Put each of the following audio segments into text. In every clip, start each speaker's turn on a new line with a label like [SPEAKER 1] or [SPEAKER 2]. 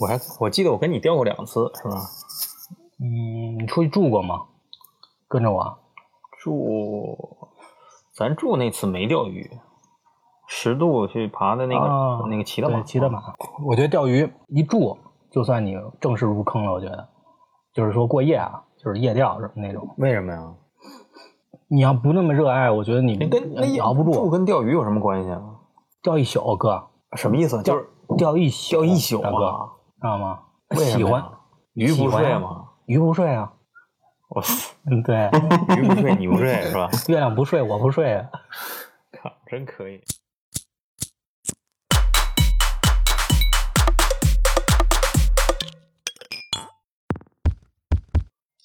[SPEAKER 1] 我还我记得我跟你钓过两次，是吧？
[SPEAKER 2] 嗯，你出去住过吗？跟着我？啊
[SPEAKER 1] 住，咱住那次没钓鱼，十渡去爬的那个、
[SPEAKER 2] 啊
[SPEAKER 1] 那个骑的
[SPEAKER 2] 对，
[SPEAKER 1] 马，
[SPEAKER 2] 骑的马。我觉得钓鱼一住，就算你正式入坑了。我觉得，就是说过夜啊，就是夜钓什么那种。
[SPEAKER 1] 为什么呀？
[SPEAKER 2] 你要不那么热爱，我觉得你
[SPEAKER 1] 那哎跟那
[SPEAKER 2] 你嗯熬不
[SPEAKER 1] 住
[SPEAKER 2] 住，啊
[SPEAKER 1] 跟钓鱼有什么关系啊？
[SPEAKER 2] 钓一宿，哥，
[SPEAKER 1] 什么意思？啊就是
[SPEAKER 2] 钓一宿，
[SPEAKER 1] 钓一宿
[SPEAKER 2] 大哥，
[SPEAKER 1] 啊？
[SPEAKER 2] 知道吗？
[SPEAKER 1] 为什
[SPEAKER 2] 喜
[SPEAKER 1] 么呀
[SPEAKER 2] 欢
[SPEAKER 1] 鱼不
[SPEAKER 2] 喜欢啊
[SPEAKER 1] 睡
[SPEAKER 2] 呀
[SPEAKER 1] 吗？
[SPEAKER 2] 鱼不睡啊，
[SPEAKER 1] 我
[SPEAKER 2] 嗯，对，
[SPEAKER 1] 鱼不睡，你不睡是吧？
[SPEAKER 2] 月亮不睡，我不睡啊。
[SPEAKER 1] 靠，真可以。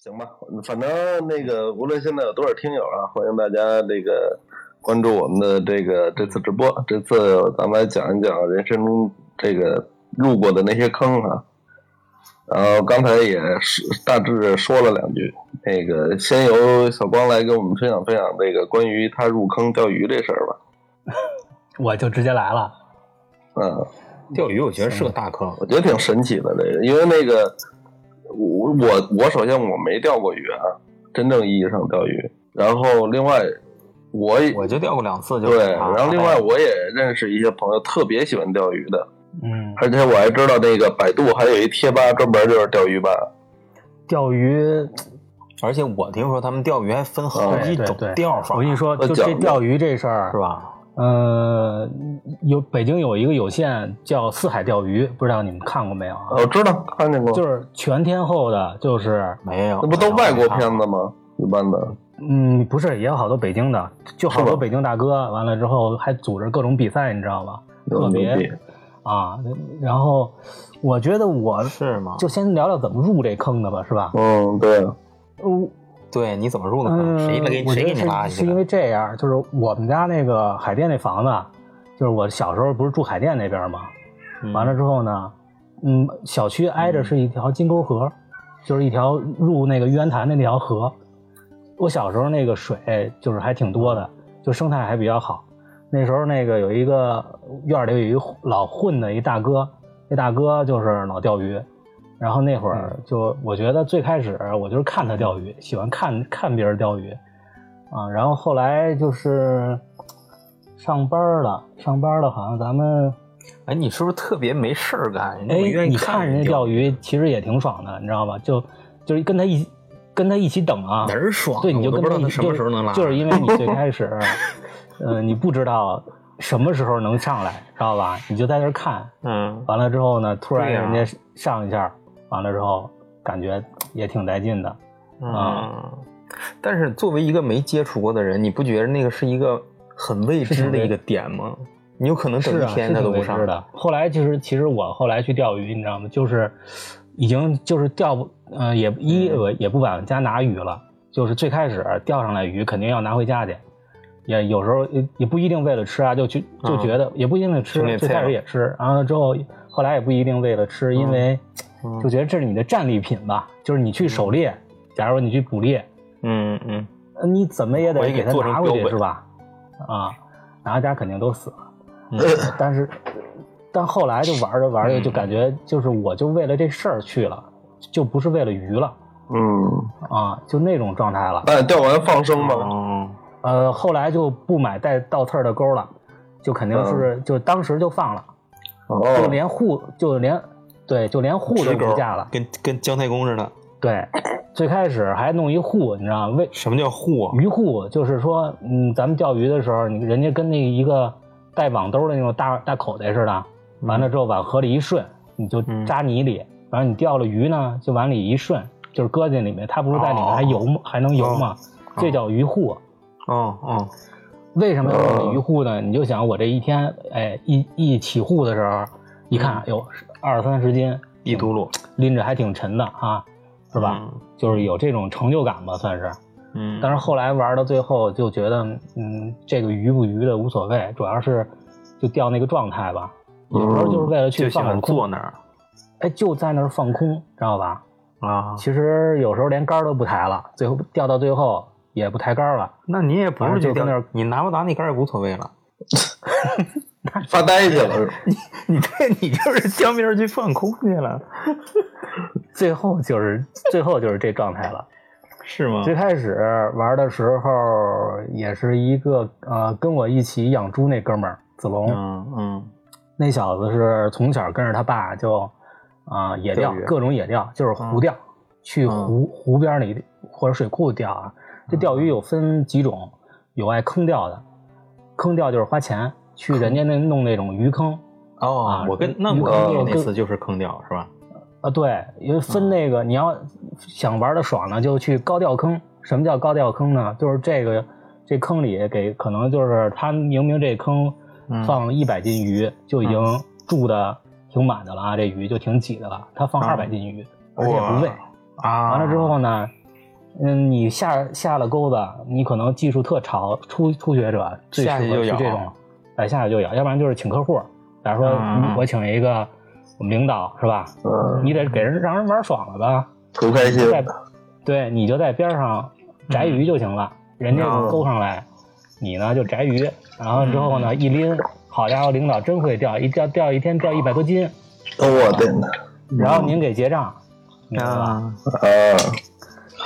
[SPEAKER 3] 行吧，嗯反正那个无论现在有多少听友啊，欢迎大家这个关注我们的这个这次直播。这次咱们来讲一讲人生中这个入过的那些坑啊。然后刚才也是大致说了两句，那个先由小光来给我们分享分享这个关于他入坑钓鱼这事儿吧。
[SPEAKER 2] 我就直接来了。
[SPEAKER 3] 嗯，
[SPEAKER 1] 钓鱼我觉得是个大坑，
[SPEAKER 3] 我觉得挺神奇的这个，因为那个我我我首先我没钓过鱼啊，真正意义上钓鱼。然后另外我也
[SPEAKER 1] 我就钓过两次就。
[SPEAKER 3] 对，
[SPEAKER 2] 啊
[SPEAKER 3] 然后另外我也认识一些朋友特别喜欢钓鱼的，
[SPEAKER 2] 嗯，
[SPEAKER 3] 而且我还知道那个百度还有一贴吧专门就是钓鱼吧。
[SPEAKER 2] 钓鱼
[SPEAKER 1] 而且我听说他们钓鱼还分好
[SPEAKER 2] 对
[SPEAKER 1] 几
[SPEAKER 2] 对
[SPEAKER 1] 种
[SPEAKER 2] 对
[SPEAKER 1] 钓法，
[SPEAKER 2] 我跟你说，
[SPEAKER 3] 都
[SPEAKER 2] 就
[SPEAKER 3] 讲
[SPEAKER 2] 这
[SPEAKER 3] 究
[SPEAKER 2] 钓鱼这事儿
[SPEAKER 1] 呃是，吧？
[SPEAKER 2] 呃，有北京有一个有线叫四海钓鱼，不知道你们看过没有啊？
[SPEAKER 3] 我哦知道看
[SPEAKER 1] 哦
[SPEAKER 3] 见过，
[SPEAKER 2] 就是全天候的，就是
[SPEAKER 1] 没有，
[SPEAKER 3] 那不都外国片子吗？一般的，
[SPEAKER 2] 嗯，不是，也有好多北京的，就好
[SPEAKER 3] 是
[SPEAKER 2] 多
[SPEAKER 3] 吧
[SPEAKER 2] 北京大哥，完了之后还组织各种比赛，你知道吧？特
[SPEAKER 3] 牛逼
[SPEAKER 2] 别啊，然后我觉得我
[SPEAKER 1] 是吗？
[SPEAKER 2] 就先聊聊怎么入这坑的吧，是吧？
[SPEAKER 3] 嗯，对，
[SPEAKER 2] 嗯，
[SPEAKER 1] 对，你怎么入的坑？
[SPEAKER 2] 嗯，
[SPEAKER 1] 谁来给
[SPEAKER 2] 我
[SPEAKER 1] 谁
[SPEAKER 2] 觉
[SPEAKER 1] 给
[SPEAKER 2] 得
[SPEAKER 1] 你
[SPEAKER 2] 是
[SPEAKER 1] 拉
[SPEAKER 2] 是
[SPEAKER 1] 去
[SPEAKER 2] 因为
[SPEAKER 1] 的？
[SPEAKER 2] 这样，就是我们家那个海淀那房子，就是我小时候不是住海淀那边吗？
[SPEAKER 1] 嗯
[SPEAKER 2] 完了之后呢，嗯，小区挨着是一条金沟河，就是一条入那个玉渊潭的那条河。我小时候那个水就是还挺多的，就生态还比较好。那时候那个有一个院儿里有一个老混的一大哥，那大哥就是老钓鱼。然后那会儿就我觉得最开始我就是看他钓鱼，喜欢看看别人钓鱼啊。然后后来就是上班了，上班了好像咱们
[SPEAKER 1] 哎，你是不是特别没事儿干？
[SPEAKER 2] 哎，
[SPEAKER 1] 我愿意
[SPEAKER 2] 你看人家钓
[SPEAKER 1] 鱼，
[SPEAKER 2] 鱼，其实也挺爽的，你知道吧？就就是跟他一跟他一起等啊
[SPEAKER 1] 哪，儿爽？
[SPEAKER 2] 对，你就
[SPEAKER 1] 我都
[SPEAKER 2] 跟
[SPEAKER 1] 不知
[SPEAKER 2] 他
[SPEAKER 1] 道他什
[SPEAKER 2] 一起
[SPEAKER 1] 么时候能拉。
[SPEAKER 2] 就是因为你最开始，呃，你不知道什么时候能上来，知道吧？你就在那儿看，
[SPEAKER 1] 嗯，
[SPEAKER 2] 完了之后呢，突然
[SPEAKER 1] 对呀
[SPEAKER 2] 人家上一下，完了之后感觉也挺带劲的。
[SPEAKER 1] 啊。但是作为一个没接触过的人，你不觉得那个是一个很未知的一个点吗？你有可 能等
[SPEAKER 2] 是
[SPEAKER 1] 一
[SPEAKER 2] 啊，
[SPEAKER 1] 天
[SPEAKER 2] 是
[SPEAKER 1] 他
[SPEAKER 2] 挺
[SPEAKER 1] 都不
[SPEAKER 2] 未
[SPEAKER 1] 上
[SPEAKER 2] 知。的。后来其实其实我后来去钓鱼，你知道吗？就是已经就是钓不呃也一
[SPEAKER 1] 嗯
[SPEAKER 2] 我也不往家拿鱼了，就是最开始钓上来鱼肯定要拿回家去，也有时候也也不一定为了吃啊，就去就
[SPEAKER 1] 嗯
[SPEAKER 2] 觉得、也不一定为了吃
[SPEAKER 1] 兄弟，
[SPEAKER 2] 最
[SPEAKER 1] 菜
[SPEAKER 2] 开
[SPEAKER 1] 了
[SPEAKER 2] 始也吃，然后之后后来也不一定为了吃，因
[SPEAKER 1] 嗯
[SPEAKER 2] 为
[SPEAKER 1] 嗯
[SPEAKER 2] 就觉得这是你的战利品吧，就是你去狩猎，假如你去捕猎，
[SPEAKER 1] 嗯嗯，
[SPEAKER 2] 呃你怎么也得
[SPEAKER 1] 我也给
[SPEAKER 2] 给它
[SPEAKER 1] 做成
[SPEAKER 2] 拿回
[SPEAKER 1] 标
[SPEAKER 2] 去
[SPEAKER 1] 本
[SPEAKER 2] 是吧？啊，拿回家肯定都死了。
[SPEAKER 1] 嗯
[SPEAKER 2] 但是，但后来就玩着玩着，
[SPEAKER 1] 嗯
[SPEAKER 2] 就感觉就是我就为了这事儿去了，就不是为了鱼了
[SPEAKER 3] 嗯，
[SPEAKER 2] 啊，就那种状态了。
[SPEAKER 3] 那钓完放
[SPEAKER 2] 嗯
[SPEAKER 3] 生吗？
[SPEAKER 1] 哦，
[SPEAKER 2] 呃，后来就不买带倒刺儿的钩了，就肯定是、就当时就放了，就
[SPEAKER 3] 哦，
[SPEAKER 2] 连护就连对就连护都
[SPEAKER 1] 直
[SPEAKER 2] 不
[SPEAKER 1] 钩
[SPEAKER 2] 架了。
[SPEAKER 1] 跟跟姜太公似的。
[SPEAKER 2] 对，最开始还弄一护，你知道吗为
[SPEAKER 1] 什么叫护啊？
[SPEAKER 2] 鱼护就是说，嗯，咱们钓鱼的时候，你人家跟那一个带网兜的那种大大口袋似的，完了之后往河里一顺，你就
[SPEAKER 1] 嗯
[SPEAKER 2] 扎泥里，然后你钓了鱼呢，就往里一顺，就是搁进里面，它不是在里面还游吗？还能游吗？这叫鱼护。
[SPEAKER 1] 哦哦，
[SPEAKER 2] 为什么要
[SPEAKER 3] 哦
[SPEAKER 2] 用鱼护呢？你就想我这一天，哎，一一起护的时候，一看，哎呦，二三十斤，
[SPEAKER 1] 一嘟噜
[SPEAKER 2] 拎着还挺沉的啊，是吧？？就是有这种成就感吧，算是。
[SPEAKER 1] 嗯，
[SPEAKER 2] 但是后来玩到最后就觉得，嗯，这个鱼不鱼的无所谓，主要是就钓那个状态吧。有时候就是为了去
[SPEAKER 1] 嗯就
[SPEAKER 2] 放
[SPEAKER 1] 想
[SPEAKER 2] 会
[SPEAKER 1] 坐
[SPEAKER 2] 空，
[SPEAKER 1] 那儿
[SPEAKER 2] 哎，就在那儿放空，知道吧？
[SPEAKER 1] 啊。
[SPEAKER 2] 其实有时候连杆儿都不抬了，最后钓到最后也不抬杆儿了。
[SPEAKER 1] 那你也不
[SPEAKER 2] 反
[SPEAKER 1] 是
[SPEAKER 2] 正
[SPEAKER 1] 去
[SPEAKER 2] 就
[SPEAKER 1] 钓
[SPEAKER 2] 跟那
[SPEAKER 1] 那
[SPEAKER 2] 儿
[SPEAKER 1] 儿，你拿不拿那杆儿也无所谓了。
[SPEAKER 3] 发呆去了是吧？
[SPEAKER 1] 你这你就是江边去放空去了，
[SPEAKER 2] 最后就是最后就是这状态 了。
[SPEAKER 1] 是吗？
[SPEAKER 2] 最开始玩的时候也是一个呃，跟我一起养猪那哥们儿子龙，
[SPEAKER 1] 嗯嗯，
[SPEAKER 2] 那小子是从小跟着他爸就啊、野钓
[SPEAKER 1] 钓鱼，
[SPEAKER 2] 各种野钓，就是湖钓，去湖、湖边里或者水库钓啊。这钓鱼有分几种，有爱坑钓的，坑钓就是花钱去人家那弄那种鱼坑
[SPEAKER 1] 哦
[SPEAKER 2] 啊，
[SPEAKER 1] 我跟那
[SPEAKER 2] 鱼
[SPEAKER 1] 我
[SPEAKER 3] 坑
[SPEAKER 1] 跟你
[SPEAKER 2] 钓
[SPEAKER 1] 那
[SPEAKER 2] 跟
[SPEAKER 1] 次就是坑掉是吧？
[SPEAKER 2] 啊，对，因为
[SPEAKER 1] 嗯
[SPEAKER 2] 分那个、你要想玩的爽呢，就去高钓坑。什么叫高钓坑呢？就是这个这坑里给可能就是他明明这坑
[SPEAKER 1] 嗯
[SPEAKER 2] 放一百斤鱼、就已经住的挺满的了啊，这鱼就挺挤的了。他放
[SPEAKER 1] 嗯
[SPEAKER 2] 二百斤鱼，而且不喂。
[SPEAKER 1] 啊，
[SPEAKER 2] 完了之后呢，嗯，你下下了钩子，你可能技术特潮，初初学者最适
[SPEAKER 1] 下去
[SPEAKER 2] 合
[SPEAKER 1] 就
[SPEAKER 2] 去
[SPEAKER 1] 咬
[SPEAKER 2] 这种，哎，下去就咬，要不然就是请客户，假如说、
[SPEAKER 1] 嗯
[SPEAKER 2] 我请一个我们领导是吧？
[SPEAKER 3] 嗯，
[SPEAKER 2] 你得给人让人玩爽了吧？
[SPEAKER 3] 图开心，
[SPEAKER 2] 在对，你就在边上
[SPEAKER 3] 嗯
[SPEAKER 2] 摘鱼就行了，人家
[SPEAKER 1] 嗯
[SPEAKER 2] 勾上来，你呢就摘鱼，然后之后
[SPEAKER 3] 嗯
[SPEAKER 2] 呢一拎，好家伙，领导真会钓，一钓钓一天钓一百多斤，
[SPEAKER 3] 哦我天哪！
[SPEAKER 2] 然后您给结账，明白吧？
[SPEAKER 1] 啊，
[SPEAKER 3] 嗯啊，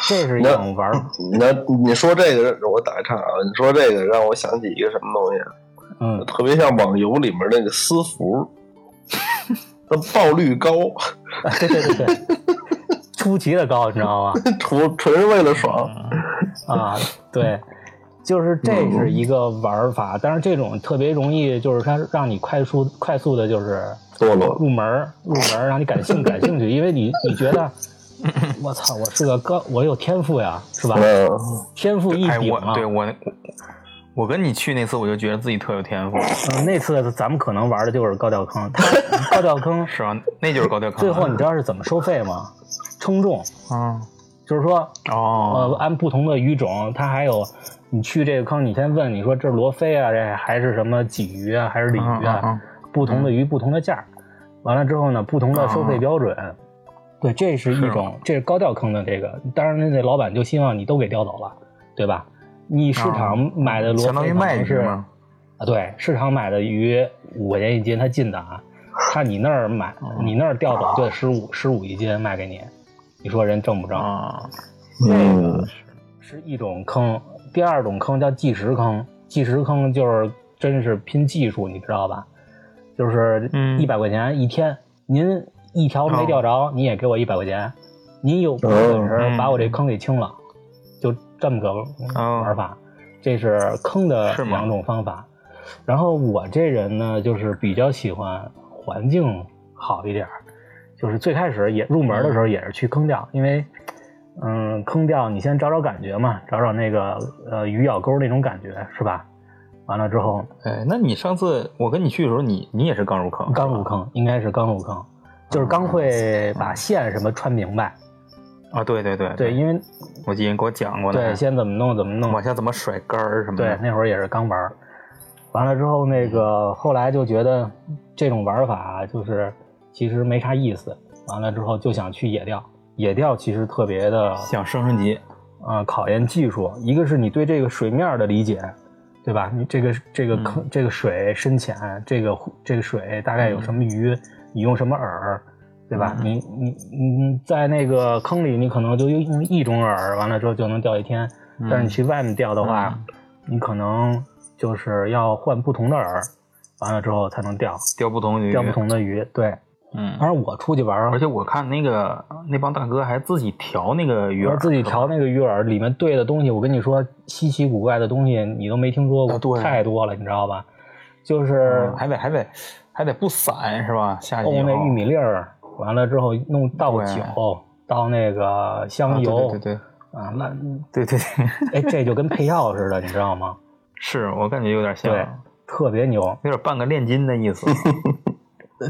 [SPEAKER 2] 这是一种玩儿，
[SPEAKER 3] 那你说这个，我打个岔啊，你说这个让我想起一个什么东西啊，
[SPEAKER 2] 嗯，
[SPEAKER 3] 特别像网游里面那个私服，它爆率高，
[SPEAKER 2] 对对对对，出奇的高，你知道吗？
[SPEAKER 3] 纯纯是为了爽。
[SPEAKER 2] 啊，对，就是这是一个玩儿法，但是这种特别容易，就是它让你快速快速的，就是
[SPEAKER 3] 堕落，
[SPEAKER 2] 入门儿入门儿，让你 感兴感兴趣，因为你你觉得，我操，我是个高，我有天赋呀，是吧？
[SPEAKER 3] 嗯，
[SPEAKER 2] 天赋异
[SPEAKER 1] 哎，
[SPEAKER 2] 禀
[SPEAKER 1] 我
[SPEAKER 2] 啊
[SPEAKER 1] 对！我我我跟你去那次，我就觉得自己特有天赋，
[SPEAKER 2] 嗯，那次咱们可能玩的就是高吊坑，它高吊 坑
[SPEAKER 1] 是吧？那就是高调坑。
[SPEAKER 2] 最后你知道是怎么收费吗？称重，
[SPEAKER 1] 嗯
[SPEAKER 2] 就是说 呃，
[SPEAKER 1] 哦，
[SPEAKER 2] 按不同的鱼种，它还有你去这个坑，你先问你说这是罗非啊，这还是什么鲫鱼啊，还是鲤鱼啊？
[SPEAKER 1] 嗯嗯嗯
[SPEAKER 2] 不同的鱼不同的价儿，完了之后呢，不同的收费标准。对，这是一种，这是高调坑的这个，当然那那老板就希望你都给调走了，对吧？你市场买的罗非
[SPEAKER 1] 啊相当于卖
[SPEAKER 2] 可能
[SPEAKER 1] 鱼
[SPEAKER 2] 是
[SPEAKER 1] 嘛，
[SPEAKER 2] 啊，对，市场买的鱼五块钱一斤，它进的啊，他你那儿买，
[SPEAKER 1] 哦
[SPEAKER 2] 你那儿调
[SPEAKER 1] 啊
[SPEAKER 2] 走就得十五十五一斤卖给你，你说人挣不挣？
[SPEAKER 1] 啊，
[SPEAKER 3] 嗯，
[SPEAKER 2] 是一种坑，第二种坑叫计时坑。计时坑就是真是拼技术，你知道吧？就是
[SPEAKER 1] 嗯哦
[SPEAKER 2] 一百块钱一天，您一条没钓着，你也给我一百块钱，您有本事把我这坑给清了，就这么个玩法。这是坑的
[SPEAKER 1] 哦是吗
[SPEAKER 2] 两种方法。然后我这人呢，就是比较喜欢环境好一点儿，就是最开始也入门的时候也是去坑钓，因为，嗯，坑钓你先找找感觉嘛，找找那个呃鱼咬钩那种感觉是吧？完了之后
[SPEAKER 1] 哎，那你上次我跟你去的时候，你你也是刚入坑，
[SPEAKER 2] 刚入坑，应该是刚入坑，就是刚会把线什么穿明白。
[SPEAKER 1] 啊？对对对
[SPEAKER 2] 对，，因为
[SPEAKER 1] 我记得你给我讲过呢，
[SPEAKER 2] 对先怎么弄怎么弄
[SPEAKER 1] 往，下怎么甩杆儿什么
[SPEAKER 2] 对
[SPEAKER 1] 的，，
[SPEAKER 2] 那会儿也是刚玩儿，完了之后那个后来就觉得这种玩法就是其实没啥意思，完了之后就想去野钓。野钓其实特别的
[SPEAKER 1] 想升升级，
[SPEAKER 2] 呃考验技术，一个是你对这个水面儿的理解，对吧？你这个这个
[SPEAKER 1] 嗯
[SPEAKER 2] 坑、这个水深浅，这个湖这个水大概有什么鱼，你用什么饵，对吧？
[SPEAKER 1] 嗯
[SPEAKER 2] 你你你在那个坑里，你可能就用一种饵，完了之后就能钓一天，
[SPEAKER 1] 嗯
[SPEAKER 2] 但是你去外面钓的话，你可能就是要换不同的饵，完了之后才能钓
[SPEAKER 1] 钓不同鱼，
[SPEAKER 2] 钓不，同的鱼。对，
[SPEAKER 1] 嗯。
[SPEAKER 2] 反正我出去玩儿
[SPEAKER 1] 而且我看那个那帮大哥还自己调那个鱼
[SPEAKER 2] 我
[SPEAKER 1] 饵，
[SPEAKER 2] 自己调那个鱼饵，里面兑的东西，我跟你说，稀奇古怪的东西你都没听说过，
[SPEAKER 1] 啊对
[SPEAKER 2] 太多了，你知道吧？就是、
[SPEAKER 1] 嗯还得还得还得不散是吧？下去
[SPEAKER 2] 沤
[SPEAKER 1] 以后
[SPEAKER 2] 哦那玉米粒儿，完了之后弄倒
[SPEAKER 1] 嗯对
[SPEAKER 2] 酒，倒那个
[SPEAKER 1] 啊
[SPEAKER 2] 香
[SPEAKER 1] 对
[SPEAKER 2] 油
[SPEAKER 1] 对对对
[SPEAKER 2] 啊，那
[SPEAKER 1] 对对对，
[SPEAKER 2] 哎，这就跟配药似的，你知道吗？
[SPEAKER 1] 是我感觉有点像，
[SPEAKER 2] 对，嗯特别牛，
[SPEAKER 1] 有点半个炼金的意思。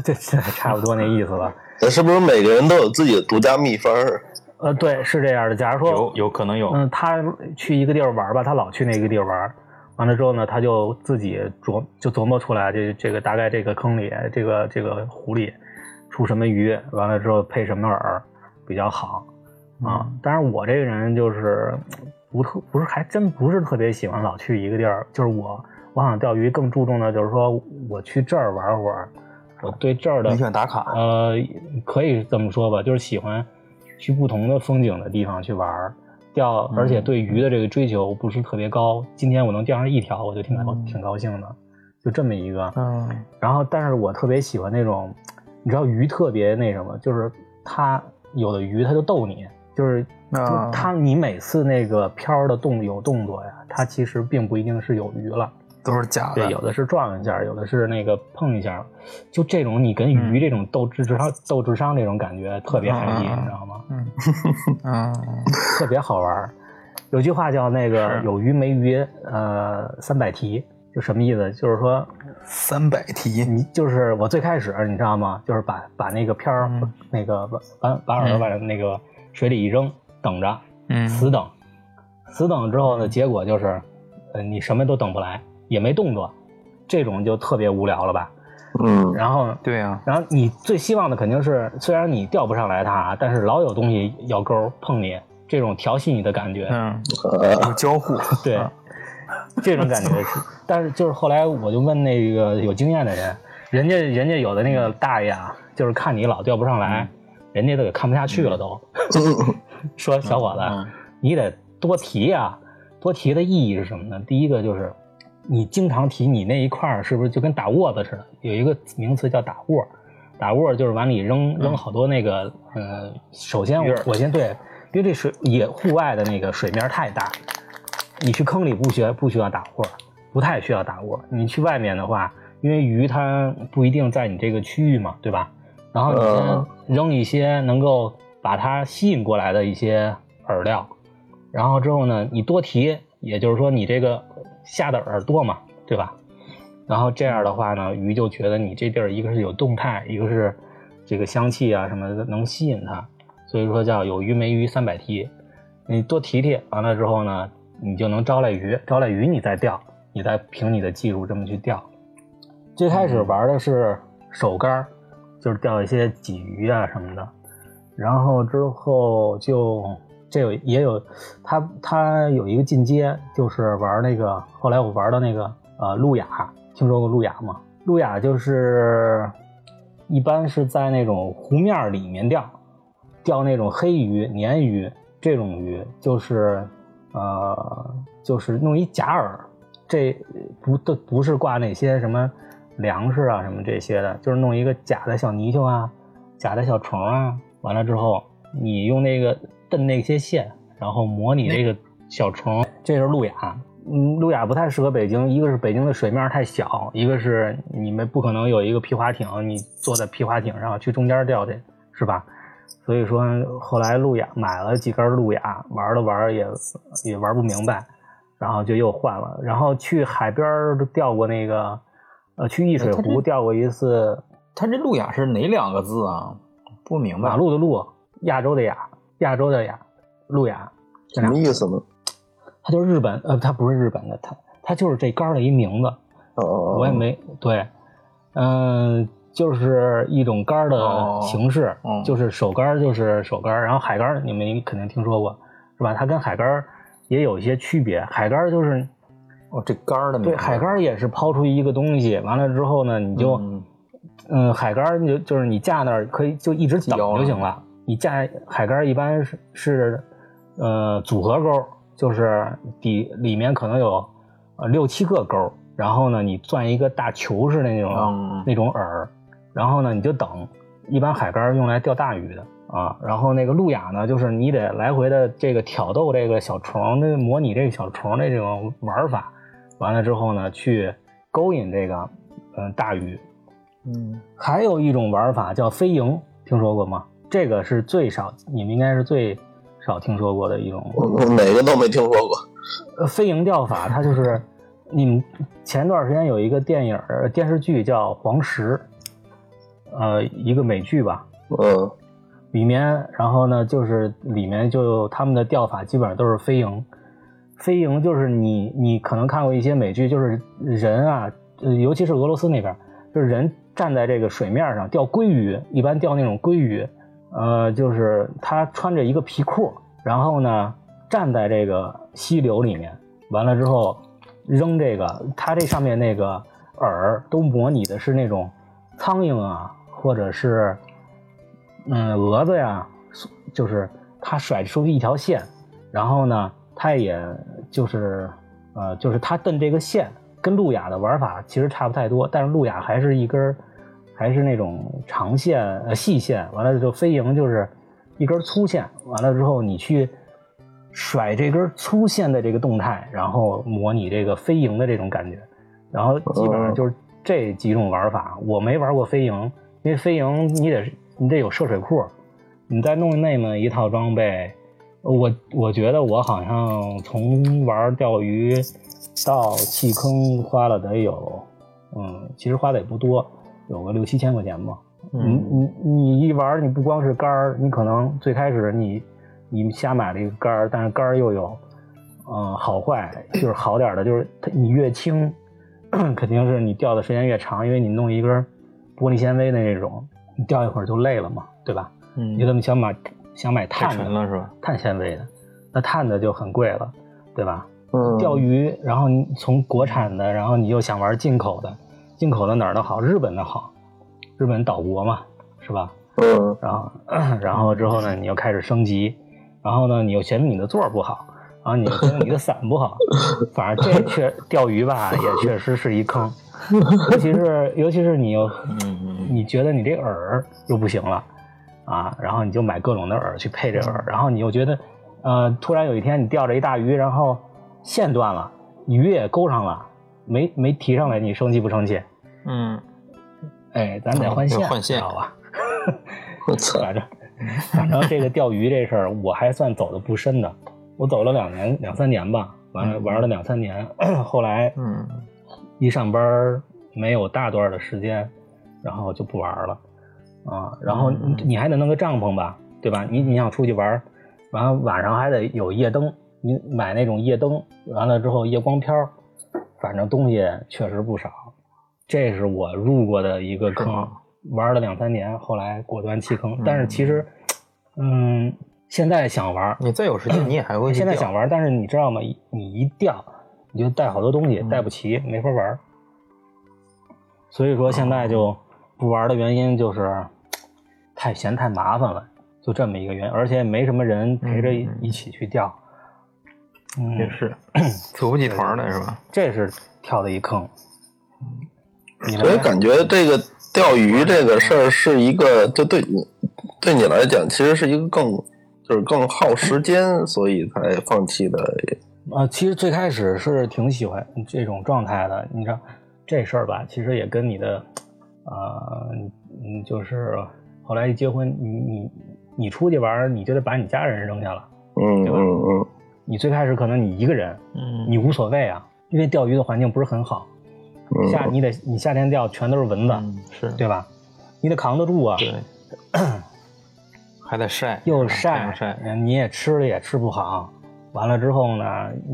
[SPEAKER 2] 这这差不多那意思吧？
[SPEAKER 3] 那是不是每个人都有自己的独家秘方儿？
[SPEAKER 2] 呃，对，是这样的。假如说
[SPEAKER 1] 有有可能有，
[SPEAKER 2] 嗯，他去一个地儿玩儿吧，他老去那个地儿玩儿，完了之后呢，他就自己琢就琢磨出来这这个大概这个坑里这个这个湖里出什么鱼，完了之后配什么饵比较好啊。当然我这个人就是不特不是还真不是特别喜欢老去一个地儿，就是我我想钓鱼更注重的就是说我去这儿玩会儿，我对这儿的
[SPEAKER 1] 你喜欢打卡，
[SPEAKER 2] 呃，可以这么说吧，就是喜欢去不同的风景的地方去玩儿钓，而
[SPEAKER 1] 嗯
[SPEAKER 2] 且对鱼的这个追求不是特别高。今天我能钓上一条，我就挺高、
[SPEAKER 1] 嗯
[SPEAKER 2] 挺高兴的，就这么一个。
[SPEAKER 1] 嗯
[SPEAKER 2] 然后，但是我特别喜欢那种，你知道鱼特别那什么，就是它有的鱼它就逗你，就是
[SPEAKER 1] 啊
[SPEAKER 2] 就它你每次那个漂儿的动有动作呀，它其实并不一定是有鱼了，
[SPEAKER 1] 都是假
[SPEAKER 2] 对，有
[SPEAKER 1] 的，
[SPEAKER 2] 的是撞一下，有的是那个碰一下，就这种你跟
[SPEAKER 1] 嗯
[SPEAKER 2] 鱼这种斗智智商、斗智商这种感觉特别嗨
[SPEAKER 1] 嗯
[SPEAKER 2] 皮，
[SPEAKER 1] 嗯嗯
[SPEAKER 2] 你知道吗？
[SPEAKER 1] 嗯嗯
[SPEAKER 2] 特别好玩儿。有句话叫那个
[SPEAKER 1] 是
[SPEAKER 2] 有鱼没鱼，呃，三百题，就什么意思？就是说
[SPEAKER 1] 三百题，
[SPEAKER 2] 你就是我最开始你知道吗？就是把把那个片儿、
[SPEAKER 1] 嗯
[SPEAKER 2] 那个把把把饵
[SPEAKER 1] 嗯
[SPEAKER 2] 往那个水里一扔，等着，
[SPEAKER 1] 嗯
[SPEAKER 2] 死等，死等之后呢，结果就是，呃，你什么都等不来，也没动作，这种就特别无聊了吧？
[SPEAKER 3] 嗯，
[SPEAKER 2] 然后，
[SPEAKER 1] 对啊，
[SPEAKER 2] 然后你最希望的肯定是，虽然你钓不上来它啊，但是老有东西咬钩碰你，这种调戏你的感觉，
[SPEAKER 1] 嗯，
[SPEAKER 3] 呃
[SPEAKER 1] 有交互，
[SPEAKER 2] 对，这种感觉是。但是就是后来我就问那个有经验的人，人家人家有的那个大爷啊，就是看你老钓不上来，人家都给看不下去了都， 说小伙子，
[SPEAKER 1] 嗯
[SPEAKER 2] 你得多提呀、多提的意义是什么呢？第一个就是你经常提你那一块儿，是不是就跟打窝子似的？有一个名词叫打窝，打窝就是往里扔扔好多那个，呃，首先
[SPEAKER 1] 鱼
[SPEAKER 2] 我
[SPEAKER 1] 饵
[SPEAKER 2] 我先对，因为这水野户外的那个水面太大，你去坑里不需要不需要打窝，不太需要打窝。你去外面的话，因为鱼它不一定在你这个区域嘛，对吧？然后
[SPEAKER 3] 嗯
[SPEAKER 2] 你先扔一些能够把它吸引过来的一些饵料，然后之后呢，你多提，也就是说你这个下的饵多嘛，对吧？然后这样的话呢，鱼就觉得你这地儿一个是有动态，一个是这个香气啊什么的能吸引它，所以说叫有鱼没鱼三百提。你多提提，完了之后呢，你就能招来鱼，招来鱼你再钓，你再凭你的技术这么去钓。最开始玩的是手竿儿，就是钓一些鲫鱼啊什么的，然后之后就这有也有，它它有一个进阶，就是玩那个，后来我玩到那个呃路亚，听说过路亚吗？路亚就是一般是在那种湖面儿里面钓，钓那种黑鱼、鲶鱼这种鱼，就是呃就是弄一假饵，这不都不是挂那些什么粮食啊什么这些的，就是弄一个假的小泥鳅啊，假的小虫啊，完了之后你用那个蹬那些线，然后模拟这个小虫，这是路亚。嗯，路亚不太适合北京，一个是北京的水面太小，一个是你们不可能有一个皮划艇，你坐在皮划艇上去中间钓去，是吧？所以说后来路亚买了几根路亚，玩了玩也也玩不明白，然后就又换了。然后去海边儿钓过那个，呃，去易水
[SPEAKER 1] 哎它这
[SPEAKER 2] 湖钓过一次
[SPEAKER 1] 他这路亚是哪两个字啊？不明白。
[SPEAKER 2] 马路的路，亚洲的亚，亚洲的亚，路亚，
[SPEAKER 3] 什么意思呢？
[SPEAKER 2] 它就是日本，呃，它不是日本的，它它就是这杆儿的一名字，
[SPEAKER 3] 哦哦，
[SPEAKER 2] 我也
[SPEAKER 3] 哦
[SPEAKER 2] 没对，嗯、就是一种杆儿的形式，
[SPEAKER 1] 哦哦
[SPEAKER 2] 就是手杆儿就是手杆儿，然后海杆儿你们肯定听说过是吧？它跟海杆儿也有一些区别，海杆儿就是
[SPEAKER 1] 哦，这杆儿的名
[SPEAKER 2] 对
[SPEAKER 1] 字
[SPEAKER 2] 海杆儿也是抛出一个东西，完了之后呢，你就。
[SPEAKER 1] 嗯
[SPEAKER 2] 嗯，海杆儿你就就是你架那儿可以就一直等
[SPEAKER 1] 腰了
[SPEAKER 2] 就行了。你架海杆儿一般是是呃组合钩，就是底里面可能有呃六七个钩，然后呢你攥一个大球似的那种、
[SPEAKER 1] 嗯
[SPEAKER 2] 那种饵，然后呢你就等。一般海杆儿用来钓大鱼的啊，然后那个路亚呢，就是你得来回的这个挑逗这个小虫，那模拟这个小虫的这种玩法，完了之后呢去勾引这个嗯、呃大鱼，
[SPEAKER 1] 嗯
[SPEAKER 2] 还有一种玩法叫飞蝇，听说过吗？这个是最少，你们应该是最少听说过的一种。
[SPEAKER 3] 我我哪个都没听说过。
[SPEAKER 2] 呃飞蝇钓法，它就是你们前段时间有一个电影儿电视剧叫《黄石》，呃，一个美剧吧，
[SPEAKER 3] 嗯
[SPEAKER 2] 里面，然后呢，就是里面就他们的钓法基本上都是飞蝇。飞蝇就是你你可能看过一些美剧，就是人啊，呃尤其是俄罗斯那边，就是人站在这个水面上钓鲑鱼，一般钓那种鲑鱼，呃，就是他穿着一个皮裤，然后呢站在这个溪流里面，完了之后扔这个，它这上面那个饵都模拟的是那种苍蝇啊，或者是嗯蛾子呀，就是它甩出去一条线，然后呢，它也就是呃，就是它蹬这个线跟路亚的玩法其实差不太多，但是路亚还是一根儿还是那种长线呃细线，完了就飞蝇就是一根粗线，完了之后你去。甩这根粗线的这个动态，然后模拟这个飞蝇的这种感觉，然后基本上就是这几种玩法。我没玩过飞蝇，因为飞蝇你得你得有涉水库，你再弄那么一套装备，我我觉得我好像从玩钓鱼到弃坑花了得有，嗯，其实花的也不多，有个六七千块钱吧。你
[SPEAKER 1] 嗯
[SPEAKER 2] 你你一玩，你不光是杆儿，你可能最开始你。你瞎买了一个杆儿，但是杆儿又有，嗯、呃，好坏，就是好点儿的，就是它你越轻，肯定是你钓的时间越长，因为你弄一根玻璃纤维的那种，你钓一会儿就累了嘛，对吧？
[SPEAKER 1] 嗯
[SPEAKER 2] 你怎么想买想买
[SPEAKER 1] 太
[SPEAKER 2] 碳
[SPEAKER 1] 沉
[SPEAKER 2] 的
[SPEAKER 1] 了是吧？
[SPEAKER 2] 碳纤维的，那碳的就很贵了，对吧？
[SPEAKER 3] 嗯，
[SPEAKER 2] 钓鱼，然后你从国产的，然后你又想玩进口的，进口的哪儿的好？日本的好，日本岛国嘛，是吧？
[SPEAKER 3] 嗯
[SPEAKER 2] 然后 然后之后呢，你又开始升级，然后呢，你又嫌你的座儿不好，然后你又嫌你的伞 不好，反正这确钓鱼吧，也确实是一坑，尤其是尤其是你又
[SPEAKER 1] 嗯嗯
[SPEAKER 2] 你觉得你这饵又不行了啊，然后你就买各种的饵去配这饵，然后你又觉得，呃，突然有一天你钓着一大鱼，然后线断了，鱼也勾上了，没没提上来，你生气不生气？
[SPEAKER 1] 嗯，
[SPEAKER 2] 哎，咱得
[SPEAKER 1] 嗯得
[SPEAKER 2] 换线，
[SPEAKER 1] 换线
[SPEAKER 2] 知道吧？
[SPEAKER 3] 我操，
[SPEAKER 2] 反正反正这个钓鱼这事儿，我还算走的不深的，我走了两年两三年吧，完了玩了两三年， 后来
[SPEAKER 1] 嗯
[SPEAKER 2] 一上班儿没有大段儿的时间，然后就不玩儿了啊。然后
[SPEAKER 1] 嗯
[SPEAKER 2] 你你还得弄个帐篷吧，对吧？你你想出去玩儿，完了晚上还得有夜灯，你买那种夜灯，完了之后夜光飘儿，反正东西确实不少。这是我入过的一个
[SPEAKER 1] 是
[SPEAKER 2] 坑
[SPEAKER 1] 吗，
[SPEAKER 2] 玩了两三年，后来果断弃坑
[SPEAKER 1] 嗯。
[SPEAKER 2] 但是其实，嗯，现在想玩儿，
[SPEAKER 1] 你再有时间你也还会去
[SPEAKER 2] 现在
[SPEAKER 1] 钓
[SPEAKER 2] 想玩，但是你知道吗？你一掉，你就带好多东西，
[SPEAKER 1] 嗯
[SPEAKER 2] 带不齐，没法玩。所以说现在
[SPEAKER 1] 哦
[SPEAKER 2] 就不玩的原因就是太闲太麻烦了，就这么一个原因，而且没什么人陪着
[SPEAKER 1] 嗯嗯
[SPEAKER 2] 一起去钓。嗯，
[SPEAKER 1] 也是组不起团来是吧？
[SPEAKER 2] 这是跳的一坑。你
[SPEAKER 3] 所以
[SPEAKER 2] 来，
[SPEAKER 3] 感觉这个钓鱼这个事儿是一个，就对你对你来讲，其实是一个更就是更耗时间，所以才放弃的。嗯
[SPEAKER 2] 呃，其实最开始是挺喜欢这种状态的，你知道这事儿吧？其实也跟你的，呃，你你就是后来一结婚，你你你出去玩儿，你就得把你家人扔下了。
[SPEAKER 3] 嗯
[SPEAKER 2] 对吧
[SPEAKER 3] 嗯嗯，
[SPEAKER 2] 你最开始可能你一个人，
[SPEAKER 1] 嗯
[SPEAKER 2] 你无所谓啊，因为钓鱼的环境不是很好，
[SPEAKER 3] 嗯
[SPEAKER 2] 夏你得你夏天钓全都是蚊子，
[SPEAKER 1] 嗯是
[SPEAKER 2] 对吧？你得扛得住啊，
[SPEAKER 1] 对，还得晒，
[SPEAKER 2] 又
[SPEAKER 1] 是吧太
[SPEAKER 2] 晒
[SPEAKER 1] 阳，晒，
[SPEAKER 2] 嗯你也吃了也吃不好。完了之后呢，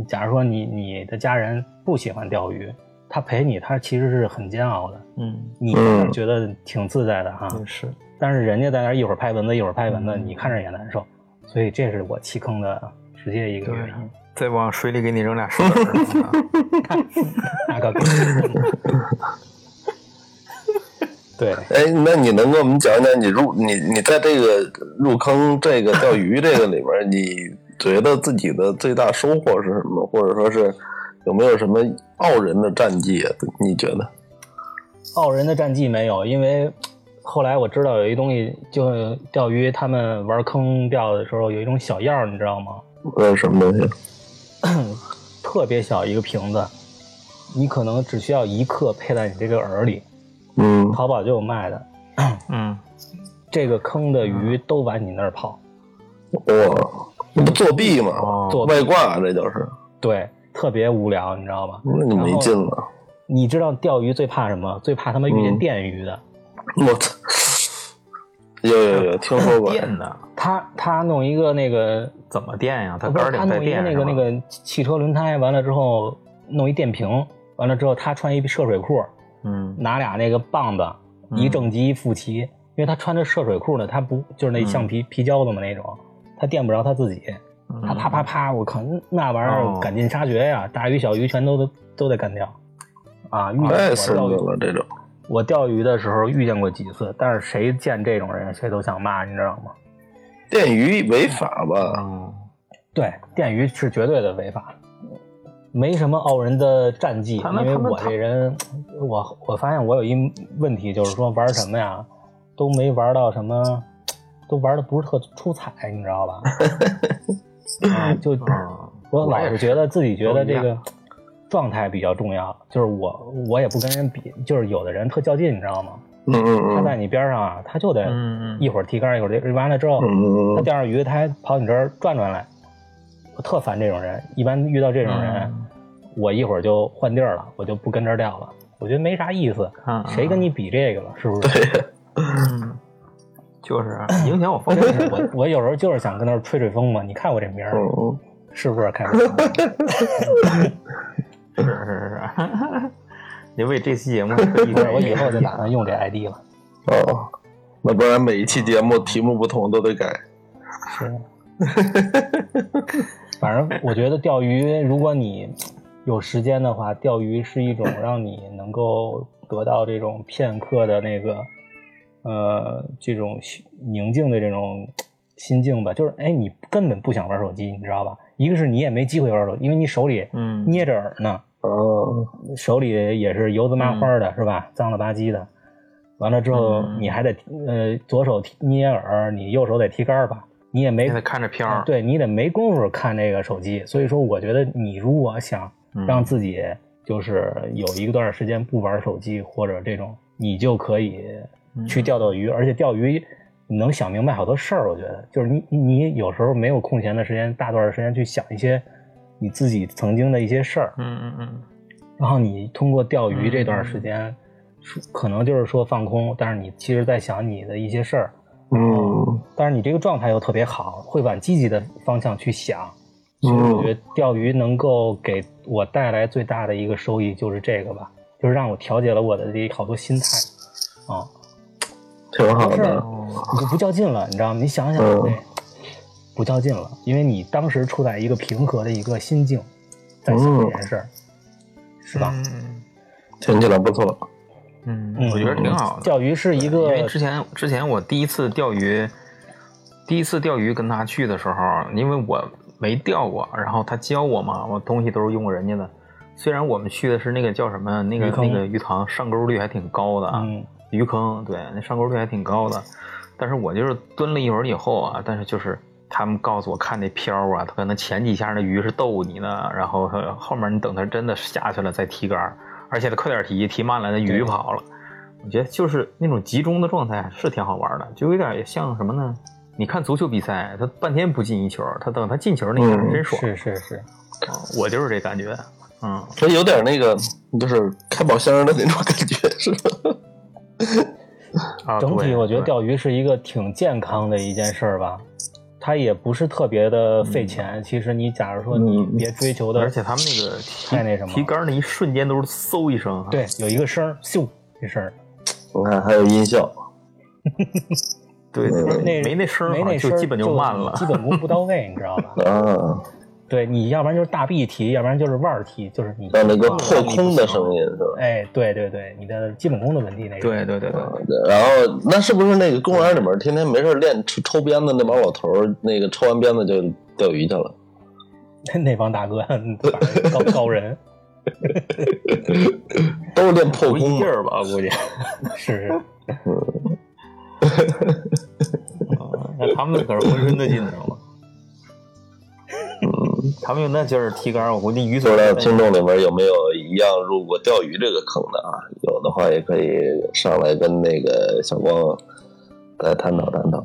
[SPEAKER 2] 假如说你你的家人不喜欢钓鱼，他陪你，他其实是很煎熬的。
[SPEAKER 1] 嗯，
[SPEAKER 2] 你
[SPEAKER 3] 嗯
[SPEAKER 2] 看着觉得挺自在的哈，
[SPEAKER 1] 也是，
[SPEAKER 2] 但是人家在那儿一会儿拍蚊子，一会儿拍蚊子，
[SPEAKER 1] 嗯
[SPEAKER 2] 你看着也难受。所以这是我弃坑的直接一个
[SPEAKER 1] 对啊
[SPEAKER 2] 原因。
[SPEAKER 1] 再往水里给你扔俩石子儿
[SPEAKER 2] 那个，对，
[SPEAKER 3] 哎，那你能给我们讲讲你入你你在这个入坑这个钓鱼这个里面，你觉得自己的最大收获是什么，或者说是有没有什么傲人的战绩啊？你觉得？
[SPEAKER 2] 傲人的战绩没有，因为后来我知道有一东西，就钓鱼他们玩坑钓的时候有一种小药，你知道吗？
[SPEAKER 3] 呃，什么东西？
[SPEAKER 2] 特别小一个瓶子，你可能只需要一克配在你这个饵里，
[SPEAKER 3] 嗯
[SPEAKER 2] 淘宝就有卖的。
[SPEAKER 1] 嗯，
[SPEAKER 2] 这个坑的鱼都往你那儿跑，
[SPEAKER 3] 哇，那不作弊吗？
[SPEAKER 1] 哦，
[SPEAKER 2] 做
[SPEAKER 3] 外挂这就是，
[SPEAKER 2] 对，特别无聊，你知道吗？
[SPEAKER 3] 那你没劲了。
[SPEAKER 2] 你知道钓鱼最怕什么？最怕他妈遇见
[SPEAKER 3] 嗯
[SPEAKER 2] 电鱼的。
[SPEAKER 3] 我操！有有有，听说过。
[SPEAKER 1] 电的
[SPEAKER 2] 他他弄一个那个，
[SPEAKER 1] 怎么电呀？它
[SPEAKER 2] 不
[SPEAKER 1] 杆
[SPEAKER 2] 是
[SPEAKER 1] 儿
[SPEAKER 2] 他
[SPEAKER 1] 顶带
[SPEAKER 2] 弄一个
[SPEAKER 1] 电
[SPEAKER 2] 那个
[SPEAKER 1] 是吧
[SPEAKER 2] 那个汽车轮胎，完了之后弄一电瓶，完了之后他穿一涉水裤，
[SPEAKER 1] 嗯
[SPEAKER 2] 拿俩那个棒子，
[SPEAKER 1] 嗯
[SPEAKER 2] 一正极一负极，因
[SPEAKER 1] 嗯
[SPEAKER 2] 为他穿着涉水裤呢，他不就是那橡皮、皮胶子嘛那种，他电不着他自己，
[SPEAKER 1] 嗯
[SPEAKER 2] 啪啪啪啪，我靠，那玩意
[SPEAKER 1] 哦
[SPEAKER 2] 儿赶尽杀绝呀，大鱼小鱼全都得都得干掉。啊，遇到
[SPEAKER 3] 太
[SPEAKER 2] 我
[SPEAKER 3] 孙
[SPEAKER 2] 钓
[SPEAKER 3] 子
[SPEAKER 2] 鱼
[SPEAKER 3] 了，这种
[SPEAKER 2] 我钓鱼的时候遇见过几次，但是谁见这种人谁都想骂，你知道吗？
[SPEAKER 3] 电鱼违法吧？
[SPEAKER 1] 嗯，
[SPEAKER 2] 对，电鱼是绝对的违法，没什么傲人的战绩。
[SPEAKER 1] 他
[SPEAKER 2] 因
[SPEAKER 1] 们
[SPEAKER 2] 为
[SPEAKER 1] 他们
[SPEAKER 2] 我
[SPEAKER 1] 他
[SPEAKER 2] 这人，我我发现我有一问题，就是说玩什么呀，都没玩到什么，都玩的不是特出彩，你知道吧？ 啊，就
[SPEAKER 1] 嗯
[SPEAKER 2] 我老是觉得自己觉得这
[SPEAKER 1] 都一
[SPEAKER 2] 个状态比较重要，就是我我也不跟人比，就是有的人特较劲，你知道吗？
[SPEAKER 3] 嗯
[SPEAKER 2] 他
[SPEAKER 3] 嗯
[SPEAKER 2] 在你边上啊，他就得
[SPEAKER 1] 嗯
[SPEAKER 2] 一会儿提竿，一会儿这完了之后，
[SPEAKER 3] 嗯嗯
[SPEAKER 2] 他
[SPEAKER 3] 嗯
[SPEAKER 2] 钓上鱼，他还跑你这儿转转来，我特烦这种人。一般遇到这种人，
[SPEAKER 1] 嗯
[SPEAKER 2] 我一会儿就换地儿了，我就不跟这儿钓了。我觉得没啥意思，
[SPEAKER 1] 嗯
[SPEAKER 2] 谁跟你比这个了？是不是？
[SPEAKER 1] 嗯，就是影响我方面是
[SPEAKER 2] 我我有时候就是想跟那儿吹吹风嘛。你看我这名儿，
[SPEAKER 3] 嗯嗯，
[SPEAKER 2] 是不是开玩笑？
[SPEAKER 1] 是是是， 你为这期节目特意
[SPEAKER 2] 我我以后就打算用这 ID 了。
[SPEAKER 3] 哦，那不然每一期节目题目不同都得改。
[SPEAKER 2] 是，反正我觉得钓鱼，如果你有时间的话，钓鱼是一种让你能够得到这种片刻的那个，呃，这种心宁静的这种心境吧。就是，哎，你根本不想玩手机，你知道吧？一个是你也没机会玩手机，因为你手里
[SPEAKER 1] 嗯
[SPEAKER 2] 捏着饵呢，
[SPEAKER 3] 哦，
[SPEAKER 2] 手里也是油滋麻花的，是吧？脏了吧唧的。完了之后，
[SPEAKER 1] 嗯
[SPEAKER 2] 你还得呃左手提捏饵，你右手得提杆儿吧？你也没
[SPEAKER 1] 现在看着片儿，
[SPEAKER 2] 嗯对你得没工夫看这个手机。所以说，我觉得你如果想
[SPEAKER 1] 嗯
[SPEAKER 2] 让自己就是有一段时间不玩手机或者这种，你就可以
[SPEAKER 1] 嗯
[SPEAKER 2] 去钓钓鱼，而且钓鱼你能想明白好多事儿。我觉得就是你你有时候没有空闲的时间，大段儿时间去想一些你自己曾经的一些事儿，
[SPEAKER 1] 嗯嗯嗯，
[SPEAKER 2] 然后你通过钓鱼
[SPEAKER 1] 嗯
[SPEAKER 2] 这段时间。是可能就是说放空，但是你其实在想你的一些事儿，
[SPEAKER 3] 嗯
[SPEAKER 2] 但是你这个状态又特别好，会往积极的方向去想，所以我觉得钓鱼能够给我带来最大的一个收益就是这个吧，就是让我调节了我的这好多心态，啊，
[SPEAKER 3] 挺好的。
[SPEAKER 1] 哦
[SPEAKER 2] 你就不较劲了，你知道吗？你想想，
[SPEAKER 3] 嗯
[SPEAKER 2] 对，不较劲了，因为你当时处在一个平和的一个心境，在想这件事儿，是吧？
[SPEAKER 1] 嗯
[SPEAKER 3] 听起来不错。
[SPEAKER 1] 嗯
[SPEAKER 2] 嗯
[SPEAKER 1] 嗯，我觉得挺好的。
[SPEAKER 2] 钓鱼是一
[SPEAKER 1] 因为
[SPEAKER 2] 个
[SPEAKER 1] 之前之前我第一次钓鱼，第一次钓鱼跟他去的时候，因为我没钓过，然后他教我嘛，我东西都是用人家的。虽然我们去的是那个叫什么那个
[SPEAKER 2] 鱼坑
[SPEAKER 1] 那个鱼塘，上钩率还挺高的啊，
[SPEAKER 2] 嗯
[SPEAKER 1] 鱼坑对，那上钩率还挺高的。但是我就是蹲了一会儿以后啊，但是就是他们告诉我看那漂啊，可能前几下那鱼是逗你呢，然后呃后面你等它真的下去了再提杆儿，而且得快点提，提慢了那鱼
[SPEAKER 2] 对
[SPEAKER 1] 跑了。我觉得就是那种集中的状态是挺好玩的，就有点像什么呢？你看足球比赛，他半天不进一球，他等他进球那一下
[SPEAKER 3] 嗯
[SPEAKER 1] 真爽、
[SPEAKER 2] 是是是，
[SPEAKER 1] 啊我就是这感觉，嗯，
[SPEAKER 3] 它有点那个，就是开宝箱的那种感觉，是吧？
[SPEAKER 1] 啊
[SPEAKER 2] 整体
[SPEAKER 1] 对
[SPEAKER 2] 我觉得
[SPEAKER 1] 对
[SPEAKER 2] 钓鱼是一个挺健康的一件事儿吧，它也不是特别的费钱。其实你假如说你
[SPEAKER 3] 嗯
[SPEAKER 2] 别追求的，
[SPEAKER 1] 嗯而且他们那个提
[SPEAKER 2] 太那什么
[SPEAKER 1] 提杆儿那一瞬间都是嗖一声啊，
[SPEAKER 2] 对有一个声儿，咻一声儿，
[SPEAKER 3] 你看还有音效，
[SPEAKER 1] 对
[SPEAKER 3] 嗯？
[SPEAKER 1] 对，
[SPEAKER 2] 那
[SPEAKER 1] 没那声儿
[SPEAKER 2] 没
[SPEAKER 1] 好像
[SPEAKER 2] 那声
[SPEAKER 1] 就
[SPEAKER 2] 儿
[SPEAKER 1] 基本就慢了
[SPEAKER 2] 你，基本功不到位，你知道吧
[SPEAKER 3] 啊，
[SPEAKER 2] 对你要不然就是大臂提，要不然就是腕儿提，就是你
[SPEAKER 3] 让那个破空的声音是吧？
[SPEAKER 2] 哎，对对对，你的基本功的问题那是
[SPEAKER 1] 对对对对，
[SPEAKER 3] 然后那是不是那个公园里面天天没事练抽抽鞭子那帮老头儿，那个抽完鞭子就钓鱼去了？
[SPEAKER 2] 那帮大哥 反正高高人，
[SPEAKER 3] 都是练破
[SPEAKER 1] 不一
[SPEAKER 3] 空
[SPEAKER 1] 劲
[SPEAKER 3] 嘛？
[SPEAKER 1] 儿吧，我估计。
[SPEAKER 2] 是是。
[SPEAKER 1] 啊那他们可是浑身的劲，知道吗？他们用那劲儿踢杆儿，嗯我估计鱼
[SPEAKER 3] 不
[SPEAKER 1] 嘴
[SPEAKER 3] 知道听众里面有没有一样入过钓鱼这个坑的啊？有的话也可以上来跟那个小光来探讨探讨。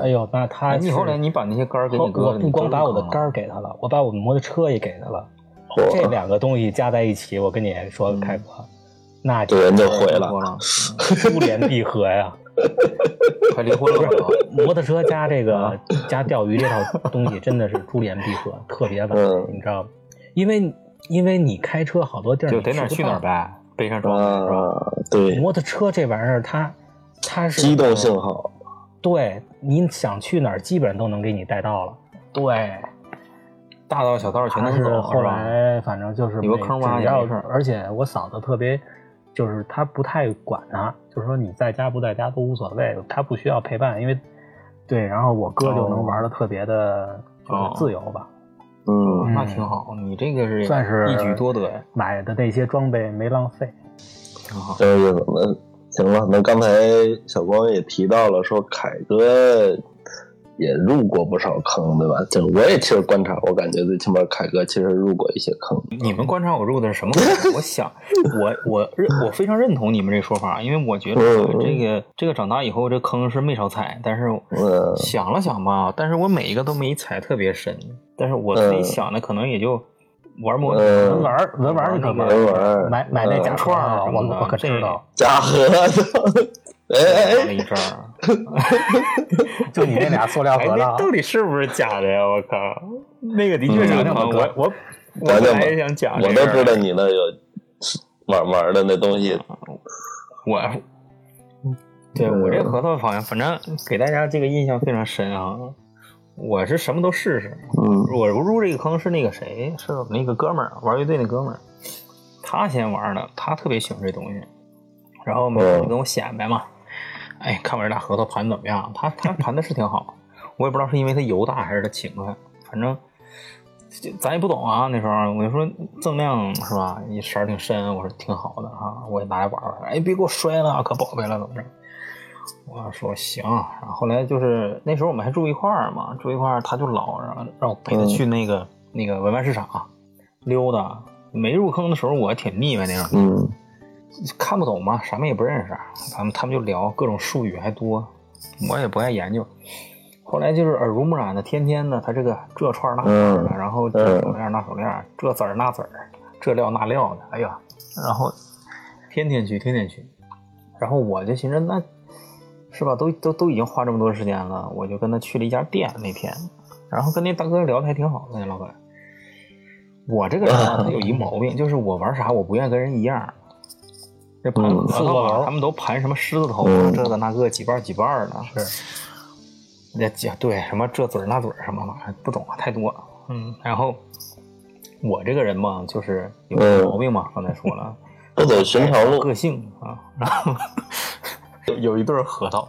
[SPEAKER 2] 哎呦，那他
[SPEAKER 1] 你
[SPEAKER 2] 是
[SPEAKER 1] 后来你把那些杆儿给
[SPEAKER 2] 我
[SPEAKER 1] 你哥了，
[SPEAKER 2] 不光把我的杆
[SPEAKER 1] 儿，
[SPEAKER 2] 儿给他了，我把我摩托车也给他了。这
[SPEAKER 3] 嚯，
[SPEAKER 2] 两个东西加在一起，我跟你说，
[SPEAKER 3] 嗯
[SPEAKER 2] 凯哥，那
[SPEAKER 3] 这人就毁
[SPEAKER 1] 回
[SPEAKER 3] 了。
[SPEAKER 1] 了，
[SPEAKER 2] 珠联璧合 呀！
[SPEAKER 1] 快离 婚了吧？
[SPEAKER 2] 摩托车加这个
[SPEAKER 3] 嗯
[SPEAKER 2] 加钓鱼这套东西，真的是珠联璧合，特别完美，
[SPEAKER 3] 嗯
[SPEAKER 2] 你知道吗？因为因为你开车好多地儿
[SPEAKER 1] 就
[SPEAKER 2] 你
[SPEAKER 1] 得哪儿
[SPEAKER 2] 不
[SPEAKER 1] 去哪儿
[SPEAKER 2] 到。
[SPEAKER 1] 呗，背上装备是吧？
[SPEAKER 3] 啊，对，
[SPEAKER 2] 摩托车这玩意儿，它它是
[SPEAKER 3] 机动性好。
[SPEAKER 2] 对，你想去哪儿，基本上都能给你带到了。对，
[SPEAKER 1] 大道小道全
[SPEAKER 2] 他
[SPEAKER 1] 能
[SPEAKER 2] 是
[SPEAKER 1] 走，
[SPEAKER 2] 后
[SPEAKER 1] 吧？
[SPEAKER 2] 来反正就是
[SPEAKER 1] 有个
[SPEAKER 2] 每
[SPEAKER 1] 坑挖
[SPEAKER 2] 只
[SPEAKER 1] 也没
[SPEAKER 2] 要
[SPEAKER 1] 事儿
[SPEAKER 2] 而且我嫂子特别，就是她不太管他，就是说你在家不在家都无所谓，她不需要陪伴，因为对，然后我哥
[SPEAKER 1] 哦
[SPEAKER 2] 就能玩的特别的就是自由吧，
[SPEAKER 3] 嗯，
[SPEAKER 1] 那挺好，你这个是
[SPEAKER 2] 算是
[SPEAKER 1] 一举多得呀，
[SPEAKER 2] 买的那些装备没浪费。
[SPEAKER 1] 挺好。
[SPEAKER 3] 这个怎么嗯行了？那刚才小光也提到了，说凯哥也入过不少坑，对吧？就是我也其实观察，我感觉最起码凯哥其实入过一些坑。
[SPEAKER 1] 你们观察我入的是什么坑？我想，我我认我非常认同你们这说法，因为我觉得
[SPEAKER 3] 嗯嗯
[SPEAKER 1] 这个这个长大以后这坑是没少踩，但是
[SPEAKER 3] 嗯
[SPEAKER 1] 想了想吧，但是我每一个都没踩特别深，但是我自己
[SPEAKER 3] 嗯
[SPEAKER 1] 想的可能也就玩模拟
[SPEAKER 3] 嗯
[SPEAKER 2] 文玩儿文玩儿你可
[SPEAKER 1] 玩
[SPEAKER 2] 买
[SPEAKER 1] 儿那
[SPEAKER 3] 个文玩儿
[SPEAKER 2] 买买那
[SPEAKER 3] 嗯
[SPEAKER 2] 假串儿啊，
[SPEAKER 1] 什
[SPEAKER 2] 我
[SPEAKER 1] 么的
[SPEAKER 2] 我可
[SPEAKER 1] 这
[SPEAKER 2] 知道。
[SPEAKER 3] 假河 的，哎
[SPEAKER 1] 玩
[SPEAKER 3] 哎
[SPEAKER 1] 了一阵 儿，
[SPEAKER 2] 就你那俩塑料
[SPEAKER 1] 哎，
[SPEAKER 2] 盒
[SPEAKER 3] 啊
[SPEAKER 1] 那到
[SPEAKER 2] 子，啊
[SPEAKER 1] 底是不是假的呀？我靠，那个的确是
[SPEAKER 3] 嗯
[SPEAKER 1] 个
[SPEAKER 3] 讲讲
[SPEAKER 1] 坑，
[SPEAKER 2] 吧
[SPEAKER 1] 我我我本
[SPEAKER 3] 讲讲吧
[SPEAKER 1] 来也想讲，
[SPEAKER 3] 我都知道。你那有玩玩的那东西，
[SPEAKER 1] 我，对我这核桃好像，反正给大家这个印象非常深啊。我是什么都试试，
[SPEAKER 3] 嗯
[SPEAKER 1] 我入这个坑是那个谁，是我们那个哥们儿，玩乐队那哥们儿，他先玩的，他特别喜欢这东西，然后每次
[SPEAKER 3] 嗯
[SPEAKER 1] 就跟我显摆嘛，哎，看我这大核桃盘得怎么样？他他盘的是挺好，我也不知道是因为他油大还是他勤快，反正就咱也不懂啊。那时候我就说锃亮是吧，你色儿挺深，我说挺好的啊，我也拿来玩玩。哎，别给我摔了，可宝贝了，怎么着？我说行，啊然后后来就是那时候我们还住一块儿嘛，住一块儿，他就老让让我陪他去那个、那个文玩市场溜达。没入坑的时候，我挺腻歪那种，
[SPEAKER 3] 嗯
[SPEAKER 1] 看不懂嘛，什么也不认识。他们他们就聊各种术语还多，我也不爱研究。后来就是耳濡目染的，天天的他这个这串儿那串儿的，
[SPEAKER 3] 嗯
[SPEAKER 1] 然后这手链儿那手链儿，这籽儿那籽儿，这料那料的，哎呀，然后天天去，天天去。然后我就寻思，那是吧？都都都已经花这么多时间了，我就跟他去了一家店那天，然后跟那大哥聊的还挺好的，那老板。我这个人啊，他有一毛病，就是我玩啥我不愿意跟人一样。这盘
[SPEAKER 3] 嗯
[SPEAKER 1] 核桃啊，他们都盘什么狮子头啊，
[SPEAKER 3] 嗯
[SPEAKER 1] 这个那个几瓣儿几瓣儿的，
[SPEAKER 2] 是
[SPEAKER 1] 那姐对什么这嘴儿那嘴儿什么玩意儿不懂啊，太多了。嗯，然后我这个人嘛，就是有
[SPEAKER 3] 嗯
[SPEAKER 1] 毛病嘛，刚才说 了，
[SPEAKER 3] 不走寻常路
[SPEAKER 1] 个性啊。然后 有一对儿核桃，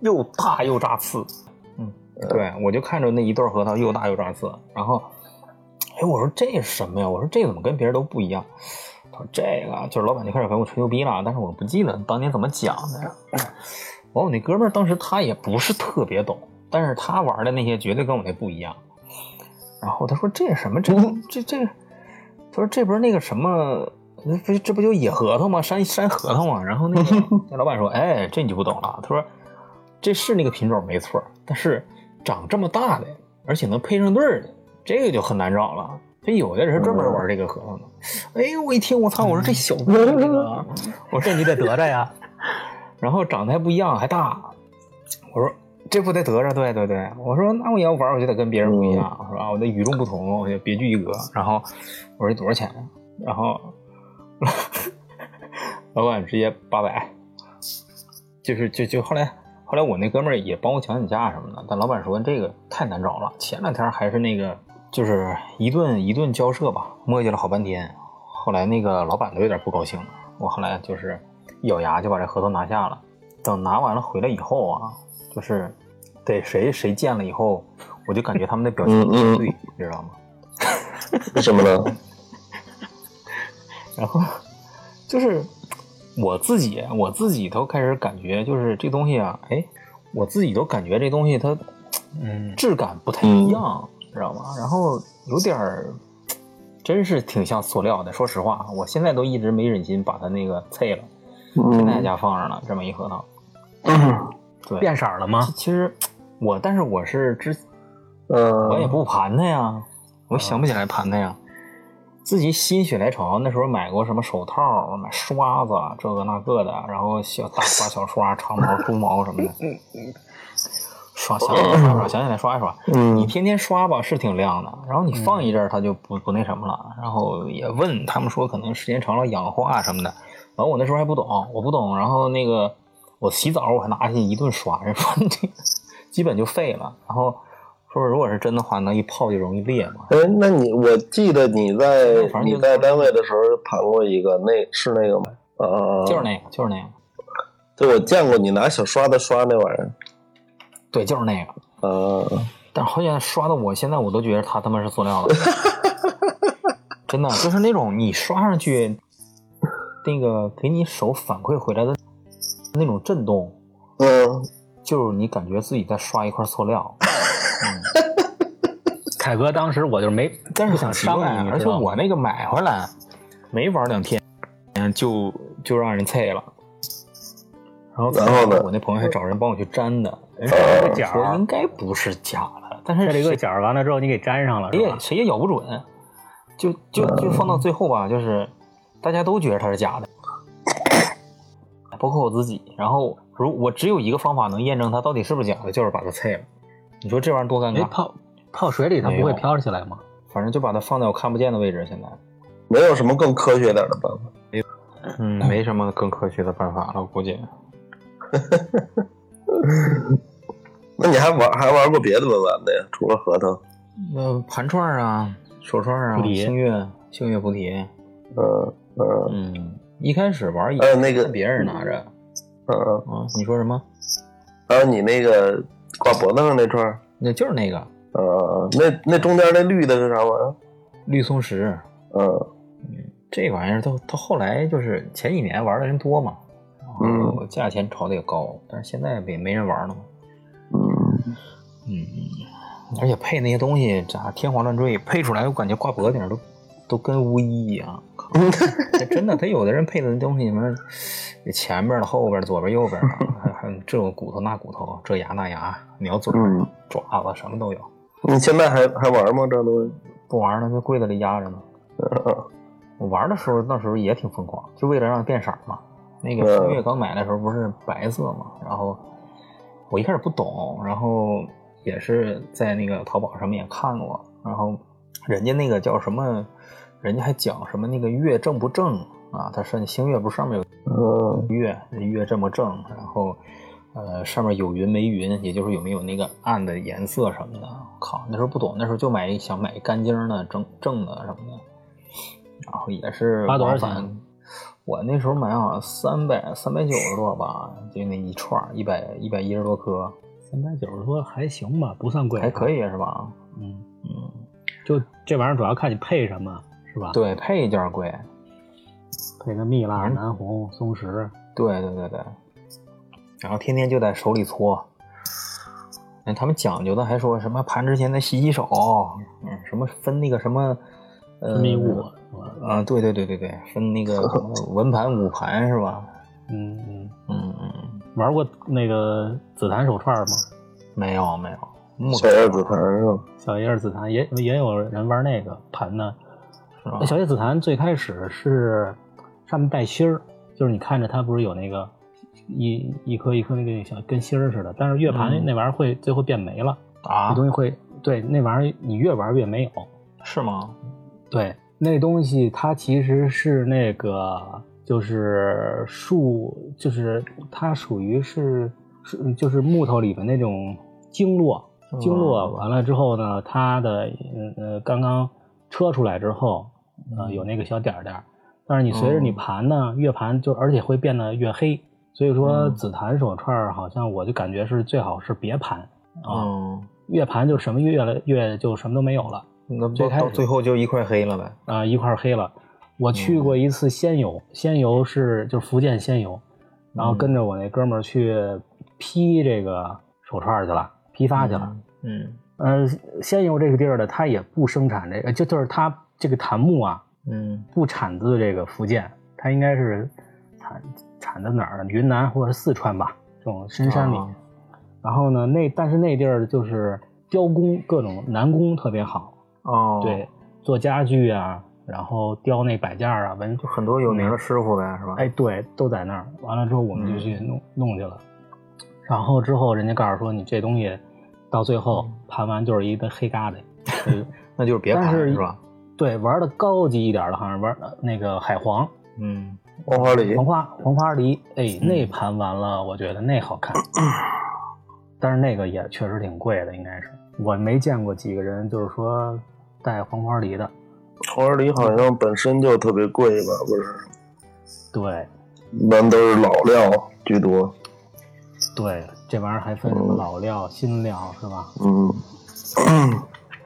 [SPEAKER 1] 又大又扎刺。嗯，对，我就看着那一对儿核桃又大又扎刺，然后，哎，我说这是什么呀？我说这怎么跟别人都不一样？他说这个就是老板就开始给我吹牛逼了，但是我不记得当年怎么讲的。完，我哦那哥们儿当时他也不是特别懂，但是他玩的那些绝对跟我那不一样。然后他说这是什么？这这这，他说这不是那个什么？那不这不就野核桃吗？山山核桃吗？然后那个那老板说，哎，这你就不懂了。他说这是那个品种没错儿，但是长这么大的，而且能配上对儿的，这个就很难找了。这有的人是专门玩这个核桃的。哎呦，我一听我操，我说这小哥这个，我说
[SPEAKER 2] 这你得得着呀，
[SPEAKER 1] 然后长得还不一样，还大。我说这不得得着？对对对，我说那我也要玩，我就得跟别人不一样，是吧？我得与众不同，我就别具一格。然后我说多少钱呀？然后老板直接八百，就是就就后来后来我那哥们儿也帮我讲讲价什么的，但老板说这个太难找了。前两天还是那个就是一顿一顿交涉吧，磨叽了好半天，后来那个老板都有点不高兴了。我后来就是一咬牙就把这合同拿下了。等拿完了回来以后啊，就是得谁谁见了以后，我就感觉他们的表情
[SPEAKER 3] 嗯嗯
[SPEAKER 1] 不对，你知道吗？
[SPEAKER 3] 为什么呢？
[SPEAKER 1] 然后就是我自己，我自己都开始感觉，就是这东西啊，哎，我自己都感觉这东西它
[SPEAKER 2] 嗯，
[SPEAKER 1] 质感不太一样，知道吗？然后有点儿，真是挺像塑料的。说实话，啊我现在都一直没忍心把它那个碎了，现在在
[SPEAKER 3] 嗯
[SPEAKER 1] 家放着呢，这么一核桃。对，
[SPEAKER 2] 变色儿了吗？
[SPEAKER 1] 其实我，但是我是之我也
[SPEAKER 3] 嗯
[SPEAKER 1] 不盘它呀，我想不起来盘它呀。自己心血来潮，那时候买过什么手套、买刷子，啊这个那个的，然后小大刷、小刷、长 毛、猪毛什么的，嗯刷想起来刷刷，想起来刷一刷。你
[SPEAKER 3] 嗯
[SPEAKER 1] 天天刷吧是挺亮的，然后你放一阵儿它就不不那什么了。然后也问他们说，可能时间长了氧化什么的。完我那时候还不懂，我不懂。然后那个我洗澡我还拿去一顿刷，人说你这个基本就废了。然后说如果是真的话，能一泡就容易裂嘛。
[SPEAKER 3] 哎，那你我记得你在
[SPEAKER 1] 反正就是
[SPEAKER 3] 你在单位的时候谈过一个，那是那个吗？啊啊啊！
[SPEAKER 1] 就是那个，就是那个，
[SPEAKER 3] 就我见过你拿小刷子刷那玩意儿。
[SPEAKER 1] 对，就是那个。
[SPEAKER 3] 啊，
[SPEAKER 1] 但是好像刷的我现在我都觉得它他妈是塑料的，真的就是那种你刷上去，那个给你手反馈回来的那种震动，
[SPEAKER 3] 嗯，
[SPEAKER 1] 就是你感觉自己在刷一块塑料。
[SPEAKER 2] 凯哥当时我就没，
[SPEAKER 1] 但是很
[SPEAKER 2] 不想
[SPEAKER 1] 奇
[SPEAKER 2] 伤
[SPEAKER 1] 怪
[SPEAKER 2] 害
[SPEAKER 1] 啊
[SPEAKER 2] 你，，
[SPEAKER 1] 而
[SPEAKER 2] 知
[SPEAKER 1] 且
[SPEAKER 2] 道吗
[SPEAKER 1] 我那个买回来没玩两天，嗯，就就让人碎了。然后
[SPEAKER 3] 然后呢
[SPEAKER 1] 我那朋友还找人帮我去粘的，人
[SPEAKER 2] 这
[SPEAKER 1] 家
[SPEAKER 2] 里有个角儿
[SPEAKER 1] 说应该不是假的，但
[SPEAKER 2] 这
[SPEAKER 1] 是
[SPEAKER 2] 里有
[SPEAKER 1] 谁
[SPEAKER 2] 个角儿，完了之后你给粘上了，是
[SPEAKER 1] 也
[SPEAKER 2] 吧？
[SPEAKER 1] 谁也咬不准，就就就放到最后吧，就是大家都觉得它是假的，包括我自己。然后如我只有一个方法能验证它到底是不是假的，就是把它碎了。你说这玩意儿多尴
[SPEAKER 2] 哎，
[SPEAKER 1] 尬？
[SPEAKER 2] 泡泡水里它
[SPEAKER 1] 没
[SPEAKER 2] 不会
[SPEAKER 1] 有
[SPEAKER 2] 飘起来吗？
[SPEAKER 1] 反正就把它放在我看不见的位置。现在。
[SPEAKER 3] 没有什么更科学点的办法。
[SPEAKER 1] 嗯，没什么更科学的办法了，我估计。
[SPEAKER 3] 那你还玩还玩过别的文玩的呀？除了核桃，
[SPEAKER 1] 那盘串儿啊，手串儿啊，
[SPEAKER 2] 菩提
[SPEAKER 1] 星月，星月菩提。
[SPEAKER 3] 嗯嗯
[SPEAKER 1] 嗯，一开始玩也
[SPEAKER 3] 还有呃那个
[SPEAKER 1] 看别人拿着
[SPEAKER 3] 嗯，
[SPEAKER 1] 啊，你说什么？
[SPEAKER 3] 还有你那个挂脖子上那串儿，
[SPEAKER 1] 那就是那个
[SPEAKER 3] 嗯，那那中间那绿的是啥玩意儿？
[SPEAKER 1] 绿松石，
[SPEAKER 3] 嗯
[SPEAKER 1] 这玩意儿到到后来就是前几年玩的人多嘛，
[SPEAKER 3] 嗯
[SPEAKER 1] 然后价钱炒的也高，但是现在也没人玩了嘛。
[SPEAKER 3] 嗯，
[SPEAKER 1] 嗯，而且配那些东西，这天花乱坠，配出来我感觉挂脖顶都都跟巫医一样。靠 这真的，他有的人配的那东西什么，前边的、后边的、左边、右边的，还还有这种骨头那骨头，这牙那牙，鸟嘴、
[SPEAKER 3] 嗯
[SPEAKER 1] 爪子什么都有。
[SPEAKER 3] 你现在还还玩吗？这东西？
[SPEAKER 1] 不玩了，就柜子里压着呢。我玩的时候，那时候也挺疯狂，就为了让它变色儿嘛。那个
[SPEAKER 3] 嗯
[SPEAKER 1] 星月刚买的时候不是白色嘛，然后我一开始不懂，然后也是在那个淘宝上面也看过，然后人家那个叫什么，人家还讲什么那个月正不正啊？他说你星月不是上面有
[SPEAKER 3] 嗯
[SPEAKER 1] 月，月这么正，然后呃上面有云没云，也就是有没有那个暗的颜色什么的。靠，那时候不懂，那时候就买一想买一干净的正正的什么的，然后也是
[SPEAKER 2] 花多少
[SPEAKER 1] 往返
[SPEAKER 2] 钱？啊
[SPEAKER 1] 我那时候买好像三百三百九十多吧，就那一串一百一百一十多颗，
[SPEAKER 2] 三百九十多还行吧，不算贵，
[SPEAKER 1] 还可以是吧？
[SPEAKER 2] 嗯，
[SPEAKER 1] 嗯，
[SPEAKER 2] 就这玩意儿主要看你配什么，是吧？，
[SPEAKER 1] 对，配件贵，
[SPEAKER 2] 配个蜜蜡、
[SPEAKER 1] 嗯
[SPEAKER 2] 南红、松石，
[SPEAKER 1] 对对对对，然后天天就在手里搓。嗯，他们讲究的还说什么盘之前得洗洗手，嗯，什么分那个什么，呃，
[SPEAKER 2] 密物，是吧？
[SPEAKER 1] 啊，对对对对对，分那个什么 文盘武盘是吧？
[SPEAKER 2] 嗯嗯，
[SPEAKER 1] 嗯嗯，嗯，
[SPEAKER 2] 玩过那个紫檀手串吗？
[SPEAKER 1] 没有没有，木
[SPEAKER 3] 小叶紫檀是吧？
[SPEAKER 2] 小叶紫檀也也有人玩那个盘呢。
[SPEAKER 1] 是吧
[SPEAKER 2] 那？小叶紫檀最开始是上面带芯儿，就是你看着它不是有那个一一颗一颗那个小跟芯儿似的，但是月盘
[SPEAKER 1] 嗯
[SPEAKER 2] 那玩意儿会最后变没了，那
[SPEAKER 1] 啊，
[SPEAKER 2] 东西会对那玩意儿你越玩越没有。
[SPEAKER 1] 是吗？
[SPEAKER 2] 对，那东西它其实是那个就是树，就是它属于是是就是木头里面那种经络，经络
[SPEAKER 1] 嗯
[SPEAKER 2] 完了之后呢，它的呃呃刚刚车出来之后，呃有那个小点儿点儿，但是你随着你
[SPEAKER 1] 嗯
[SPEAKER 2] 盘呢，越盘就而且会变得越黑，所以说
[SPEAKER 1] 嗯
[SPEAKER 2] 紫檀手串儿好像我就感觉是最好是别盘啊，
[SPEAKER 1] 嗯，
[SPEAKER 2] 越盘就什么越来越就什么都没有了。
[SPEAKER 1] 那不
[SPEAKER 2] 最开
[SPEAKER 1] 到
[SPEAKER 2] 始
[SPEAKER 1] 最后就一块黑了呗？
[SPEAKER 2] 啊、一块儿黑了。我去过一次仙游，仙游是就是福建仙游，然后跟着我那哥们儿去批这个手串儿去了，批发去了。
[SPEAKER 1] 嗯
[SPEAKER 2] 呃，仙游这个地儿呢，它也不生产这个，就就是它这个檀木啊，
[SPEAKER 1] 嗯
[SPEAKER 2] 不产自这个福建，它应该是产产的哪儿？云南或者四川吧，这种深山里。
[SPEAKER 1] 啊
[SPEAKER 2] 然后呢，那但是那地儿就是雕工各种南工特别好，
[SPEAKER 1] 哦，
[SPEAKER 2] 对，，做家具啊，然后雕那摆件儿啊，文
[SPEAKER 1] 就很多有名的师傅呗，是吧？
[SPEAKER 2] 哎，对，都在那儿。完了之后，我们就去弄、弄去了。然后之后，人家告诉说，你这东西到最后盘完就是一个黑疙瘩。对
[SPEAKER 1] 那就是别
[SPEAKER 2] 但
[SPEAKER 1] 盘
[SPEAKER 2] 是
[SPEAKER 1] 是吧？
[SPEAKER 2] 对，玩的高级一点的，好像玩呃那个海皇、
[SPEAKER 1] 嗯，
[SPEAKER 3] 黄花梨
[SPEAKER 2] 黄花、黄花梨，哎，
[SPEAKER 1] 嗯
[SPEAKER 2] 那盘完了，我觉得那好看。但是那个也确实挺贵的，应该是我没见过几个人就是说带黄花梨的。
[SPEAKER 3] 黄花梨好像本身就特别贵吧，不是？
[SPEAKER 2] 对
[SPEAKER 3] 一般都是老料居多。
[SPEAKER 2] 对，这玩意儿还分什么老料、新料是吧？
[SPEAKER 3] 嗯，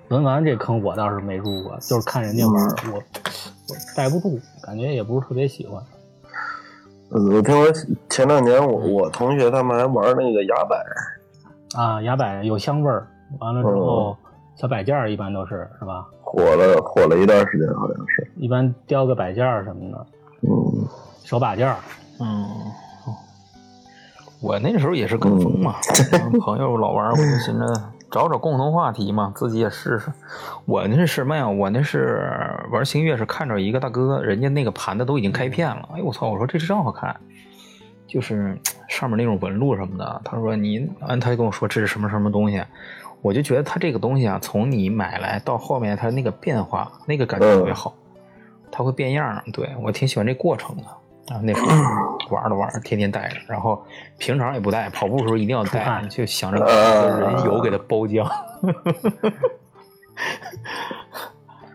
[SPEAKER 2] 文玩这坑我倒是没入过，就是看人家玩儿，我我待不住，感觉也不是特别喜欢。
[SPEAKER 3] 呃我听说前两年我我同学他们还玩那个崖柏，
[SPEAKER 2] 啊，崖柏有香味儿，完了之后、小摆件儿一般都是是吧？
[SPEAKER 3] 火了火了一段时间，好像是。
[SPEAKER 2] 一般雕个摆件儿什么的，
[SPEAKER 3] 嗯，
[SPEAKER 2] 手把件儿。
[SPEAKER 1] 嗯，我那时候也是跟风嘛，朋友老玩儿，我就寻着找找共同话题嘛，自己也试试。我那是什么呀？我那是玩星月，是看着一个大哥，人家那个盘子都已经开片了。哎呦我操！我说这真好看，就是上面那种纹路什么的。他说你，嗯，他就跟我说这是什么什么东西。我就觉得他这个东西啊，从你买来到后面，它那个变化，那个感觉特别好，它会变样儿。对我挺喜欢这过程的。啊，那时 候玩着玩着，天天带着，然后平常也不带，跑步的时候一定要带，
[SPEAKER 2] 汗
[SPEAKER 1] 就想着
[SPEAKER 3] 呃
[SPEAKER 1] 人油给它包 浆。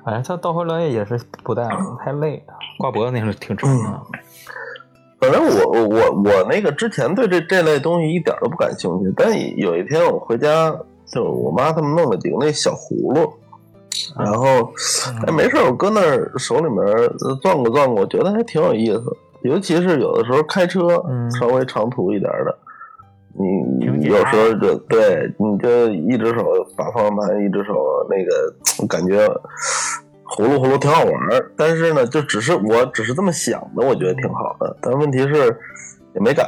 [SPEAKER 1] 反正他哎到后来也是不带了，太累了，嗯挂脖子那时候挺沉的。
[SPEAKER 3] 反正我我我我那个之前对这这类东西一点都不感兴趣，但有一天我回家，就我妈他们弄了几个那小葫芦，然后哎没事儿，我搁那儿手里面呃转过转过，觉得还挺有意思。尤其是有的时候开车
[SPEAKER 1] 嗯，
[SPEAKER 3] 稍微长途一点儿的，你
[SPEAKER 2] 挺
[SPEAKER 3] 你
[SPEAKER 2] 紧
[SPEAKER 3] 有
[SPEAKER 2] 张
[SPEAKER 3] 时候就对，你就一只手把方向盘，一只手那个嗯感觉葫芦葫芦挺好玩儿。但是呢，就只是我只是这么想的，我觉得挺好的。但问题是也没敢。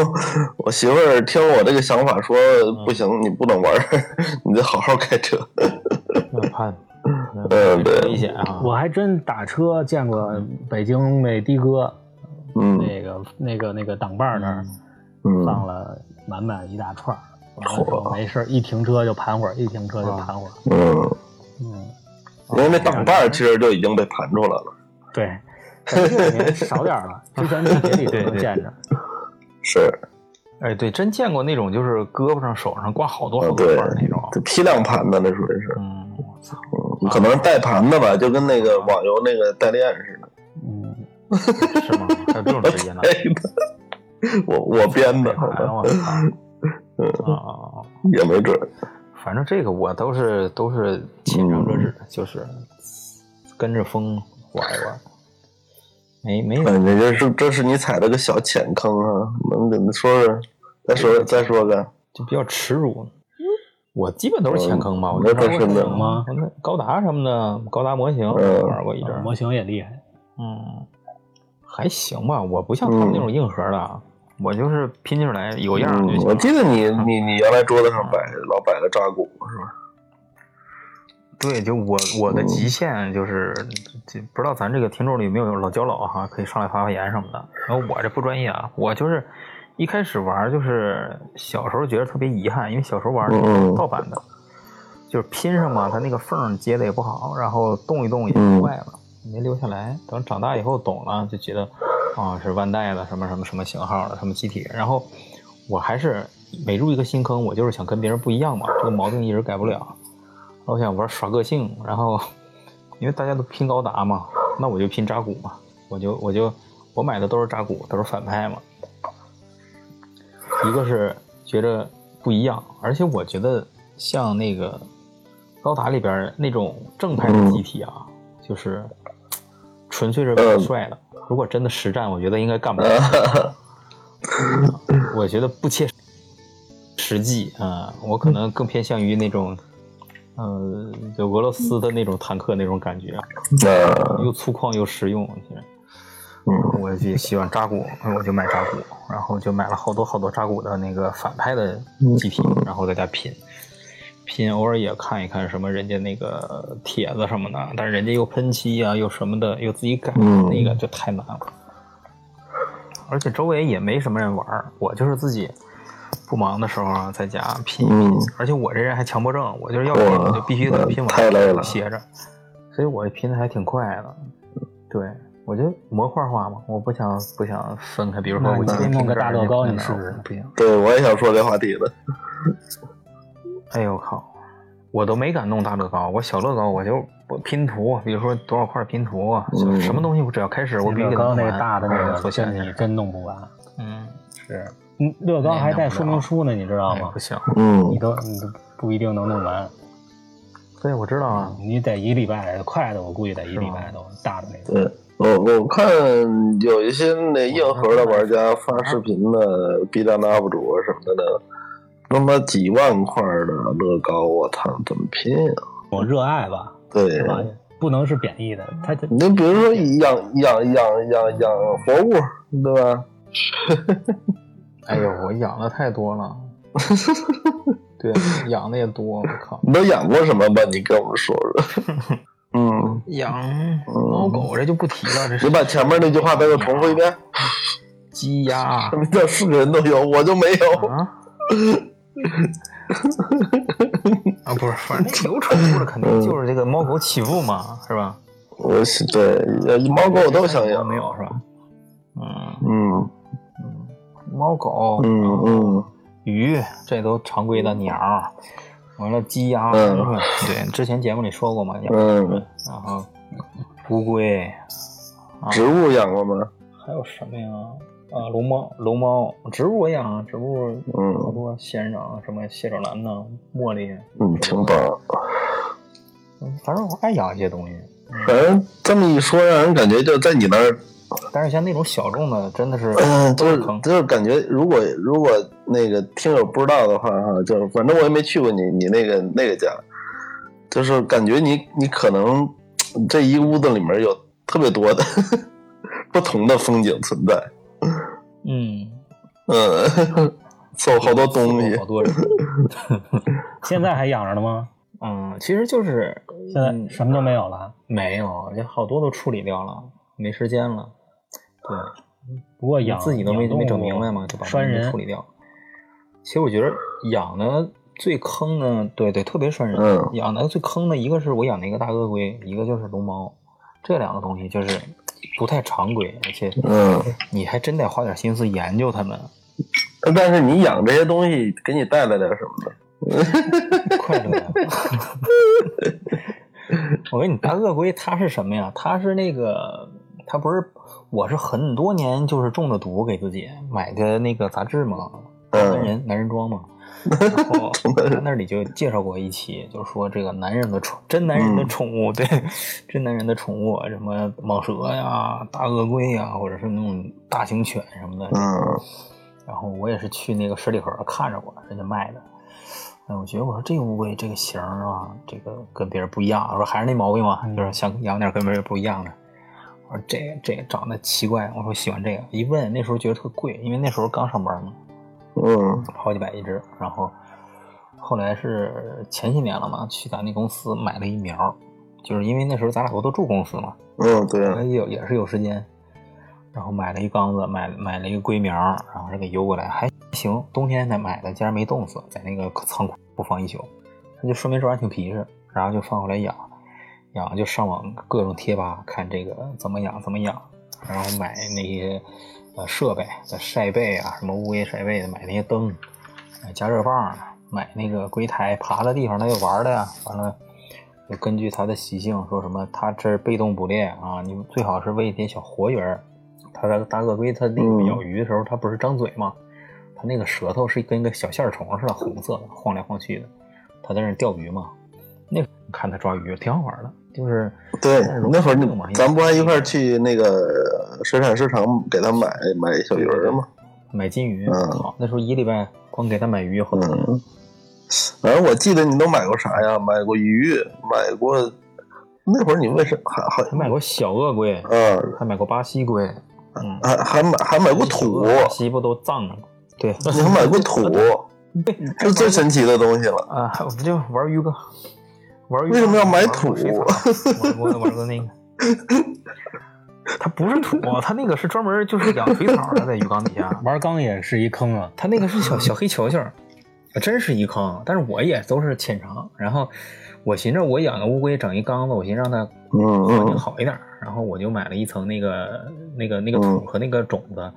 [SPEAKER 3] 我媳妇儿听我这个想法说不行，你不能玩儿， 你得好好开车。
[SPEAKER 1] 那怕，
[SPEAKER 3] 嗯对
[SPEAKER 1] 危险啊！
[SPEAKER 2] 我还真打车见过北京那的哥，
[SPEAKER 3] 嗯
[SPEAKER 2] 那个那个那个挡把儿那儿
[SPEAKER 3] 嗯
[SPEAKER 2] 放了满满一大串儿。完了之后
[SPEAKER 3] 嚯
[SPEAKER 2] 没事儿，一停车就盘会儿，一停车就盘会儿。
[SPEAKER 3] 嗯，
[SPEAKER 2] 嗯，
[SPEAKER 3] 因为那挡把儿其实就已经被盘出来了。
[SPEAKER 2] 对，这两年少点儿了，之前地铁里都能见着。
[SPEAKER 3] 是，
[SPEAKER 1] 哎，对，真见过那种就是胳膊上、手上挂好多好
[SPEAKER 3] 嗯，
[SPEAKER 1] 多
[SPEAKER 3] 对
[SPEAKER 1] 串儿那种，。
[SPEAKER 3] 就批量盘的那属于是。
[SPEAKER 1] 嗯，我操，
[SPEAKER 3] 嗯可能是带盘的吧，就跟那个网游那个代练似的。
[SPEAKER 2] 嗯，
[SPEAKER 1] 是吗？还有这种职业 呢？
[SPEAKER 3] 哎我我编的，好
[SPEAKER 1] 哎呀
[SPEAKER 3] 吧，
[SPEAKER 1] 我操！啊啊啊！
[SPEAKER 3] 也没准儿。
[SPEAKER 1] 反正这个我都是都是浅尝辄止，
[SPEAKER 3] 嗯
[SPEAKER 1] 就是跟着风玩一玩，没没有
[SPEAKER 3] 哎，你这是这是你踩了个小浅坑啊！能怎么说说？再说再说个，
[SPEAKER 1] 就比较耻辱。我基本都是浅坑吧，
[SPEAKER 3] 嗯
[SPEAKER 1] 我就
[SPEAKER 3] 那
[SPEAKER 1] 玩过
[SPEAKER 3] 真是
[SPEAKER 1] 浅坑
[SPEAKER 2] 的
[SPEAKER 1] 我那高达什么的，高达模型
[SPEAKER 3] 嗯
[SPEAKER 1] 玩过一阵儿，
[SPEAKER 2] 模型也厉害。
[SPEAKER 1] 嗯，还行吧。我不像他们
[SPEAKER 3] 嗯
[SPEAKER 1] 那种硬核的，啊我就是拼出来有样儿就
[SPEAKER 3] 嗯
[SPEAKER 1] 行。
[SPEAKER 3] 我记得你你你原来桌子上摆老摆个扎古是吧？
[SPEAKER 1] 对，就我我的极限就是，这不知道咱这个听众里有没有老交老哈，可以上来发发言什么的。然后我这不专业啊，我就是一开始玩就是小时候觉得特别遗憾，因为小时候玩那
[SPEAKER 3] 嗯
[SPEAKER 1] 个
[SPEAKER 3] 嗯
[SPEAKER 1] 盗版的，就是拼上嘛，它那个缝儿接的也不好，然后动一动也
[SPEAKER 3] 嗯
[SPEAKER 1] 坏了，没留下来。等长大以后懂了，就觉得啊是万代的什么什么什么型号的什么机体，然后我还是每入一个新坑，我就是想跟别人不一样嘛，这个毛病一直改不了。我想玩耍个性，然后 因为大家都拼高达嘛，那我就拼扎古嘛，我就我就我买的都是扎古，都是反派嘛。一个是觉着不一样，而且我觉得像那个高达里边儿那种正派的机体啊，就是纯粹是为了帅的。如果真的实战，我觉得应该干不了。 我觉得不切实际啊、我可能更偏向于那种，呃，就俄罗斯的那种坦克那种感觉，啊
[SPEAKER 3] 那
[SPEAKER 1] 又粗犷又实用。其实
[SPEAKER 3] 嗯
[SPEAKER 1] 我就喜欢扎古，我就买扎古，然后就买了好多好多扎古的那个反派的
[SPEAKER 3] 嗯
[SPEAKER 1] 机体，然后在家拼。拼偶尔也看一看什么人家那个帖子什么的，但是人家又喷漆啊，又什么的，又自己改，
[SPEAKER 3] 嗯
[SPEAKER 1] 那个就太难了。而且周围也没什么人玩儿，我就是自己不忙的时候啊，在家拼一拼。
[SPEAKER 3] 嗯
[SPEAKER 1] 而且我这人还强迫症，我就是要拼我就必须得拼完，
[SPEAKER 3] 太累了
[SPEAKER 1] 歇着。所以我拼的还挺快的。对，我就模块化嘛，我不想不想分开，比如说
[SPEAKER 2] 那
[SPEAKER 1] 我
[SPEAKER 2] 你
[SPEAKER 1] 今天
[SPEAKER 2] 弄
[SPEAKER 1] 拼这
[SPEAKER 2] 个
[SPEAKER 1] 儿
[SPEAKER 2] 大乐高
[SPEAKER 1] 拼
[SPEAKER 2] 你
[SPEAKER 1] 那儿
[SPEAKER 2] 试试
[SPEAKER 1] 不行。
[SPEAKER 3] 对我也想说这话题的。
[SPEAKER 1] 哎呦靠！我都没敢弄大乐高，我小乐高我就我拼图，比如说多少块拼图啊，
[SPEAKER 3] 嗯
[SPEAKER 1] 就是什么东西我只要开始我必须
[SPEAKER 2] 乐
[SPEAKER 1] 给它
[SPEAKER 2] 高
[SPEAKER 1] 弄
[SPEAKER 2] 那
[SPEAKER 1] 完。
[SPEAKER 2] 个大的那
[SPEAKER 1] 嗯
[SPEAKER 2] 个，
[SPEAKER 1] 所
[SPEAKER 2] 这
[SPEAKER 1] 限
[SPEAKER 2] 你
[SPEAKER 1] 制，
[SPEAKER 2] 真弄不完。
[SPEAKER 1] 嗯，
[SPEAKER 2] 是，嗯，乐高还带说明书呢，你知道
[SPEAKER 1] 哎
[SPEAKER 2] 吗
[SPEAKER 1] 不？行，
[SPEAKER 3] 嗯
[SPEAKER 2] 你，都你都不一定能弄完，
[SPEAKER 1] 对，我知道啊，
[SPEAKER 2] 你得一礼拜，快的我估计得一
[SPEAKER 1] 是吗
[SPEAKER 2] 礼拜都大的那种。
[SPEAKER 3] 对，我嗯我看有一些那硬核的玩家发视频的，B 站的 UP 主什么的，他妈几万块的乐高，我操，怎么拼呀、
[SPEAKER 2] 我热爱吧，
[SPEAKER 3] 对
[SPEAKER 2] 是，吧？啊不能是贬义的，它
[SPEAKER 1] 嗯
[SPEAKER 2] 这
[SPEAKER 3] 你比如说养养养养养活物，对吧？
[SPEAKER 1] 哎呦，我养的太多 了，对，养的也多，我靠，
[SPEAKER 3] 你都养过什么吧？你跟我们说说。嗯，
[SPEAKER 1] 养猫狗这就不提了，这是
[SPEAKER 3] 你把前面那句话再给我重复一遍。
[SPEAKER 1] 鸡鸭啊
[SPEAKER 3] 什 么叫四个人都有，我就没
[SPEAKER 1] 嗯
[SPEAKER 3] 有。
[SPEAKER 1] 啊，不是，反正有宠物的肯
[SPEAKER 3] 嗯
[SPEAKER 1] 定就是这个猫狗起步嘛，是吧？
[SPEAKER 3] 我是对呃猫狗我都想养
[SPEAKER 1] 没。有是吧？嗯，
[SPEAKER 3] 嗯
[SPEAKER 1] 猫狗、
[SPEAKER 3] 嗯嗯，
[SPEAKER 1] 鱼这都常规的，鸟，完了鸡鸭，什
[SPEAKER 3] 嗯
[SPEAKER 1] 么对，之前节目里说过嘛，
[SPEAKER 3] 嗯，
[SPEAKER 1] 然后乌龟，
[SPEAKER 3] 植物养过吗？
[SPEAKER 1] 还有什么呀？啊，龙猫，龙猫，植物我养，植物好
[SPEAKER 3] 嗯
[SPEAKER 1] 多仙人掌，什么蟹爪兰呐，茉莉，
[SPEAKER 3] 嗯，挺棒。
[SPEAKER 1] 嗯反正我爱养一些东西。
[SPEAKER 3] 反正这么一说，让人感觉就在你那儿，
[SPEAKER 1] 但是像那种小众的，真的是
[SPEAKER 3] 嗯，就是
[SPEAKER 1] 坑
[SPEAKER 3] 就是感觉，如果如果那个听友不知道的话哈，就是反正我也没去过你你那个那个家，就是感觉你你可能这一屋子里面有特别多的 不同的风景存在。
[SPEAKER 1] 嗯，
[SPEAKER 3] 嗯，送好多东西
[SPEAKER 1] 好。多人。
[SPEAKER 2] 现在还养着呢吗？
[SPEAKER 1] 嗯，其实就是
[SPEAKER 2] 现在
[SPEAKER 1] 嗯
[SPEAKER 2] 什么都没有了。
[SPEAKER 1] 没有，这好多都处理掉了，没时间了。对，
[SPEAKER 2] 不过养
[SPEAKER 1] 自己都没
[SPEAKER 2] 养动物
[SPEAKER 1] 没整明白嘛，就把
[SPEAKER 2] 拴
[SPEAKER 1] 这些
[SPEAKER 2] 人
[SPEAKER 1] 处理掉。其实我觉得养的最坑的，对对，特别拴人。
[SPEAKER 3] 嗯
[SPEAKER 1] 养的最坑的一个是我养的一个大鳄龟，一个就是龙猫，这两个东西就是不太常规，而且
[SPEAKER 3] 嗯，
[SPEAKER 1] 你还真得花点心思研究它们。
[SPEAKER 3] 但是你养这些东西，给你带来点什么呢？
[SPEAKER 1] 快乐 呀！我跟你，大鳄龟它是什么呀？它是那个，它不是，我是很多年就是中的毒，给自己买的那个杂志嘛，男
[SPEAKER 3] 嗯
[SPEAKER 1] 人男人装嘛。然后他那里就介绍过一期，就说这个男人的宠，真男人的宠物，对，真男人的宠物，啊什么蟒蛇呀、大鳄龟呀，或者是那种大型犬什么的，
[SPEAKER 3] 嗯
[SPEAKER 1] 然后我也是去那个十里河看着过，人家卖的。哎，我觉得我说这乌龟这个型儿啊，这个跟别人不一样。我说还是那毛病嘛，
[SPEAKER 2] 嗯
[SPEAKER 1] 就是想养点跟别人不一样的。我说这这长得奇怪，我说喜欢这个。一问那时候觉得特贵，因为那时候刚上班嘛，
[SPEAKER 3] 嗯
[SPEAKER 1] 好几百一只。然后后来是前些年了嘛，去咱那公司买了一苗，就是因为那时候咱俩不都住公司嘛，
[SPEAKER 3] 嗯，对，
[SPEAKER 1] 我也有也是有时间，然后买了一缸子，买买了一个龟苗，然后这个邮过来还行，冬天才买的，竟然没冻死，在那个仓库不放一宿，那就说明这玩意儿挺皮实，然后就放回来养，养就上网各种贴吧看这个怎么养怎么养，然后买那些呃设备，晒被啊，什么乌龟晒被的，买那些灯，买加热棒，啊买那个龟台爬的地方，它就玩的呀。完了，就根据它的习性说什么，它这是被动捕猎啊，你最好是喂一些小活鱼儿。它那个大鳄龟，它那个
[SPEAKER 3] 嗯
[SPEAKER 1] 咬鱼的时候，它不是张嘴吗？它那个舌头是跟个小线儿虫似的，红色的，晃来晃去的。它在那儿钓鱼嘛，那个看它抓鱼挺好玩的，就是
[SPEAKER 3] 对，哎那会儿你
[SPEAKER 1] 那个玩意
[SPEAKER 3] 咱不还一块儿去那个水产市场给他买买小鱼儿吗？
[SPEAKER 1] 买金鱼，
[SPEAKER 3] 嗯
[SPEAKER 1] 好，那时候一礼拜光给它买鱼好多钱。
[SPEAKER 3] 嗯，反正我记得你都买过啥呀？买过鱼，买过那会儿你为什还还
[SPEAKER 1] 还买过小鳄龟，
[SPEAKER 3] 嗯
[SPEAKER 1] 还买过巴西龟，嗯，
[SPEAKER 3] 还还买还买过土，嗯
[SPEAKER 1] 巴西不都葬了吗？对，
[SPEAKER 3] 你还买 过土，这最神奇的东西了。
[SPEAKER 1] 啊，我不就玩鱼哥，玩鱼
[SPEAKER 3] 为什么要买土
[SPEAKER 1] 我我玩过那个， 它不是土，它那个是专门就是养水草的，在鱼缸底下。
[SPEAKER 2] 玩缸也是一坑啊。
[SPEAKER 1] 它那个是小小黑球球，啊真是一坑。但是我也都是浅尝。然后我寻着我养个乌龟整一缸子，我寻思让它
[SPEAKER 3] 嗯
[SPEAKER 1] 环境
[SPEAKER 3] 嗯嗯
[SPEAKER 1] 好一点儿，然后我就买了一层那个那个那个土和那个种子，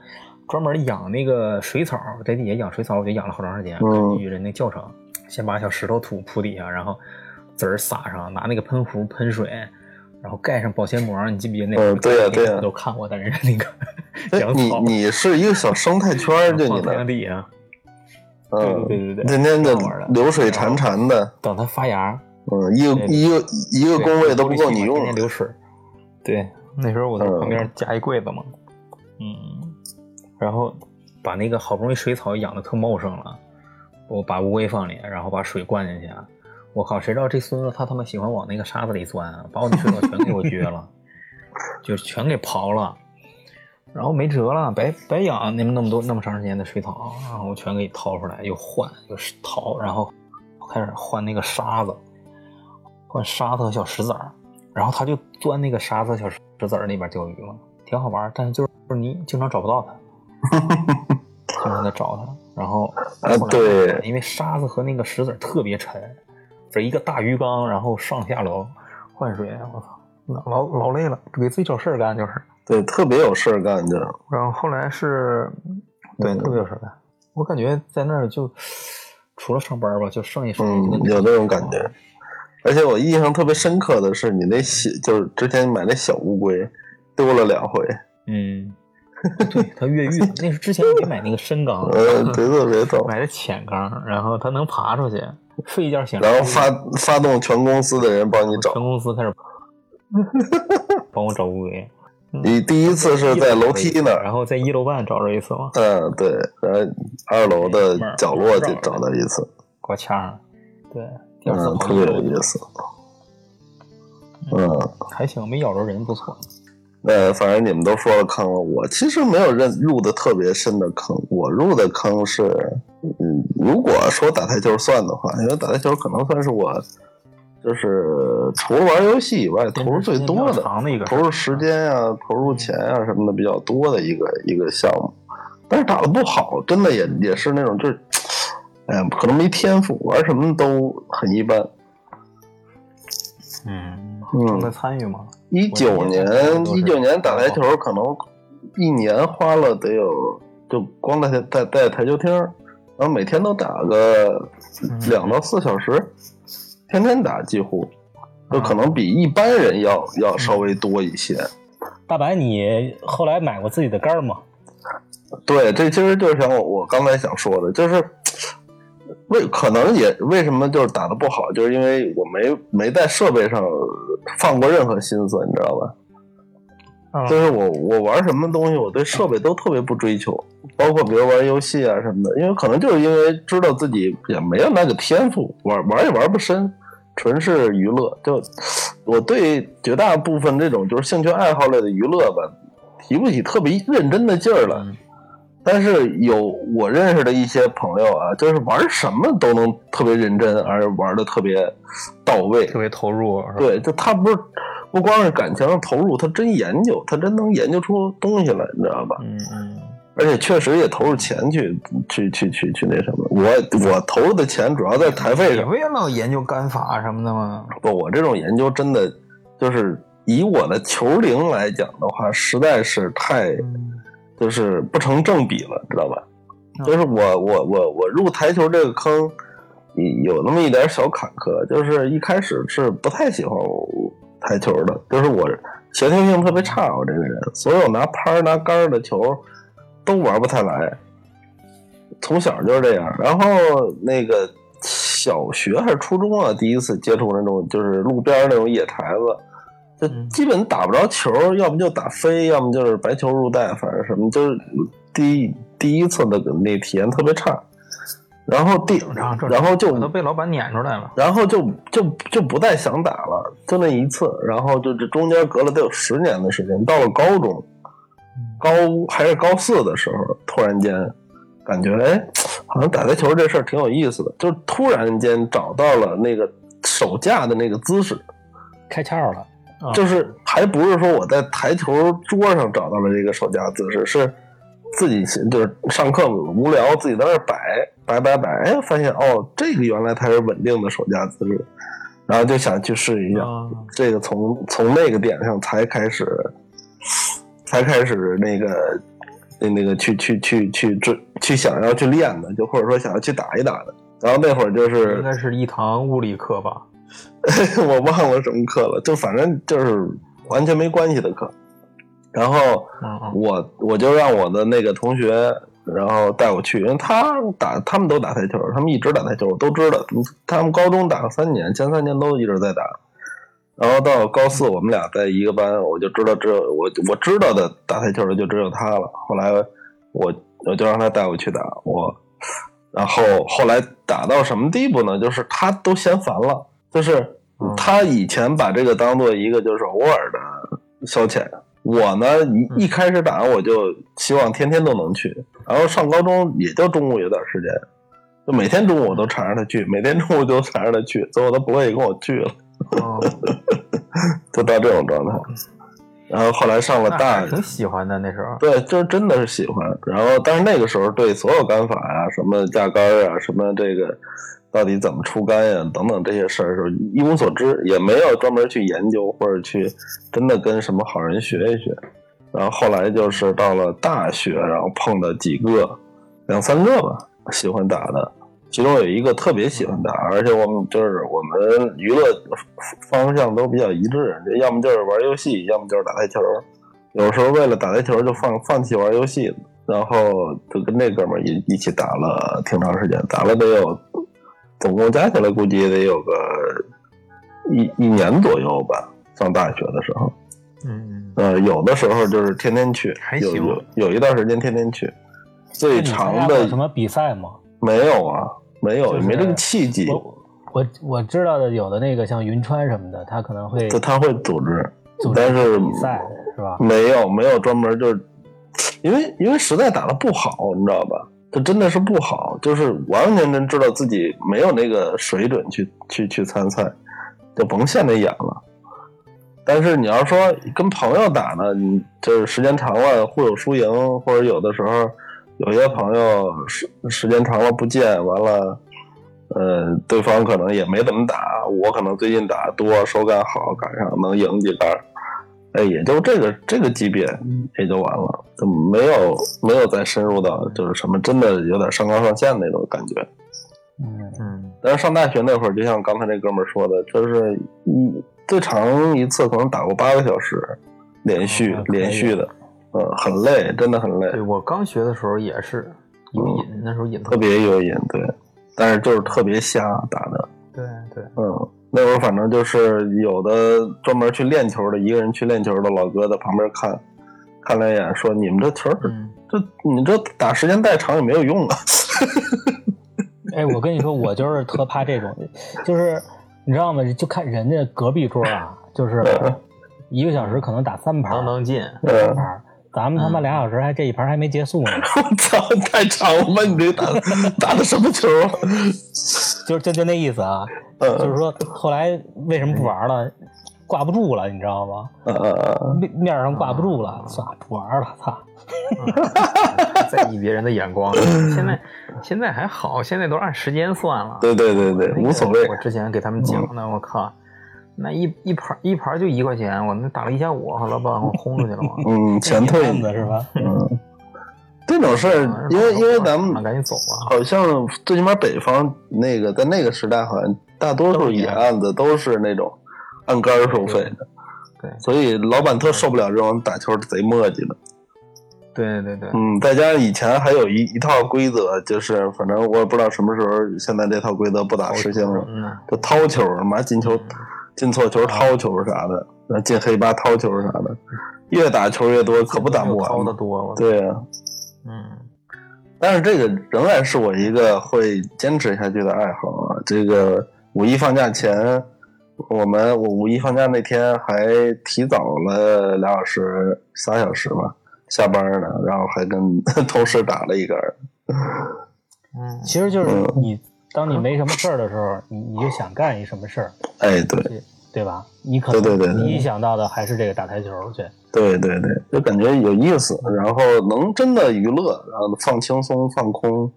[SPEAKER 1] 专门养那个水草，在底下养水草，我就养了好长时间，
[SPEAKER 3] 嗯
[SPEAKER 1] 根据人那教程，先把小石头土铺底下，然后籽儿撒上，拿那个喷壶喷水，然后盖上保鲜膜。你记不记得那
[SPEAKER 3] 嗯对呀对呀
[SPEAKER 1] 呀，都看过，但是那个
[SPEAKER 3] 哎
[SPEAKER 1] 养
[SPEAKER 3] 你
[SPEAKER 1] 草
[SPEAKER 3] 你是一个小生态圈儿，就你
[SPEAKER 1] 放太
[SPEAKER 3] 的
[SPEAKER 1] 阳，底下，
[SPEAKER 3] 嗯，
[SPEAKER 1] 对对对对
[SPEAKER 3] 天天的
[SPEAKER 1] 挺好玩的
[SPEAKER 3] 流水潺潺的，
[SPEAKER 1] 等它发芽，
[SPEAKER 3] 嗯，一个
[SPEAKER 1] 对
[SPEAKER 3] 一个一个
[SPEAKER 1] 对
[SPEAKER 3] 工位都不够你
[SPEAKER 1] 天
[SPEAKER 3] 用
[SPEAKER 1] 天
[SPEAKER 3] 的，
[SPEAKER 1] 流水。对，那时候我在旁边加一柜子嘛，嗯，然后把那个好不容易水草养的特茂盛了，我把乌龟放里，然后把水灌进去啊，我靠，谁知道这孙子他他妈喜欢往那个沙子里钻啊，把我的水草全给我撅了， 就全给刨了。然后没辙了，白白养你们那么多那么长时间的水草，然后我全给掏出来，又换又是淘，然后开始换那个沙子，换沙子和小石子儿，然后他就钻那个沙子和小石子儿里边钓鱼嘛，挺好玩儿，但是就是就是你经常找不到它， 经常在找它，然后后
[SPEAKER 3] 啊
[SPEAKER 1] 来
[SPEAKER 3] 对
[SPEAKER 1] 因为沙子和那个石子儿特别沉，这一个大鱼缸，然后上下楼换水，我操，老老累了，给自己找事儿干就是。
[SPEAKER 3] 对，特别有事儿干就，
[SPEAKER 1] 然后后来是，对，
[SPEAKER 3] 嗯
[SPEAKER 1] 特别有事儿干。我感觉在那儿就除了上班吧，就剩下时间就
[SPEAKER 3] 嗯
[SPEAKER 1] 跟，
[SPEAKER 3] 有那种感觉。而且我印象特别深刻的是，你那小就是之前买那小乌龟，丢了两回，
[SPEAKER 1] 嗯，对，它越狱了。那是之前没买那个深缸，
[SPEAKER 3] 呃，对特别逗。
[SPEAKER 1] 买的浅缸，然后它能爬出去，睡一觉醒来，
[SPEAKER 3] 然后发发动全公司的人帮你找
[SPEAKER 1] 全。公司开 始帮我找乌龟。
[SPEAKER 3] 你第一次是在楼梯那儿，
[SPEAKER 1] 然后在一楼半找着一次嘛，
[SPEAKER 3] 嗯，对，然后二楼的角落就找到一次，
[SPEAKER 1] 给我掐上。对，第二次好
[SPEAKER 3] 嗯，特
[SPEAKER 1] 像
[SPEAKER 3] 别有意思。嗯，
[SPEAKER 1] 还行，没咬着人，不错。
[SPEAKER 3] 呃，反正你们都说了坑了，我其实没有认入的特别深的坑，我入的坑是，嗯，如果说打台球算的话，因为打台球可能算是我，就是除了玩游戏以外投入最多
[SPEAKER 1] 时间比较
[SPEAKER 3] 的，
[SPEAKER 1] 长的一个事儿
[SPEAKER 3] 投入时间啊、投入钱啊什么的比较多的一个一个项目，但是打的不好，真的也也是那种就是，哎呀，可能没天赋，玩什么都很一般。
[SPEAKER 1] 嗯，
[SPEAKER 3] 嗯
[SPEAKER 1] 正在，参与嘛。
[SPEAKER 3] 一九年
[SPEAKER 1] 我记
[SPEAKER 3] 一
[SPEAKER 1] 得
[SPEAKER 3] 九年打台球可能一年花了得有，就光在台在在台球厅，然后每天都打个
[SPEAKER 1] 嗯
[SPEAKER 3] 两到四小时，天天打几乎，
[SPEAKER 1] 嗯
[SPEAKER 3] 就可能比一般人要要稍微多一些。
[SPEAKER 2] 大白，你后来买过自己的杆儿吗？
[SPEAKER 3] 对，这其实就是想我我刚才想说的，就是为可能也为什么就是打的不好，就是因为我没没在设备上放过任何心思，你知道吧？
[SPEAKER 1] 啊
[SPEAKER 3] 就是我我玩什么东西，我对设备都特别不追求，包括比如玩游戏啊什么的，因为可能就是因为知道自己也没有那个天赋，玩玩也玩不深，纯是娱乐。就我对绝大部分这种就是兴趣爱好类的娱乐吧，提不起特别认真的劲儿来。
[SPEAKER 1] 嗯
[SPEAKER 3] 但是有我认识的一些朋友啊，就是玩什么都能特别认真，而玩的特别到位。
[SPEAKER 1] 特别投入，是吧？
[SPEAKER 3] 对，就他不是不光是感情上投入，他真研究，他真能研究出东西来，你知道吧？
[SPEAKER 1] 嗯嗯，
[SPEAKER 3] 而且确实也投入钱去去去去去那什么。我我投入的钱主要在台费
[SPEAKER 1] 你
[SPEAKER 3] 上，
[SPEAKER 1] 不也老研究杆法什么的吗？
[SPEAKER 3] 不，我这种研究真的就是以我的球龄来讲的话，实在是太就是不成正比了，知道吧？
[SPEAKER 1] 嗯
[SPEAKER 3] 就是我我我我入台球这个坑，有有那么一点小坎坷，就是一开始是不太喜欢台球的，就是我协调性特别差，我这个人，所有拿拍儿拿杆儿的球都玩不太来，从小就是这样。然后那个小学还是初中啊，第一次接触那种就是路边儿那种野台子，就
[SPEAKER 1] 嗯
[SPEAKER 3] 基本打不着球，要么就打飞，要么就是白球入袋，反正什么就是第一第一次的那体验特别差。然后第
[SPEAKER 1] 常正常
[SPEAKER 3] 然后就
[SPEAKER 1] 我都被老板撵出来了。
[SPEAKER 3] 然后就就就不再想打了，就那一次，然后就这中间隔了得有十年的时间，到了高中，高还是高四的时候，突然间感觉哎，好像打台球这事儿挺有意思的，就突然间找到了那个手架的那个姿势，
[SPEAKER 2] 开窍了，
[SPEAKER 1] 啊
[SPEAKER 3] 就是还不是说我在台球桌上找到了这个手架姿势，是自己就是上课无聊自己在那儿摆摆摆摆，哎，发现哦，这个原来才是稳定的手架姿势，然后就想去试一下。
[SPEAKER 1] 啊
[SPEAKER 3] 这个从从那个点上才开始，才开始那个那那个去去去去追去想要去练的，就或者说想要去打一打的。然后那会儿就
[SPEAKER 1] 应
[SPEAKER 3] 是
[SPEAKER 1] 该是一堂物理课吧？
[SPEAKER 3] 我忘了什么课了，就反正就是完全没关系的课。然后
[SPEAKER 1] 嗯嗯
[SPEAKER 3] 我我就让我的那个同学，然后带我去，因为他打他们都打台球，他们一直打台球，我都知道。嗯他们高中打了三年，前三年都一直在打，然后到高四我们俩在一个班，我就知道只有我我知道的打台球的就只有他了。后来我我就让他带我去打我，然后后来打到什么地步呢？就是他都嫌烦了，就是
[SPEAKER 1] 嗯
[SPEAKER 3] 他以前把这个当做一个就是偶尔的消遣。我呢，
[SPEAKER 1] 嗯
[SPEAKER 3] 一一开始打我就希望天天都能去，然后上高中也就中午有点时间，就每天中午我都缠着他去，每天中午都缠着他去，最后他不乐意跟我去了，
[SPEAKER 1] 哦，
[SPEAKER 3] 就到这种状态。然后后来上了
[SPEAKER 1] 那
[SPEAKER 3] 大
[SPEAKER 1] 还，挺喜欢的那时候。
[SPEAKER 3] 对，就是真的是喜欢。然后，但是那个时候对所有杆法呀、什么架杆啊、什么这个到底怎么出杆呀、等等这些事儿，是一无所知，也没有专门去研究或者去真的跟什么好人学一学。然后后来就是到了大学，然后碰到几个两三个吧，喜欢打的，其中有一个特别喜欢打，而且我们就是我们娱乐方向都比较一致，要么就是玩游戏，要么就是打台球。有时候为了打台球就放放弃玩游戏，然后就跟那哥们儿一一起打了挺长时间，打了得有，总共加起来估计也得有个一一年左右吧。上大学的时候，
[SPEAKER 1] 嗯，嗯
[SPEAKER 3] 呃，有的时候就是天天去
[SPEAKER 1] 还，
[SPEAKER 3] 有
[SPEAKER 1] 行
[SPEAKER 3] 有有一段时间天天去，
[SPEAKER 2] 你
[SPEAKER 3] 最
[SPEAKER 2] 参加
[SPEAKER 3] 长
[SPEAKER 2] 过
[SPEAKER 3] 的
[SPEAKER 2] 什么比赛吗？
[SPEAKER 3] 没有啊，没有，
[SPEAKER 2] 就是
[SPEAKER 3] 没这个契机，
[SPEAKER 2] 我我我知道的有的那个像云川什么的，他可能会
[SPEAKER 3] 就他会组织，
[SPEAKER 2] 组织
[SPEAKER 3] 但是
[SPEAKER 2] 比赛是吧？
[SPEAKER 3] 没有没有专门就是，因为因为实在打的不好，你知道吧？这真的是不好，就是完完全全知道自己没有那个水准去去去参赛，就甭现着演了。但是你要说跟朋友打呢，你就是时间长了互有输赢，或者有的时候有些朋友时时间长了不见，完了，呃，对方可能也没怎么打，我可能最近打多，手感好，赶上能赢几杆儿，哎，也就这个这个级别
[SPEAKER 2] 嗯
[SPEAKER 3] 也就完了，就没有没有再深入到就是什么真的有点上纲上线那种感觉。
[SPEAKER 2] 嗯，
[SPEAKER 1] 嗯，
[SPEAKER 3] 但是上大学那会儿，就像刚才那哥们儿说的，就是一最长一次可能打过八个小时，连续、
[SPEAKER 2] 哦那可以
[SPEAKER 3] 连续的，呃，很累，真的很累，
[SPEAKER 1] 对我刚学的时候也是有
[SPEAKER 3] 嗯
[SPEAKER 1] 瘾，那时候瘾
[SPEAKER 3] 特别有瘾，对。但是就是特别瞎打的，
[SPEAKER 1] 对对，
[SPEAKER 3] 嗯，那会儿反正就是有的专门去练球的，一个人去练球的老哥在旁边看，看两眼说：“你们这球儿，
[SPEAKER 1] 嗯，
[SPEAKER 3] 这你这打时间太长也没有用啊。
[SPEAKER 2] 哎，我跟你说，我就是特怕这种，就是你知道吗？就看人家隔壁桌啊，就是一个小时可能打三盘
[SPEAKER 1] 能
[SPEAKER 2] 儿，
[SPEAKER 1] 能进，”
[SPEAKER 2] 三
[SPEAKER 3] 嗯，
[SPEAKER 2] 盘儿，咱们他妈
[SPEAKER 1] 嗯
[SPEAKER 2] 俩小时还这一盘儿还没结束呢，
[SPEAKER 3] 我操，太长了吧？你这打打的什么球啊？
[SPEAKER 2] 就是就就那意思啊，
[SPEAKER 3] 嗯
[SPEAKER 2] 就是说后来为什么不玩了？挂不住了，你知道吗？
[SPEAKER 3] 呃呃
[SPEAKER 2] 面面上挂不住了，算了，不玩了， 操！
[SPEAKER 1] 在意别人的眼光。现在现在还好，现在都按时间算了，
[SPEAKER 3] 对对对对，
[SPEAKER 1] 那个
[SPEAKER 3] 无所谓
[SPEAKER 1] 我。之前给他们讲的，我靠，那一一盘一盘就一块钱，我那打了一下午，后来把我轰出去了 嘛。
[SPEAKER 3] 嗯，前退。
[SPEAKER 2] 面子是 吧？
[SPEAKER 3] 嗯，这种事儿，嗯因为因为咱们
[SPEAKER 1] 赶紧走啊！
[SPEAKER 3] 好像最起码北方那个在那个时代，好像大多数野案子都是那种按杆儿收费的，
[SPEAKER 1] 对
[SPEAKER 3] 所以老板特受不了这种打球贼磨叽的。
[SPEAKER 1] 对对对，
[SPEAKER 3] 嗯，再加上以前还有一一套规则，就是反正我也不知道什么时候，现在这套规则不咋实行了，
[SPEAKER 1] 嗯呐，
[SPEAKER 3] 就掏球，妈进球进错球掏球啥的，然后进黑八掏球啥的，越打球越多，可不打不完
[SPEAKER 1] 掏的
[SPEAKER 3] 嘛。
[SPEAKER 1] 多，我操
[SPEAKER 3] 对啊呀、
[SPEAKER 1] 嗯，
[SPEAKER 3] 但是这个仍然是我一个会坚持下去的爱好啊。这个五一放假前，我们我五一放假那天还提早了俩小时、仨小时吧下班呢，然后还跟 同事打了一杆儿。
[SPEAKER 1] 嗯，
[SPEAKER 2] 其实就是
[SPEAKER 3] 嗯
[SPEAKER 2] 你，当你没什么事儿的时候，你你就想干一什么事儿，
[SPEAKER 3] 哎，对
[SPEAKER 2] 对吧？你可能
[SPEAKER 3] 对对对对
[SPEAKER 2] 你一想到的还是这个打台球去。
[SPEAKER 3] 对对对，就感觉有意思，然后能真的娱乐，然后放轻松、放空，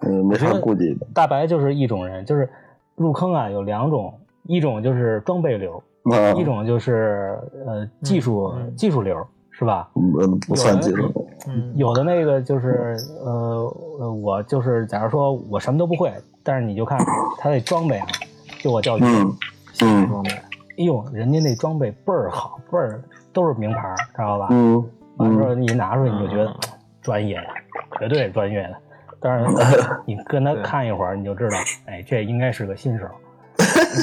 [SPEAKER 3] 嗯，没啥顾忌的。
[SPEAKER 2] 大白就是一种人，就是入坑啊有两种，一种就是装备流，
[SPEAKER 3] 那
[SPEAKER 2] 一种就是呃技术
[SPEAKER 1] 嗯
[SPEAKER 2] 技术流，是吧？
[SPEAKER 3] 嗯不
[SPEAKER 2] 有啊
[SPEAKER 3] 算
[SPEAKER 2] 人
[SPEAKER 3] 技术，
[SPEAKER 1] 嗯
[SPEAKER 2] 有的那个就是呃呃，我就是假如说我什么都不会，但是你就看他那装备啊，就我钓鱼，
[SPEAKER 3] 嗯 嗯
[SPEAKER 1] 装备，
[SPEAKER 2] 哎呦，人家那装备倍儿好，倍儿都是名牌儿，知道吧？
[SPEAKER 3] 嗯
[SPEAKER 2] 完之后你拿出来你就觉得
[SPEAKER 1] 嗯
[SPEAKER 2] 专业的，绝对是专业的。但是你跟他
[SPEAKER 1] 对
[SPEAKER 2] 看一会儿，你就知道，哎，这应该是个新手。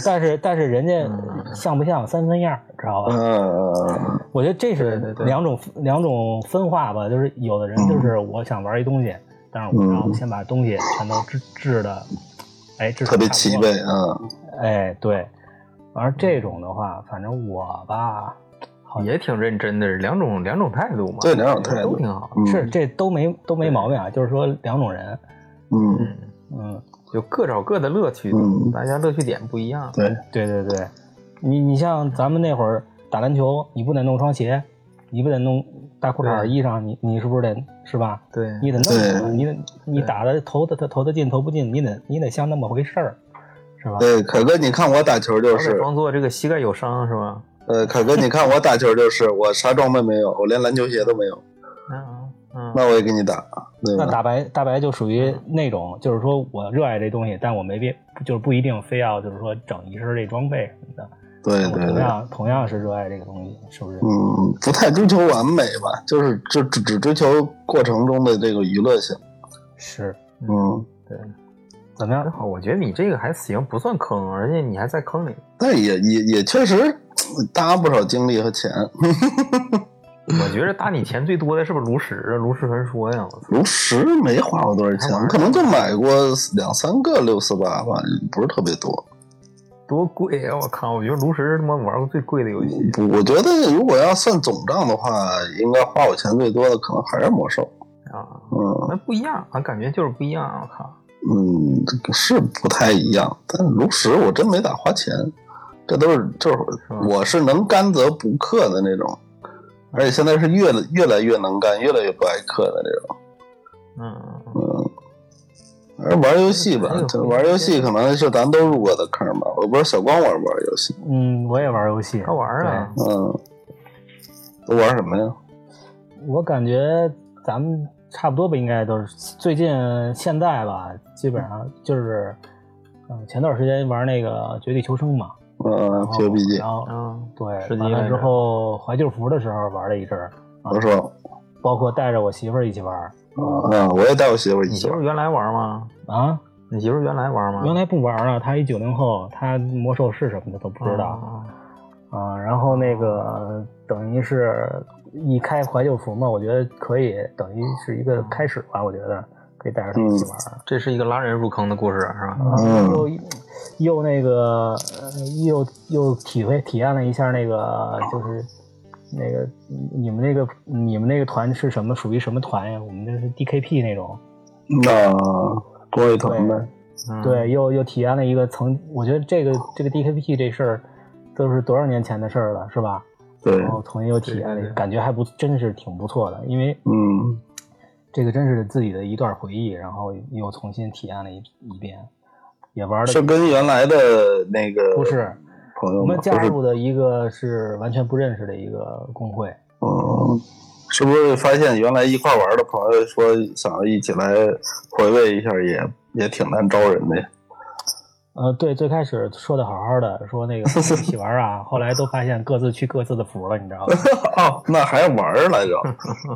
[SPEAKER 2] 但是但是人家
[SPEAKER 1] 嗯
[SPEAKER 2] 像不像三分样儿，知道吧？
[SPEAKER 3] 嗯
[SPEAKER 2] 我觉得这
[SPEAKER 1] 对对
[SPEAKER 2] 是
[SPEAKER 1] 对
[SPEAKER 2] 两种两种分化吧，就是有的人就是我想玩一东西，但是我
[SPEAKER 3] 嗯
[SPEAKER 2] 让我先把东西全都制制的，哎，制得
[SPEAKER 3] 特别
[SPEAKER 2] 差不
[SPEAKER 3] 齐
[SPEAKER 2] 多
[SPEAKER 3] 备啊，
[SPEAKER 2] 哎，对。而这种的话，反正我吧，好
[SPEAKER 1] 也挺认真的，两种两种态度嘛，
[SPEAKER 3] 对两种态度
[SPEAKER 1] 都挺好。
[SPEAKER 3] 嗯
[SPEAKER 2] 是这都没都没毛病啊，就是说两种人，
[SPEAKER 3] 嗯
[SPEAKER 1] 嗯，
[SPEAKER 2] 嗯，
[SPEAKER 1] 就各找各的乐趣，
[SPEAKER 3] 嗯
[SPEAKER 1] 大家乐趣点不一样。
[SPEAKER 3] 对
[SPEAKER 2] 对对对，你你像咱们那会儿打篮球，你不得弄双鞋，你不得弄大裤衩
[SPEAKER 1] 对
[SPEAKER 2] 衣裳，你你是不是得是吧？
[SPEAKER 1] 对，
[SPEAKER 2] 你得
[SPEAKER 3] 对
[SPEAKER 2] 弄，你得你
[SPEAKER 1] 对
[SPEAKER 2] 打的投的投的进投不进，你得你得像那么回事儿，是吧？
[SPEAKER 3] 对，呃凯哥你看我打球就
[SPEAKER 1] 老得
[SPEAKER 3] 是，
[SPEAKER 1] 装作这个膝盖有伤是吧？
[SPEAKER 3] 呃，凯哥你看我打球就是，我啥装备没有，我连篮球鞋都没有，
[SPEAKER 1] 嗯嗯，
[SPEAKER 3] 那我也给你打，对
[SPEAKER 2] 那
[SPEAKER 3] 吧？
[SPEAKER 2] 大白大白就属于那种，就是说我热爱这东西，但我没必就是不一定非要就是说整一身这装备什么的。
[SPEAKER 3] 对
[SPEAKER 2] 我
[SPEAKER 3] 对
[SPEAKER 2] 同
[SPEAKER 3] 对。
[SPEAKER 2] 样同样是热爱这个东西，是不是？
[SPEAKER 3] 嗯，不太追求完美吧，就是只只只追求过程中的这个娱乐性。
[SPEAKER 2] 是
[SPEAKER 3] 嗯，
[SPEAKER 1] 对，
[SPEAKER 2] 怎么
[SPEAKER 1] 还
[SPEAKER 2] 样？
[SPEAKER 1] 好，我觉得你这个还行，不算坑，而且你还在坑里。
[SPEAKER 3] 但也也也确实搭不少精力和钱。
[SPEAKER 1] 我觉得打你钱最多的是不是炉石？啊炉石传说呀，我操！
[SPEAKER 3] 炉石没花过多少钱，
[SPEAKER 1] 还玩
[SPEAKER 3] 我
[SPEAKER 1] 呢
[SPEAKER 3] 可能就买过两三个六四八吧，不是特别多。
[SPEAKER 1] 多贵啊！我靠，我觉得炉石是他妈玩过最贵的游戏。
[SPEAKER 3] 不我觉得如果要算总账的话，应该花我钱最多的可能还是魔兽。
[SPEAKER 1] 啊，
[SPEAKER 3] 嗯
[SPEAKER 1] 那不一样，啊，感觉就是不一样啊。我靠，
[SPEAKER 3] 嗯，这个是不太一样，但炉石我真没咋花钱，这都是就是
[SPEAKER 1] 吧
[SPEAKER 3] 我是能甘则不氪的那种，而且现在是越越来越能干，越来越不爱氪的那种。
[SPEAKER 1] 嗯，
[SPEAKER 3] 而玩游戏吧
[SPEAKER 1] 哎，呦
[SPEAKER 3] 就玩游戏可能是咱都入过的坑吧。我不知道小光玩不玩游戏？
[SPEAKER 2] 嗯，我也玩游戏，
[SPEAKER 1] 他玩啊，
[SPEAKER 3] 嗯，都玩什么呀？
[SPEAKER 2] 我感觉咱们差不多吧，应该都是最近现在吧，基本上就是，嗯、前段时间玩那个《绝地求生》嘛，
[SPEAKER 3] 嗯
[SPEAKER 2] 然后
[SPEAKER 3] ，P U B G，
[SPEAKER 2] 然后
[SPEAKER 1] 嗯，
[SPEAKER 2] 对，
[SPEAKER 1] 吃鸡
[SPEAKER 2] 完了
[SPEAKER 1] 来
[SPEAKER 2] 之
[SPEAKER 1] 着
[SPEAKER 2] 后怀旧服的时候玩了一阵儿，
[SPEAKER 3] 我说，
[SPEAKER 2] 包括带着我媳妇儿一起玩儿
[SPEAKER 3] 嗯，我也带我媳妇儿一
[SPEAKER 1] 你
[SPEAKER 3] 起
[SPEAKER 1] 媳妇
[SPEAKER 3] 玩
[SPEAKER 1] 儿。原来玩吗？
[SPEAKER 2] 啊。
[SPEAKER 1] 你媳妇儿原来玩吗？
[SPEAKER 2] 原来不玩儿啊，她一九零后，她魔兽是什么的都不知道
[SPEAKER 1] 啊。
[SPEAKER 2] 啊。然后那个等于是一开怀旧服嘛，我觉得可以，等于是一个开始吧，我觉得可以带着她一起玩儿。
[SPEAKER 1] 这是一个拉人入坑的故事，啊是吧？
[SPEAKER 3] 嗯
[SPEAKER 2] 又又那个呃又又体会体验了一下那个就是那个你们那个你们那个团是什么属于什么团呀？我们这是 DKP 那种，
[SPEAKER 3] 那郭一团呗，
[SPEAKER 1] 嗯、
[SPEAKER 2] 对，又又体验了一个曾，我觉得这个这个 DKP 这事儿都是多少年前的事儿了，是吧？
[SPEAKER 3] 对
[SPEAKER 2] 然，后重新又体验了一
[SPEAKER 1] 对对
[SPEAKER 2] 个，
[SPEAKER 1] 对
[SPEAKER 2] 感觉还不真是挺不错的，因为
[SPEAKER 3] 嗯
[SPEAKER 2] 这个真是自己的一段回忆，然后又重新体验了一一遍，也玩的
[SPEAKER 3] 是跟原来的那个
[SPEAKER 2] 不是。
[SPEAKER 3] 朋友
[SPEAKER 2] 我们
[SPEAKER 3] 吗？呃不
[SPEAKER 2] 加
[SPEAKER 3] 是，
[SPEAKER 2] 入的一个是完全不认识的一个工会，
[SPEAKER 3] 嗯，是不是发现原来一块玩的朋友说想要一起来回味一下也，也挺难招人 的。
[SPEAKER 2] 呃，对，最开始说的好好的，说 那个一起玩啊，后来都发现各自去各自的服了，你知 道吗？
[SPEAKER 3] 哦，那还玩儿 来着，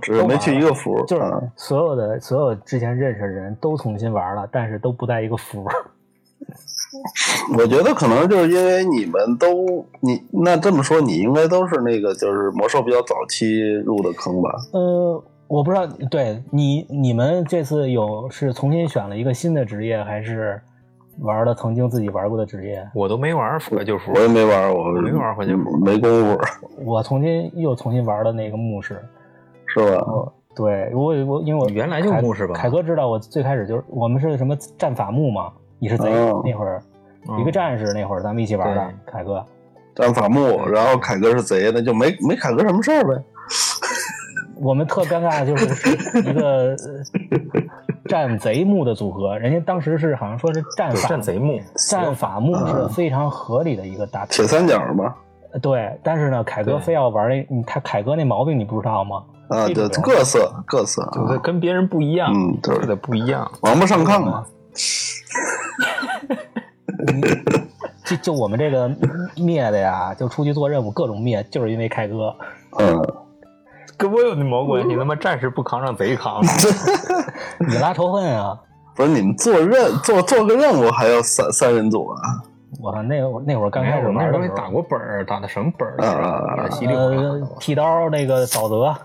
[SPEAKER 3] 只是没去一个服。
[SPEAKER 2] 就是
[SPEAKER 3] 嗯
[SPEAKER 2] 所有的所有之前认识的人都重新玩了，但是都不在一个服。
[SPEAKER 3] 我觉得可能就是因为你们都你那这么说，你应该都是那个就是魔兽比较早期入的坑吧？
[SPEAKER 2] 呃，我不知道，对你你们这次有是重新选了一个新的职业，还是玩了曾经自己玩过的职业？
[SPEAKER 1] 我都没玩怀旧服
[SPEAKER 3] 我，也没玩儿，我嗯
[SPEAKER 1] 没玩儿回去服
[SPEAKER 3] 没功夫
[SPEAKER 2] 我重新又重新玩了那个牧师，
[SPEAKER 3] 是吧？
[SPEAKER 2] 对我我因为我
[SPEAKER 1] 你原来就
[SPEAKER 2] 凯
[SPEAKER 1] 牧师吧
[SPEAKER 2] 凯哥知道我最开始就是我们是什么战法牧嘛，你是贼、
[SPEAKER 3] 哦
[SPEAKER 2] 那会儿、
[SPEAKER 1] 嗯
[SPEAKER 2] 一个战士那会儿咱们一起玩的，
[SPEAKER 1] 对
[SPEAKER 2] 凯哥。
[SPEAKER 3] 但法木，然后凯哥是贼，那就没没凯哥什么事儿呗。
[SPEAKER 2] 我们特尴尬的就是一个呃战贼牧的组合，人家当时是好像说是战
[SPEAKER 1] 对
[SPEAKER 2] 法
[SPEAKER 1] 战贼墓，
[SPEAKER 2] 战法牧是非常合理的一个搭配
[SPEAKER 3] 铁，三角嘛，
[SPEAKER 2] 对。但是呢，凯哥
[SPEAKER 1] 对
[SPEAKER 2] 非要玩那，他凯哥那毛病你不知道吗？
[SPEAKER 3] 啊，
[SPEAKER 2] 这
[SPEAKER 3] 对，
[SPEAKER 2] 种
[SPEAKER 3] 各色各色啊，
[SPEAKER 1] 就是跟别人不一样，
[SPEAKER 3] 嗯对
[SPEAKER 1] 就得不一样。
[SPEAKER 3] 王八上炕啊嘛，
[SPEAKER 2] 就就我们这个灭的呀，就出去做任务各种灭，就是因为凯哥。
[SPEAKER 3] 嗯，
[SPEAKER 1] 跟我有那毛关系？他妈战士不扛，让贼扛。啊
[SPEAKER 2] 你拉仇恨啊！
[SPEAKER 3] 不是你们做任做做个任务还要三三人组啊？
[SPEAKER 2] 我那会那会儿刚
[SPEAKER 1] 没
[SPEAKER 2] 开
[SPEAKER 1] 有
[SPEAKER 2] 始
[SPEAKER 1] 我那
[SPEAKER 2] 玩
[SPEAKER 1] 时候还
[SPEAKER 2] 的时候，
[SPEAKER 1] 打过本儿，打的什么本儿？
[SPEAKER 3] 啊
[SPEAKER 1] 打得稀里糊涂
[SPEAKER 2] 呃
[SPEAKER 1] 的，
[SPEAKER 2] 剃刀那个沼泽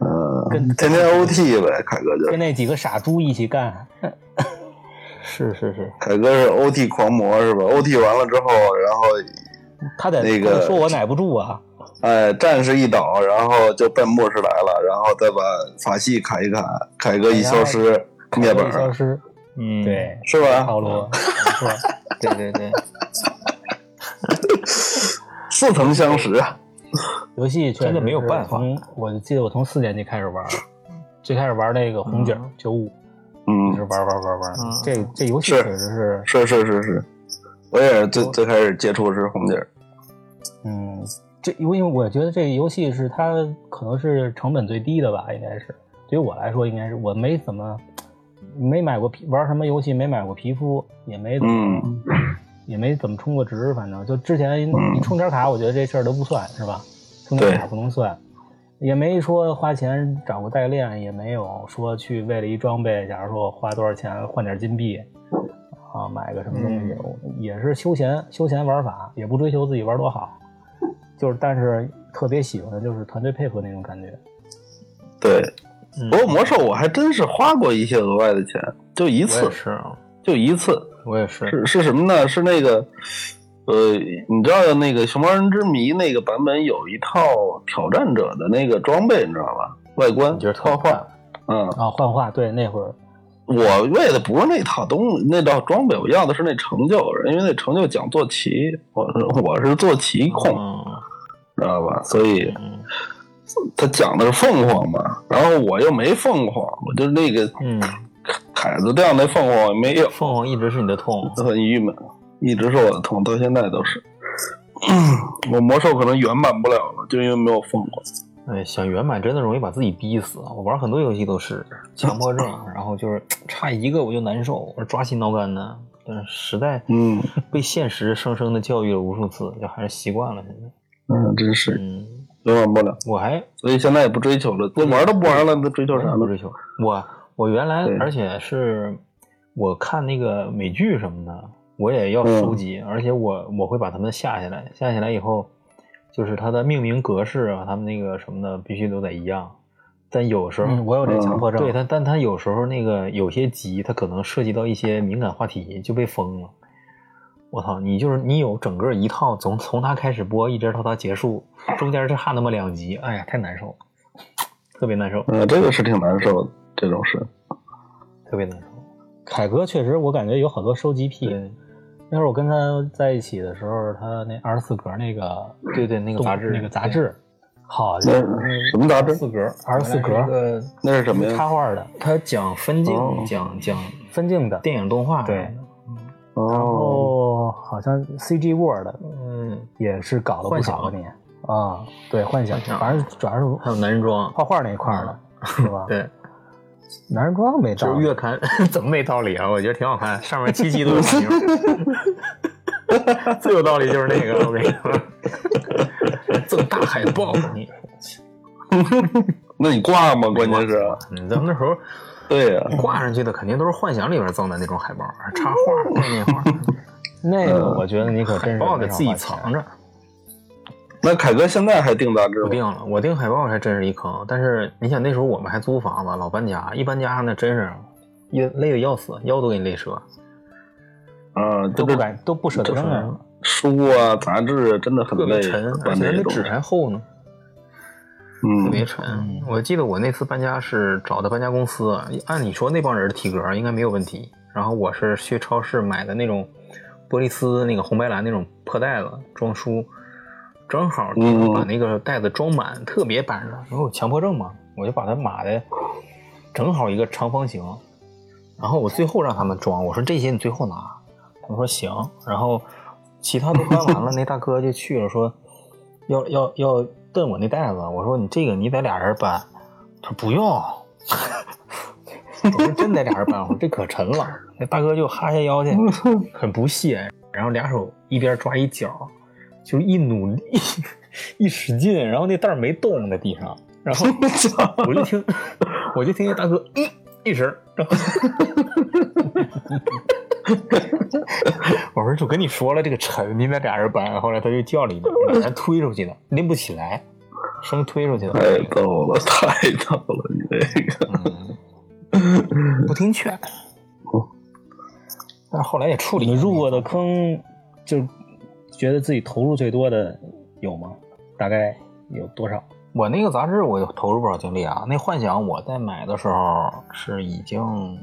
[SPEAKER 3] 嗯，天天 OT 呗，凯哥就
[SPEAKER 2] 跟那几个傻猪一起干，
[SPEAKER 1] 是是是，
[SPEAKER 3] 凯哥是 OT 狂魔是吧？OT 完了之后，然后
[SPEAKER 2] 他得
[SPEAKER 3] 那
[SPEAKER 2] 他得
[SPEAKER 3] 个
[SPEAKER 2] 说我奶不住啊，
[SPEAKER 3] 哎战士一倒，然后就奔末世来了，然后再把法系砍一砍，凯哥一消失灭本
[SPEAKER 2] 一消失，
[SPEAKER 1] 嗯，
[SPEAKER 2] 对，
[SPEAKER 3] 是吧？
[SPEAKER 2] 套路，没错
[SPEAKER 1] 对对对，
[SPEAKER 3] 似曾相识啊，
[SPEAKER 2] 游戏确实
[SPEAKER 1] 真的没有办法
[SPEAKER 2] 是从我记得我从四年级开始玩，最开始玩那个红警九五，一直
[SPEAKER 3] 嗯，
[SPEAKER 2] 玩玩玩玩
[SPEAKER 1] 嗯。
[SPEAKER 2] 这这游戏
[SPEAKER 3] 是
[SPEAKER 2] 确实是，
[SPEAKER 3] 是是是是，我也是最最开始接触是红警儿，
[SPEAKER 2] 嗯，这因为我觉得这个游戏是它可能是成本最低的吧，应该是对于我来说应该是我没怎么没买过皮玩什么游戏没买过皮肤，也没怎么
[SPEAKER 3] 嗯
[SPEAKER 2] 也没怎么充过值，反正就之前
[SPEAKER 3] 嗯
[SPEAKER 2] 你充点卡，我觉得这事儿都不算是吧？充点卡不能算，也没说花钱找个代练，也没有说去为了一装备，假如说我花多少钱换点金币啊，买个什么东西，也是休闲休闲玩法，也不追求自己玩多好，就是但是特别喜欢的就是团队配合那种感觉。
[SPEAKER 3] 对，
[SPEAKER 1] 嗯
[SPEAKER 3] 不过魔兽我还真是花过一些额外的钱，就
[SPEAKER 1] 我
[SPEAKER 3] 一
[SPEAKER 1] 也
[SPEAKER 3] 次，
[SPEAKER 1] 是，啊
[SPEAKER 3] 就一次，
[SPEAKER 1] 我也是，
[SPEAKER 3] 是是什么呢？是那个，呃，你知道那个《熊猫人之谜》那个版本有一套挑战者的那个装备，你知道吧？外观
[SPEAKER 1] 你觉得特好
[SPEAKER 3] 画
[SPEAKER 1] 看
[SPEAKER 3] 画，嗯，
[SPEAKER 2] 啊，幻化对那会儿
[SPEAKER 3] 我为的不是那套东那套装备，我要的是那成就，因为那成就讲坐骑，我是我是坐骑控，
[SPEAKER 1] 嗯
[SPEAKER 3] 知道吧？所以
[SPEAKER 1] 嗯
[SPEAKER 3] 他讲的是凤凰嘛，然后我又没凤凰，我就那个
[SPEAKER 1] 嗯，
[SPEAKER 3] 凯子掉那凤凰我没有，
[SPEAKER 1] 凤凰一直是你的 痛，
[SPEAKER 3] 很郁闷，一直是我的痛，到现在都是。 我魔兽可能圆满不了了，就因为没有凤凰。
[SPEAKER 1] 哎，想圆满真的容易把自己逼死。啊我玩很多游戏都 是强迫症，然后就是差一个我就难受，我抓心挠肝的。但是实在
[SPEAKER 3] 嗯
[SPEAKER 1] 被现实生生的教育了无数次，就还是习惯了。现在，
[SPEAKER 3] 嗯，真是
[SPEAKER 1] 嗯，
[SPEAKER 3] 圆满不了，
[SPEAKER 1] 我还
[SPEAKER 3] 所以现在也不追求了，那玩都不玩了，那追求啥
[SPEAKER 1] 不追
[SPEAKER 3] 呢？
[SPEAKER 1] 求。我我原来
[SPEAKER 3] 对
[SPEAKER 1] 而且是我看那个美剧什么的，我也要
[SPEAKER 3] 嗯
[SPEAKER 1] 收集，而且我我会把它们下下来，下下来以后，就是它的命名格式啊，它们那个什么的必须都得一样。但有时候、
[SPEAKER 2] 嗯，我有这强迫症，
[SPEAKER 1] 对它，但它有时候那个有些集，它可能涉及到一些敏感话题，就被封了。我操，你就是你有整个一套从从它开始播一直到它结束，中间就差那么两集，哎呀，太难受了，特别难受，
[SPEAKER 3] 嗯，这个是挺难受的，这种事。
[SPEAKER 1] 特别难受。
[SPEAKER 2] 凯哥确实我感觉有好多收集癖。
[SPEAKER 1] 对
[SPEAKER 2] 那会儿我跟他在一起的时候，他那二十四格那个
[SPEAKER 1] 对对，那个
[SPEAKER 2] 动
[SPEAKER 1] 杂志，
[SPEAKER 2] 那个杂志，好
[SPEAKER 3] 那
[SPEAKER 2] 家伙，
[SPEAKER 3] 是什么杂志？
[SPEAKER 1] 四格，
[SPEAKER 2] 24格
[SPEAKER 1] 原来是一个
[SPEAKER 3] 那是什么呀？
[SPEAKER 2] 插画的
[SPEAKER 1] 它讲分镜，
[SPEAKER 3] 哦
[SPEAKER 1] 讲讲
[SPEAKER 2] 分镜的，
[SPEAKER 1] 电影动画，
[SPEAKER 2] 对，然
[SPEAKER 3] 哦，
[SPEAKER 2] 后好像 CG Word
[SPEAKER 1] 嗯，
[SPEAKER 2] 也是搞了不少
[SPEAKER 1] 幻
[SPEAKER 2] 年啊，对幻想，
[SPEAKER 1] 幻想
[SPEAKER 2] 反正主要是
[SPEAKER 1] 还有男人装，
[SPEAKER 2] 画画那一块儿的，是吧？
[SPEAKER 1] 对，
[SPEAKER 2] 男人装没
[SPEAKER 1] 就
[SPEAKER 2] 到
[SPEAKER 1] 是，月刊， 怎么没道理啊？我觉得挺好看，上面七期都有反应。 最有道理就是那个，我跟你说，赠大海报，你
[SPEAKER 3] 那你挂吗？关键是，
[SPEAKER 1] 你咱们那时候
[SPEAKER 3] 对呀，
[SPEAKER 1] 挂上去的肯定都是幻想里边赠的那种海报，啊插画、概念画，
[SPEAKER 2] 那
[SPEAKER 1] 呃
[SPEAKER 2] 个我觉得你可真
[SPEAKER 1] 海
[SPEAKER 2] 是
[SPEAKER 1] 报得
[SPEAKER 2] 没少
[SPEAKER 1] 自己
[SPEAKER 2] 花钱
[SPEAKER 1] 藏着。
[SPEAKER 3] 那凯哥现在还订杂志
[SPEAKER 1] 我
[SPEAKER 3] 吗？
[SPEAKER 1] 定了，我定海报还真是一坑。但是你想那时候我们还租房子，老搬家，一搬家那真是一累得要死，腰都给你累折。
[SPEAKER 3] 啊，
[SPEAKER 2] 都
[SPEAKER 3] 就
[SPEAKER 2] 不
[SPEAKER 3] 是
[SPEAKER 2] 敢都不舍得
[SPEAKER 1] 这
[SPEAKER 2] 扔
[SPEAKER 1] 是
[SPEAKER 2] 啊。
[SPEAKER 3] 书啊、杂志啊真的很
[SPEAKER 1] 特别
[SPEAKER 3] 累，
[SPEAKER 1] 沉，而
[SPEAKER 3] 管
[SPEAKER 1] 且
[SPEAKER 3] 这
[SPEAKER 1] 那
[SPEAKER 3] 种
[SPEAKER 1] 纸还厚呢，特别
[SPEAKER 3] 嗯，
[SPEAKER 1] 沉。我记得我那次搬家是找的搬家公司，按理说那帮人的体格应该没有问题。然后我是去超市买的那种波丽斯那个红白蓝那种破袋子装书，正好
[SPEAKER 3] 嗯
[SPEAKER 1] 把那个袋子装满，特别板正。因为我强迫症嘛，我就把它码的正好一个长方形。然后我最后让他们装，我说这些你最后拿，他们说行，然后其他都搬完了，那大哥就去了，说要要要蹬我那袋子，我说你这个你得俩人搬，他说不用，我说真得俩人搬，我说这可沉了。那大哥就哈下腰去，很不屑，然后俩手一边抓一角，就一努力 一使劲，然后那袋儿没动在地上，然后我就听 我就听一大哥嗯一声，然后 我说就跟你说了这个沉，你得俩人搬。后来他就叫了一顿，把人推出去的，拎不起来，生推出去的。
[SPEAKER 2] 哎
[SPEAKER 3] 太逗了，太逗了，你这个。
[SPEAKER 1] 嗯，不听劝。但是后来也处理
[SPEAKER 2] 哦你
[SPEAKER 1] 了。
[SPEAKER 2] 们入过的坑，就觉得自己投入最多的有吗？大概有多少？
[SPEAKER 1] 我那个杂志，我投入不少精力啊。那幻想我在买的时候是已经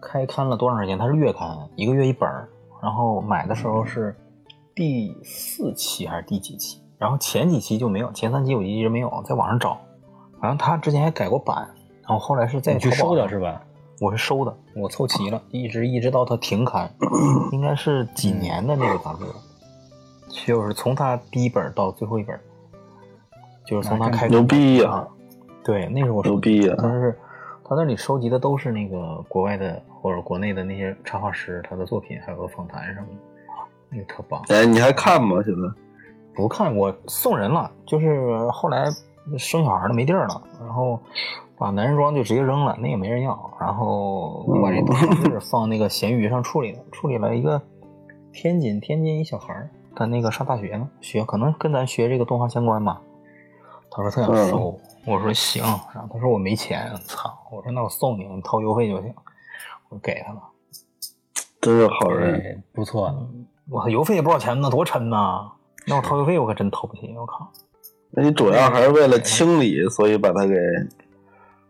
[SPEAKER 1] 开刊了多长时间？它是月刊，一个月一本儿。然后买的时候是第四期还是第几期？然后前几期就没有，前三期我一直没有，在网上找。然后他之前还改过版，然后后来是在
[SPEAKER 2] 你去
[SPEAKER 1] 淘宝
[SPEAKER 2] 收的
[SPEAKER 1] 上
[SPEAKER 2] 是吧？
[SPEAKER 1] 我是收的，我凑齐了，一直一直到它停刊，应该是几
[SPEAKER 2] 嗯
[SPEAKER 1] 年的那个杂志，就是从它第一本到最后一本，就是从它开始
[SPEAKER 3] 牛逼
[SPEAKER 1] 啊
[SPEAKER 3] 呀、
[SPEAKER 1] 对，那是我收
[SPEAKER 3] 牛逼啊呀
[SPEAKER 1] 但是他那里收集的都是那个国外的或者国内的那些插画师他的作品，还有个访谈什么的，那个特棒。
[SPEAKER 3] 哎，你还看吗？现在？
[SPEAKER 1] 不看我送人了，就是后来生小孩了没地儿了，然后把男人装就直接扔了，那也没人要。然后我把这杂志放那个闲鱼上处理了，处理了一个天津天津一小孩儿，他那个上大学呢，学可能跟咱学这个动画相关吧。他说他想收，我说行，然后他说我没钱，操，我说那我送你，你掏邮费就行，我给他了。
[SPEAKER 3] 真是好
[SPEAKER 1] 嗯
[SPEAKER 3] 人。
[SPEAKER 2] 对，哎不错。
[SPEAKER 1] 我邮费也不少钱呢，多沉呐！那我掏邮费我可真掏不起，我靠。
[SPEAKER 3] 那你主要还是为了清理，所以把它给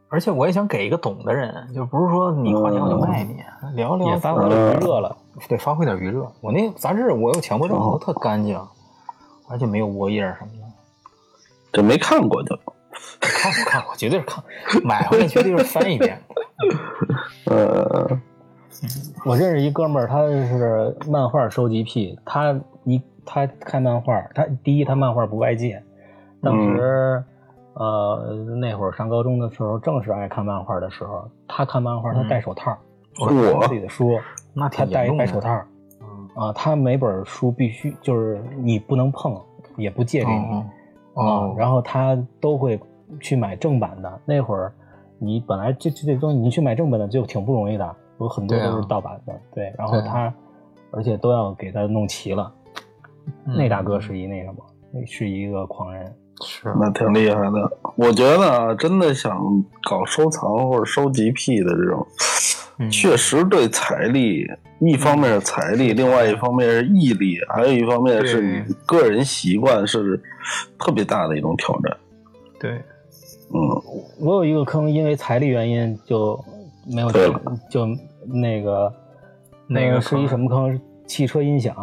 [SPEAKER 1] 而且我也想给一个懂的人，就不是说你花钱我就卖你，啊聊聊
[SPEAKER 2] 嗯也发挥
[SPEAKER 1] 嗯
[SPEAKER 2] 了余热了，
[SPEAKER 1] 对发挥点余热。我那杂志我有强迫症，
[SPEAKER 2] 哦
[SPEAKER 1] 我特干净，而且没有窝页什么的。
[SPEAKER 3] 就没看过就。
[SPEAKER 1] 看我看我绝对是看，买回来绝对是翻一 遍。
[SPEAKER 3] 呃，
[SPEAKER 2] 我认识一哥们儿，他是漫画收集癖，他一他看漫画，他第一他漫画不外借，当
[SPEAKER 1] 嗯
[SPEAKER 2] 时、呃那会儿上高中的时候，正是爱看漫画的时候，他看漫画他戴手套，他自
[SPEAKER 3] 我
[SPEAKER 2] 己的书，
[SPEAKER 1] 那
[SPEAKER 2] 他
[SPEAKER 1] 嗯挺
[SPEAKER 2] 戴
[SPEAKER 1] 严
[SPEAKER 2] 一
[SPEAKER 1] 重
[SPEAKER 2] 白手
[SPEAKER 1] 的。
[SPEAKER 2] 套，啊、他每本书必须就是你不能碰，也不借给你。
[SPEAKER 1] 哦
[SPEAKER 2] 啊
[SPEAKER 1] 哦，，
[SPEAKER 2] 然后他都会去买正版的。那会儿你本来这这这东西，你去买正版的就挺不容易的，有很多
[SPEAKER 1] 对啊
[SPEAKER 2] 都是盗版的。对，然后
[SPEAKER 1] 对啊
[SPEAKER 2] 他而且都要给他弄齐了。
[SPEAKER 1] 嗯
[SPEAKER 2] 那大哥是一那什么，那是一个狂人。
[SPEAKER 1] 是
[SPEAKER 3] 那挺厉害的。我觉得啊，真的想搞收藏或者收集癖的这种，
[SPEAKER 1] 嗯
[SPEAKER 3] 确实对财力，一方面是财力，另外一方面是毅力，还有一方面是
[SPEAKER 1] 对
[SPEAKER 3] 你个人习惯是特别大的一种挑战。
[SPEAKER 1] 对，
[SPEAKER 3] 嗯，
[SPEAKER 2] 我有一个坑，因为财力原因就没有
[SPEAKER 3] 对了
[SPEAKER 2] 就那个
[SPEAKER 1] 哪个
[SPEAKER 2] 呃是一
[SPEAKER 1] 坑
[SPEAKER 2] 什么坑？是汽车音响。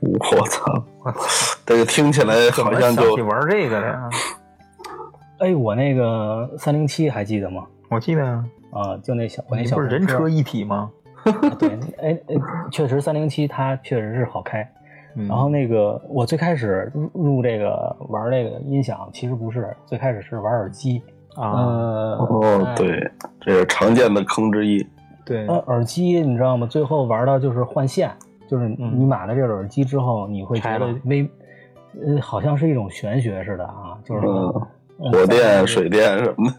[SPEAKER 3] 我操，
[SPEAKER 1] 我操，
[SPEAKER 3] 这个听起来
[SPEAKER 1] 怎
[SPEAKER 3] 好像
[SPEAKER 1] 么想
[SPEAKER 3] 就
[SPEAKER 1] 起玩这个啊的，
[SPEAKER 2] 哎，我那个三零七还记得吗？
[SPEAKER 1] 我记得啊，
[SPEAKER 2] 啊，就那小我那
[SPEAKER 1] 你
[SPEAKER 2] 小
[SPEAKER 1] 不是
[SPEAKER 2] 破
[SPEAKER 1] 人车一体吗？
[SPEAKER 2] 对，哎，哎确实三零七它确实是好开。
[SPEAKER 1] 嗯
[SPEAKER 2] 然后那个我最开始入入这个玩这个音响，其实不是，最开始是玩耳机。
[SPEAKER 1] 啊，
[SPEAKER 2] 呃，
[SPEAKER 3] 哦，对，这是常见的坑之一。
[SPEAKER 1] 对
[SPEAKER 2] 呃，耳机你知道吗？最后玩到就是换线，就是
[SPEAKER 1] 嗯
[SPEAKER 2] 你买了这个耳机之后，你会觉
[SPEAKER 1] 拆
[SPEAKER 2] 得
[SPEAKER 1] 了
[SPEAKER 2] 微，呃，好像是一种玄学似的啊，就是说
[SPEAKER 3] 嗯，火电、水电什么的。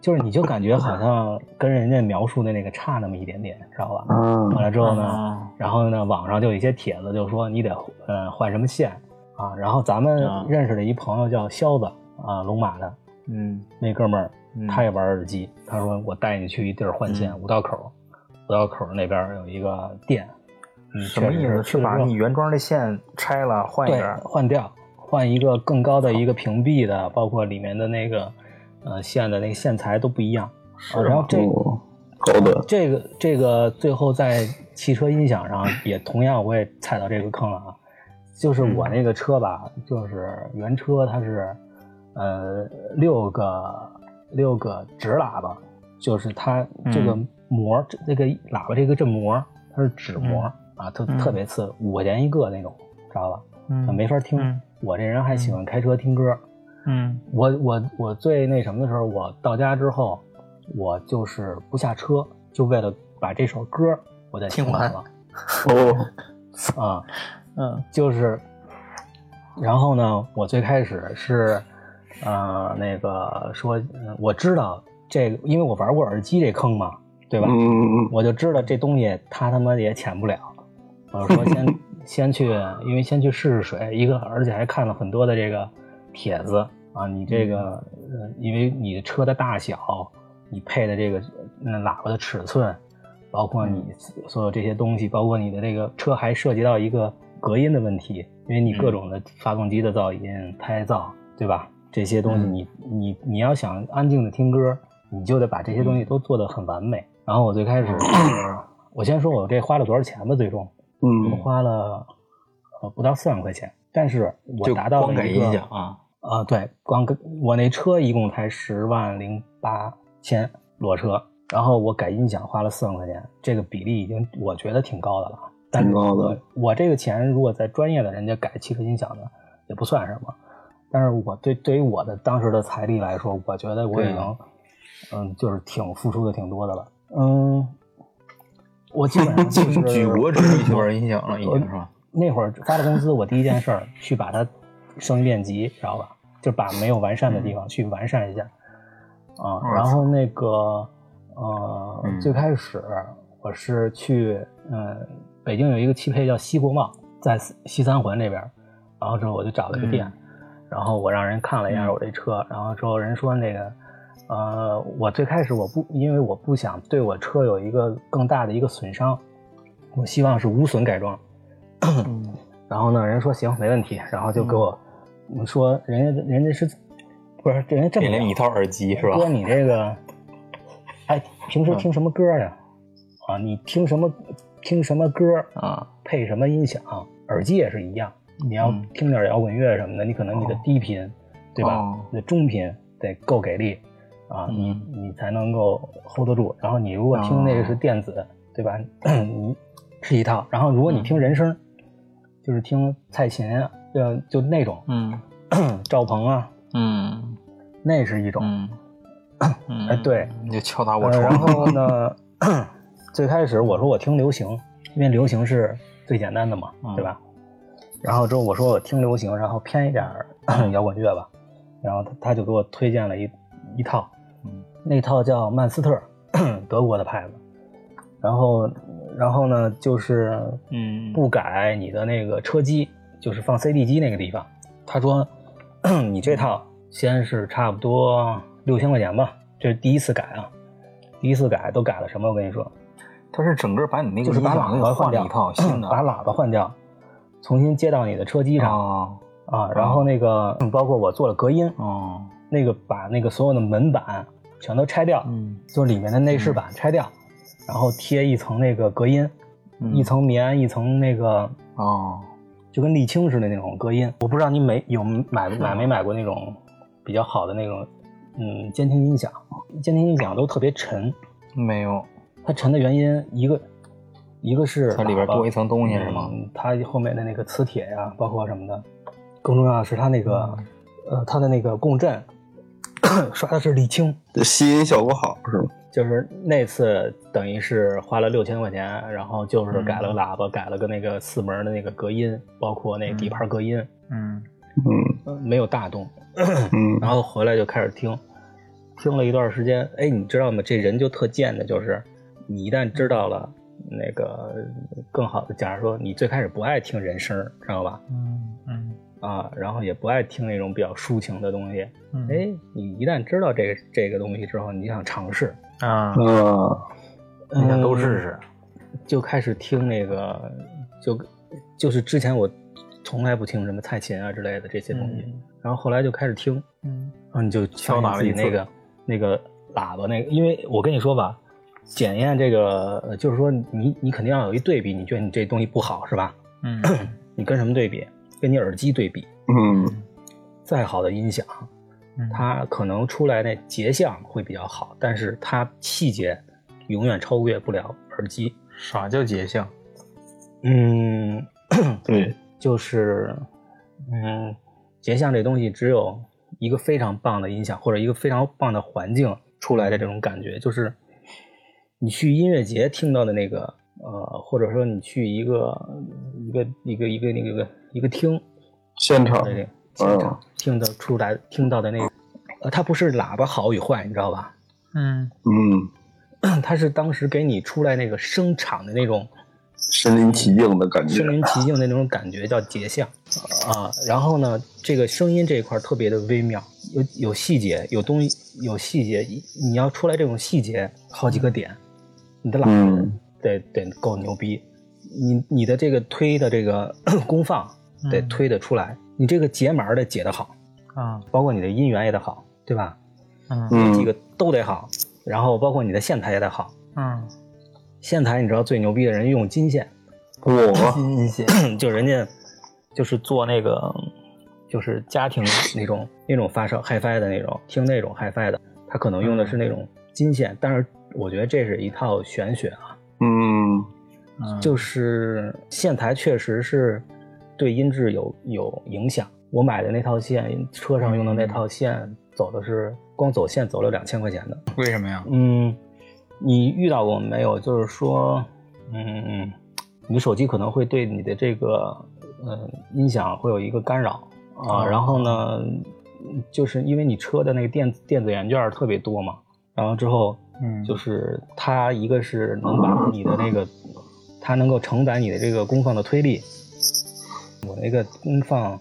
[SPEAKER 2] 就是你就感觉好像跟人家描述的那个差那么一点点，知道吧？
[SPEAKER 3] 嗯
[SPEAKER 2] 完了之后呢，
[SPEAKER 1] 啊
[SPEAKER 2] 然后呢，网上就有一些帖子就说你得呃换什么线啊。然后咱们
[SPEAKER 1] 啊
[SPEAKER 2] 认识的一朋友叫肖子啊，龙马的
[SPEAKER 1] 嗯，
[SPEAKER 2] 那哥们儿，
[SPEAKER 1] 嗯
[SPEAKER 2] 他也玩耳机，他说我带你去一地儿换线，五道口，五道口那边有一个店，嗯，
[SPEAKER 1] 什么意思？是把你原装的线拆了换一
[SPEAKER 2] 对
[SPEAKER 1] 根？
[SPEAKER 2] 换掉，换一个更高的一个屏蔽的，包括里面的那个呃线的那个线材都不一样。啊、然后这
[SPEAKER 3] 哦，高端。
[SPEAKER 2] 这个这个最后在汽车音响上也同样我也踩到这个坑了啊，就是我
[SPEAKER 1] 嗯
[SPEAKER 2] 那个车吧，就是原车它是呃六个六个直喇叭，就是它这个
[SPEAKER 1] 嗯
[SPEAKER 2] 膜、这这个喇叭这个振膜它是纸膜、啊，特
[SPEAKER 1] 嗯
[SPEAKER 2] 特别次，五块钱一个那种，知道吧？
[SPEAKER 1] 嗯
[SPEAKER 2] 没法听。
[SPEAKER 1] 嗯
[SPEAKER 2] 我这人还喜欢开车听歌，嗯，我我我最那什么的时候，我到家之后，我就是不下车，就为了把这首歌我再
[SPEAKER 4] 听完
[SPEAKER 2] 完了
[SPEAKER 3] 哦，
[SPEAKER 2] 啊、
[SPEAKER 4] 嗯
[SPEAKER 2] 就是，然后呢，我最开始是，呃，那个说，嗯我知道这个，因为我玩过耳机这坑嘛，对吧？
[SPEAKER 3] 嗯
[SPEAKER 2] 我就知道这东西它他妈也潜不了。我说先先去，因为先去试试水，一个而且还看了很多的这个帖子啊，你这个呃，因为你的车的大小，你配的这个那喇叭的尺寸，包括你所有这些东西，包括你的这个车还涉及到一个隔音的问题，因为你各种的发动机的噪音、胎噪，对吧？这些东西
[SPEAKER 1] 嗯
[SPEAKER 2] 你、你你要想安静的听歌，你就得把这些
[SPEAKER 1] 嗯
[SPEAKER 2] 东西都做得很完美。然后我最开始是，我先说我这花了多少钱吧，最终我
[SPEAKER 3] 嗯
[SPEAKER 2] 花了呃不到四万块钱，但是我
[SPEAKER 1] 就
[SPEAKER 2] 达到
[SPEAKER 1] 光
[SPEAKER 2] 了
[SPEAKER 1] 给
[SPEAKER 2] 一个
[SPEAKER 1] 音响啊，
[SPEAKER 2] 啊、对，光跟我那车一共才十万零八千裸车，然后我改音响花了四万块钱，这个比例已经我觉得挺高的了。但是
[SPEAKER 3] 挺高的
[SPEAKER 2] 我我这个钱如果在专业的人家改汽车音响的也不算什么，但是我对对于我的当时的财力来说，我觉得我已
[SPEAKER 1] 对
[SPEAKER 2] 经嗯就是挺付出的挺多的了。嗯，我基本上就是
[SPEAKER 1] 举国之力去玩音响了，已经是吧？
[SPEAKER 2] 那会儿发了工资，我第一件事儿去把它声音练级，知道吧？就把没有完善的地方去完善一下。啊、
[SPEAKER 1] 嗯
[SPEAKER 2] 然后那个呃，
[SPEAKER 1] 嗯
[SPEAKER 2] 最开始我是去呃北京有一个汽配叫西国贸，在西西三环这边儿，然后之后我就找了一个店，然后我让人看了一下我这车，然后之后人说那个。呃，我最开始我不，因为我不想对我车有一个更大的一个损伤，我希望是无损改装， 然后呢，人说行，没问题，然后就给我、说，人家人家是不是人家这么
[SPEAKER 1] 给了你一套耳机是吧？
[SPEAKER 2] 哥，你这个，哎，平时
[SPEAKER 1] 嗯
[SPEAKER 2] 听什么歌呀？啊，你听什么听什么歌，
[SPEAKER 4] 啊，
[SPEAKER 2] 配什么音响，耳机也是一样。你要
[SPEAKER 1] 嗯
[SPEAKER 2] 听点摇滚乐什么的，你可能你的低频，对吧？
[SPEAKER 4] 哦
[SPEAKER 2] 你的中频得够给力啊，
[SPEAKER 4] 嗯哦
[SPEAKER 2] 你你才能够 hold 得住。然后你如果听那个是电子，对吧？ 你是一套。然后如果你
[SPEAKER 4] 嗯
[SPEAKER 2] 听人声，就是听蔡琴啊，呃，就那种、
[SPEAKER 4] 嗯
[SPEAKER 2] 赵鹏啊，
[SPEAKER 4] 嗯
[SPEAKER 2] 那是一种。
[SPEAKER 4] 嗯，嗯
[SPEAKER 2] 哎对，
[SPEAKER 4] 你就敲打我
[SPEAKER 2] 呃，
[SPEAKER 4] 床。
[SPEAKER 2] 然后呢，最开始我说我听流行，因为流行是最简单的嘛，
[SPEAKER 4] 嗯
[SPEAKER 2] 对吧？然后之后我说我听流行，然后偏一点儿 摇滚乐吧，然后他他就给我推荐了一一套，
[SPEAKER 4] 嗯
[SPEAKER 2] 那套叫曼斯特， 德国的牌子。然后，然后呢，就是
[SPEAKER 4] 嗯
[SPEAKER 2] 不改你的那个车机，就是放 CD 机那个地方。他说， 你这套先是差不多六千块钱吧，这是第一次改啊，第一次改都改了什么？我跟你说，
[SPEAKER 1] 它是整个把你那
[SPEAKER 2] 就
[SPEAKER 1] 个
[SPEAKER 2] 是
[SPEAKER 1] 音
[SPEAKER 2] 把
[SPEAKER 1] 响
[SPEAKER 2] 喇
[SPEAKER 1] 给
[SPEAKER 2] 叭
[SPEAKER 1] 换
[SPEAKER 2] 掉嗯
[SPEAKER 1] 了一套新的
[SPEAKER 2] 把喇叭换掉，重新接到你的车机上
[SPEAKER 1] 啊
[SPEAKER 2] 啊。然后那个包括我做了隔音，
[SPEAKER 1] 哦
[SPEAKER 2] 那个把那个所有的门板全都拆掉，
[SPEAKER 1] 嗯
[SPEAKER 2] 就里面的内饰板拆掉，然后贴一层那个隔音，
[SPEAKER 1] 嗯
[SPEAKER 2] 一层棉，一层那个
[SPEAKER 1] 哦，
[SPEAKER 2] 就跟沥青似的那种隔音。我不知道你买有买买没买过那种比较好的那种，嗯，监听音响，监听音响都特别沉，
[SPEAKER 1] 没有，
[SPEAKER 2] 它沉的原因一个一个是
[SPEAKER 1] 它里边
[SPEAKER 2] 喇叭
[SPEAKER 1] 多一层东西是吗？
[SPEAKER 2] 嗯，它后面的那个磁铁呀、包括什么的，更重要的是它那个、呃它的那个共振 刷的是沥青。
[SPEAKER 3] 这吸音效果好是吗？
[SPEAKER 2] 就是那次等于是花了六千块钱，然后就是改了个喇叭，改了个那个四门的那个隔音，包括那底盘隔音，
[SPEAKER 1] 嗯
[SPEAKER 3] 嗯
[SPEAKER 2] 呃没有大动。
[SPEAKER 3] 嗯
[SPEAKER 2] 然后回来就开始听，听了一段时间，哎，你知道吗？这人就特贱的，就是你一旦知道了那个更好的，假如说你最开始不爱听人声儿，知道吧？
[SPEAKER 1] 嗯嗯
[SPEAKER 2] 啊，然后也不爱听那种比较抒情的东西，
[SPEAKER 1] 嗯
[SPEAKER 2] 哎，你一旦知道这个这个东西之后，你就想尝试，
[SPEAKER 1] 啊，
[SPEAKER 2] 嗯
[SPEAKER 3] 啊，
[SPEAKER 1] 你想都试试？
[SPEAKER 2] 就开始听那个，就就是之前我从来不听什么蔡琴啊之类的这些东西，
[SPEAKER 1] 嗯
[SPEAKER 2] 然后后来就开始听，
[SPEAKER 1] 嗯
[SPEAKER 2] 然后你就
[SPEAKER 1] 敲打了
[SPEAKER 2] 自己
[SPEAKER 1] 一
[SPEAKER 2] 那
[SPEAKER 1] 次
[SPEAKER 2] 个那个喇叭那个，因为我跟你说吧，检验这个呃就是说你你肯定要有一对比，你觉得你这东西不好是吧？
[SPEAKER 1] 嗯
[SPEAKER 2] 你跟什么对比？跟你耳机对比，
[SPEAKER 3] 嗯
[SPEAKER 2] 再好的音响，
[SPEAKER 1] 嗯
[SPEAKER 2] 它可能出来那结像会比较好，但是它细节永远超越不了耳机。
[SPEAKER 1] 啥叫结项？
[SPEAKER 2] 嗯，
[SPEAKER 3] 对，
[SPEAKER 2] 就是，嗯，结像这东西只有一个非常棒的音响或者一个非常棒的环境出来的这种感觉，就是你去音乐节听到的那个呃，或者说你去一个一个一个一个那个一个一个厅
[SPEAKER 3] 现场啊
[SPEAKER 2] 对对，现场听得出来听到的那个，呃，它不是喇叭好与坏，你知道吧？
[SPEAKER 4] 嗯
[SPEAKER 3] 嗯，
[SPEAKER 2] 它是当时给你出来那个声场的那种
[SPEAKER 3] 身临其境的感觉
[SPEAKER 2] 身，临其境的那种感觉，叫结像啊。然后呢，这个声音这一块儿特别的微妙，有有细节，有东西，有细节，你要出来这种细节好几个点，你的喇叭
[SPEAKER 3] 嗯
[SPEAKER 2] 得得够牛逼，你你的这个推的这个 功放得
[SPEAKER 4] 嗯
[SPEAKER 2] 推得出来，你这个解码儿得解得好，
[SPEAKER 4] 啊
[SPEAKER 2] 包括你的音源也得好，对吧？
[SPEAKER 4] 嗯
[SPEAKER 3] 嗯，
[SPEAKER 2] 这个都得好，然后包括你的线材也得好。
[SPEAKER 4] 嗯，
[SPEAKER 2] 线材你知道最牛逼的人用金线，
[SPEAKER 3] 我
[SPEAKER 1] 新鲜，
[SPEAKER 2] 就人家就是做那个就是家庭那种那种发烧 HiFi 的那种，听那种 HiFi 的，他可能用的是那种金线，但是我觉得这是一套玄学啊，
[SPEAKER 3] 嗯
[SPEAKER 4] 嗯
[SPEAKER 2] 就是线材确实是对音质有有影响。我买的那套线，车上用的那套线，走的是光走线走了两千块钱的。
[SPEAKER 4] 为什么呀？
[SPEAKER 2] 嗯，你遇到过没有？就是说，嗯，你的手机可能会对你的这个呃音响会有一个干扰啊。
[SPEAKER 4] 哦
[SPEAKER 2] 然后呢，嗯就是因为你车的那个电电子元件儿特别多嘛，然后之后，
[SPEAKER 4] 嗯
[SPEAKER 2] 就是它一个是能把你的那个，它能够承载你的这个功放的推力。我那个功放，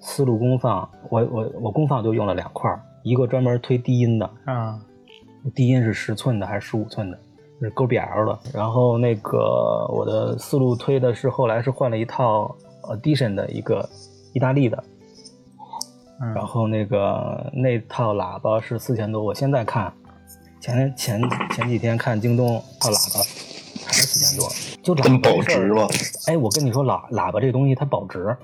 [SPEAKER 2] 思路功放，我我我功放就用了两块儿，一个专门推低音的，
[SPEAKER 4] 啊
[SPEAKER 2] 低音是十寸的还是十五寸的，是勾 BL 的。然后那个我的思路推的是后来是换了一套 Edition 的一个意大利的，
[SPEAKER 4] 嗯
[SPEAKER 2] 然后那个那套喇叭是四千多，我现在看前前前几天看京东套喇叭还是四千多，就喇
[SPEAKER 3] 真
[SPEAKER 2] 叭
[SPEAKER 3] 保
[SPEAKER 2] 这事
[SPEAKER 3] 值
[SPEAKER 2] 儿。
[SPEAKER 3] 吧，
[SPEAKER 2] 哎，我跟你说喇喇叭这东西它保值，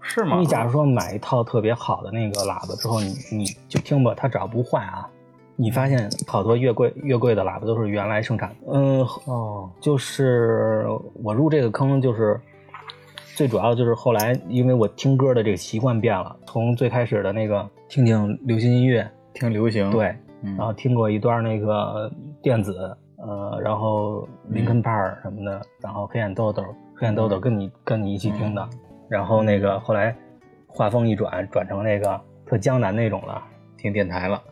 [SPEAKER 4] 是吗
[SPEAKER 2] 你？假如说买一套特别好的那个喇叭之后，你你就听吧，它只要不坏啊，你发现好多越贵越贵的喇叭都是原来生产的。嗯，
[SPEAKER 4] 哦，
[SPEAKER 2] 就是我入这个坑就是。最主要就是后来，因为我听歌的这个习惯变了，从最开始的那个听听流行音乐，
[SPEAKER 4] 挺流行，
[SPEAKER 2] 对，
[SPEAKER 4] 嗯，
[SPEAKER 2] 然后听过一段那个电子，呃，然后林肯帕尔什么的，然后黑眼豆豆，黑
[SPEAKER 4] 嗯
[SPEAKER 2] 眼豆豆跟你跟你一起听的，然后那个后来画风一转，转成那个特江南那种了，
[SPEAKER 4] 听电台了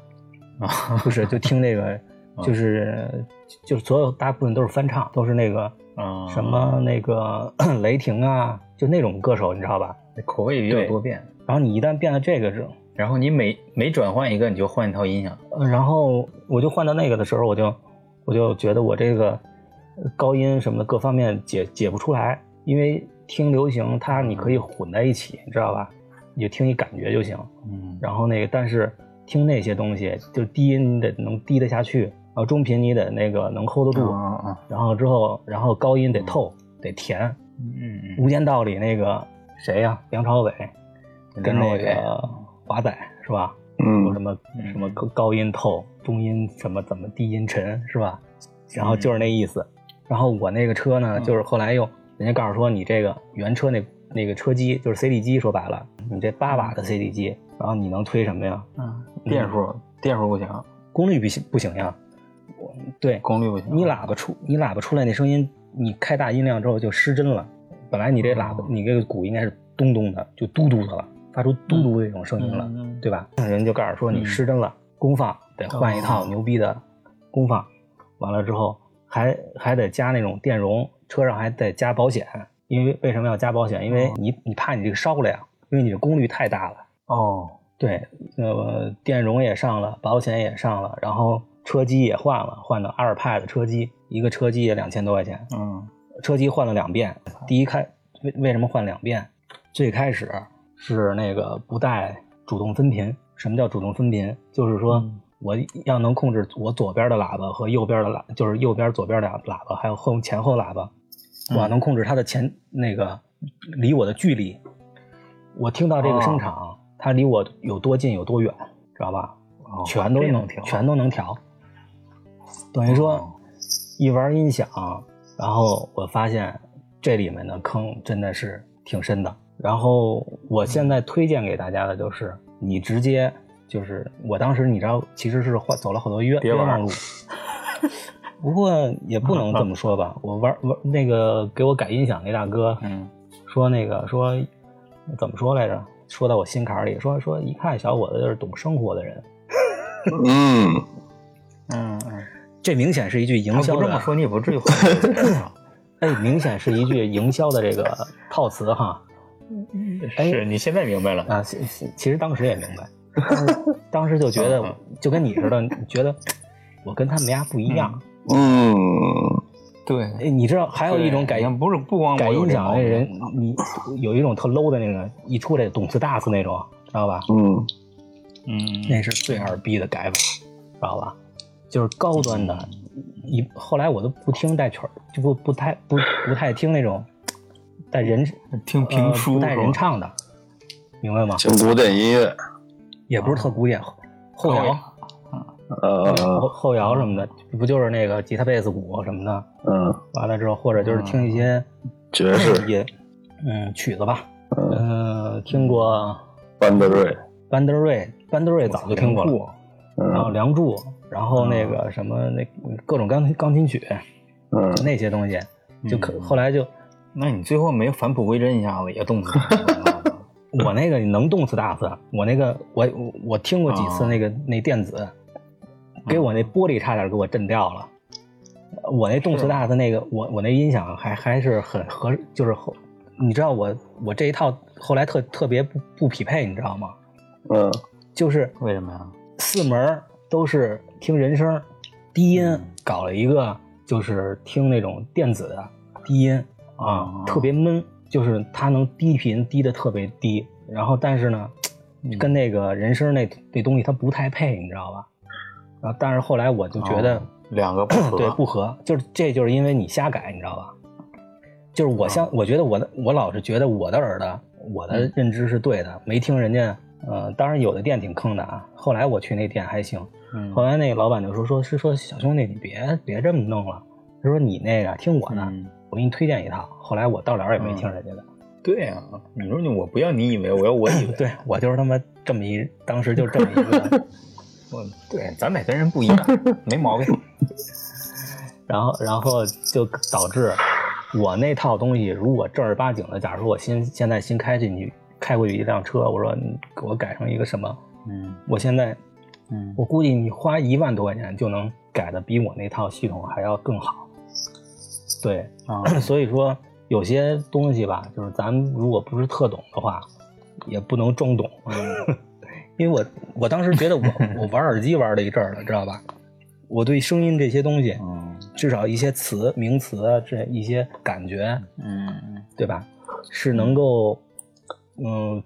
[SPEAKER 4] 啊，
[SPEAKER 2] 不是就 听那个，就是就是所有大部分都是翻唱，都是那个
[SPEAKER 4] 啊
[SPEAKER 2] 什么那个 雷霆啊，就那种歌手，你知道吧？
[SPEAKER 4] 口味比较多变，
[SPEAKER 2] 然后你一旦变了这个之
[SPEAKER 4] 然后你每每转换一个，你就换一套音响，
[SPEAKER 2] 呃然后我就换到那个的时候，我就我就觉得我这个高音什么的各方面解解不出来，因为听流行它你可以混在一起，你知道吧？你就听一感觉就行。
[SPEAKER 4] 嗯
[SPEAKER 2] 然后那个，但是听那些东西，就低音你得能低得下去，然后中频你得那个能 hold 得住，
[SPEAKER 1] 哦
[SPEAKER 4] 啊啊，
[SPEAKER 2] 然后之后然后高音得透、得甜。
[SPEAKER 4] 嗯
[SPEAKER 2] 《无间道》里那个谁呀、梁朝伟
[SPEAKER 4] 嗯，
[SPEAKER 2] 跟那
[SPEAKER 4] 梁
[SPEAKER 2] 个华仔是吧？有什
[SPEAKER 3] 嗯
[SPEAKER 2] 么
[SPEAKER 4] 嗯
[SPEAKER 2] 什么高高音透，中音什么怎么低音沉是吧？然后就是那意思。然后我那个车呢，
[SPEAKER 4] 嗯
[SPEAKER 2] 就是后来又人家告诉说你这个原车那那个车机就是 CD 机，说白了，你这八
[SPEAKER 4] 嗯
[SPEAKER 2] 瓦的 CD 机，然后你能推什么呀？
[SPEAKER 4] 朝伟，啊，电
[SPEAKER 2] 嗯
[SPEAKER 4] 数电数不行，
[SPEAKER 2] 功率不行不行呀？我对，
[SPEAKER 4] 功率不行，
[SPEAKER 2] 你喇叭出你喇叭出来那声音，你开大音量之后就失真了。本来你这喇叭
[SPEAKER 4] 哦
[SPEAKER 2] 你这个鼓应该是咚咚的，就嘟嘟的了，发出嘟嘟的这种声音了。
[SPEAKER 4] 嗯，
[SPEAKER 2] 对吧？人就告诉说你
[SPEAKER 4] 嗯
[SPEAKER 2] 失真了，功放得换一套牛逼的功放，完了之后还还得加那种电容，车上还得加保险，因为为什么要加保险？因为你你怕你这个烧了呀，因为你的功率太大了。
[SPEAKER 4] 哦，
[SPEAKER 2] 对，呃，电容也上了，保险也上了，然后车机也换了，换的阿尔派的车机，一个车机也两千多块钱，
[SPEAKER 4] 嗯
[SPEAKER 2] 车机换了两遍，第一开为为什么换两遍？最开始是那个不带主动分频。什么叫主动分频？就是说
[SPEAKER 4] 嗯
[SPEAKER 2] 我要能控制我左边的喇叭和右边的喇，就是右边、左边的喇叭，还有后前后喇叭，我要能控制它的前那个离我的距离。我听到这个声场，它离我有多近有多远，知道吧？
[SPEAKER 4] 哦
[SPEAKER 2] 全都
[SPEAKER 4] 这
[SPEAKER 2] 能
[SPEAKER 4] 样调
[SPEAKER 2] 全都能调。等于说
[SPEAKER 4] 哦，
[SPEAKER 2] 一玩音响，然后我发现这里面的坑真的是挺深的。然后我现在推荐给大家的就是，你直接就是我当时你知道，其实是换走了好多冤
[SPEAKER 1] 别
[SPEAKER 2] 冤
[SPEAKER 1] 玩
[SPEAKER 2] 枉路。不过也不能这么说吧，我玩玩那个给我改音响那大哥，
[SPEAKER 4] 嗯，
[SPEAKER 2] 说那个说怎么说来着？说到我心坎儿里，说说一看小伙子就是懂生活的人，
[SPEAKER 3] 嗯，
[SPEAKER 4] 嗯嗯，
[SPEAKER 2] 这明显是一句营
[SPEAKER 4] 他
[SPEAKER 2] 销
[SPEAKER 4] 不这么
[SPEAKER 2] 的，
[SPEAKER 4] 说你也不至 于换一个。
[SPEAKER 2] 哎，明显是一句营销的这个套词哈。
[SPEAKER 4] 是你现在明白了，
[SPEAKER 2] 啊，其其其实当时也明白，当时当时就觉得
[SPEAKER 4] 嗯
[SPEAKER 2] 就跟你似的，觉得我跟他们家不一样。
[SPEAKER 3] 嗯，
[SPEAKER 4] 对，
[SPEAKER 2] 哎你知道还有一种改
[SPEAKER 4] 对
[SPEAKER 2] 音
[SPEAKER 4] 不是不光
[SPEAKER 2] 改
[SPEAKER 4] 我有
[SPEAKER 2] 音
[SPEAKER 4] 这
[SPEAKER 2] 响
[SPEAKER 4] 毛
[SPEAKER 2] 那
[SPEAKER 4] 病
[SPEAKER 2] 人，你有一种特 low 的那个，一出来懂词大词那种，知道吧？
[SPEAKER 3] 嗯，
[SPEAKER 2] 那
[SPEAKER 4] 嗯，
[SPEAKER 2] 是最二逼的改法，知道吧？就是高端的，一后来我都不听带曲儿，就不不太不不太听那种带人
[SPEAKER 1] 听评
[SPEAKER 2] 呃
[SPEAKER 1] 书
[SPEAKER 2] 不带
[SPEAKER 1] 是
[SPEAKER 2] 人
[SPEAKER 1] 吧？
[SPEAKER 2] 唱的，明白吗？
[SPEAKER 3] 听古典音乐，
[SPEAKER 2] 也不是特古典，后后
[SPEAKER 4] 后
[SPEAKER 2] 摇
[SPEAKER 1] 啊
[SPEAKER 4] 摇。
[SPEAKER 3] 呃
[SPEAKER 2] 后后摇什么的，不就是那个吉他、贝斯、鼓什么的？
[SPEAKER 3] 嗯，
[SPEAKER 2] 完了之后，或者就是听一些
[SPEAKER 3] 爵士，
[SPEAKER 2] 也嗯曲子吧，
[SPEAKER 3] 嗯，
[SPEAKER 2] 嗯，听过
[SPEAKER 3] 班德瑞，
[SPEAKER 2] 班德瑞，班德瑞早就听过
[SPEAKER 4] 梁
[SPEAKER 2] 了，然后
[SPEAKER 3] 嗯
[SPEAKER 2] 梁祝，然后那个什么那各种钢钢琴曲
[SPEAKER 3] 嗯，
[SPEAKER 2] 就那些东西，就可
[SPEAKER 4] 嗯
[SPEAKER 2] 后来就
[SPEAKER 4] 那你最后没返璞归真一下子也动词，
[SPEAKER 2] 我那个能动次打次，我那个我我我听过几次
[SPEAKER 4] 啊
[SPEAKER 2] 那个那电子，给我那玻璃差点给我震掉了。我那动次打次那个我我那音响还还是很合，就是后你知道我我这一套后来特特别不不匹配，你知道吗？
[SPEAKER 3] 嗯，
[SPEAKER 2] 就是
[SPEAKER 4] 为什么呀？
[SPEAKER 2] 四门儿都是听人声，低音
[SPEAKER 4] 嗯
[SPEAKER 2] 搞了一个就是听那种电子的低音啊
[SPEAKER 4] 哦，
[SPEAKER 2] 特别闷，就是它能低频低的特别低，然后但是呢，
[SPEAKER 4] 嗯
[SPEAKER 2] 跟那个人声那那东西它不太配，你知道吧？然后但是后来我就觉得、
[SPEAKER 4] 哦两个不合，
[SPEAKER 2] 对不合，就是这就是因为你瞎改，你知道吧？就是我
[SPEAKER 4] 啊
[SPEAKER 2] 像、我觉得我的我老是觉得我的耳朵我
[SPEAKER 4] 嗯
[SPEAKER 2] 的认知是对的，没听人家。呃，当然有的店挺坑的啊。后来我去那店还行，
[SPEAKER 4] 嗯
[SPEAKER 2] 后来那个老板就说说是说小兄弟你别别这么弄了，他说你那个听我的，
[SPEAKER 4] 嗯
[SPEAKER 2] 我给你推荐一套。后来我到了也没听人家的，，
[SPEAKER 4] 对呀、啊，你说你我不要你以为，我要我以为
[SPEAKER 2] 对我就是他妈这么一，当时就这么一个，
[SPEAKER 4] 我对，咱得跟人不一样，没毛病。
[SPEAKER 2] 然后然后就导致我那套东西，如果正儿八经的，假如说我新现在新开进去开过去一辆车，我说你给我改成一个什么，
[SPEAKER 4] 嗯
[SPEAKER 2] 我现在
[SPEAKER 4] 嗯
[SPEAKER 2] 我估计你花一万多块钱就能改的比我那套系统还要更好，对，
[SPEAKER 4] 啊，
[SPEAKER 2] 所以说有些东西吧，就是咱们如果不是特懂的话，也不能装懂。 因为我我当时觉得我我玩耳机玩了一阵儿了，知道吧？我对声音这些东西，
[SPEAKER 1] 啊
[SPEAKER 4] 嗯
[SPEAKER 2] 至少一些词、名词啊，这一些感觉，
[SPEAKER 4] 嗯
[SPEAKER 2] 对吧？是能够嗯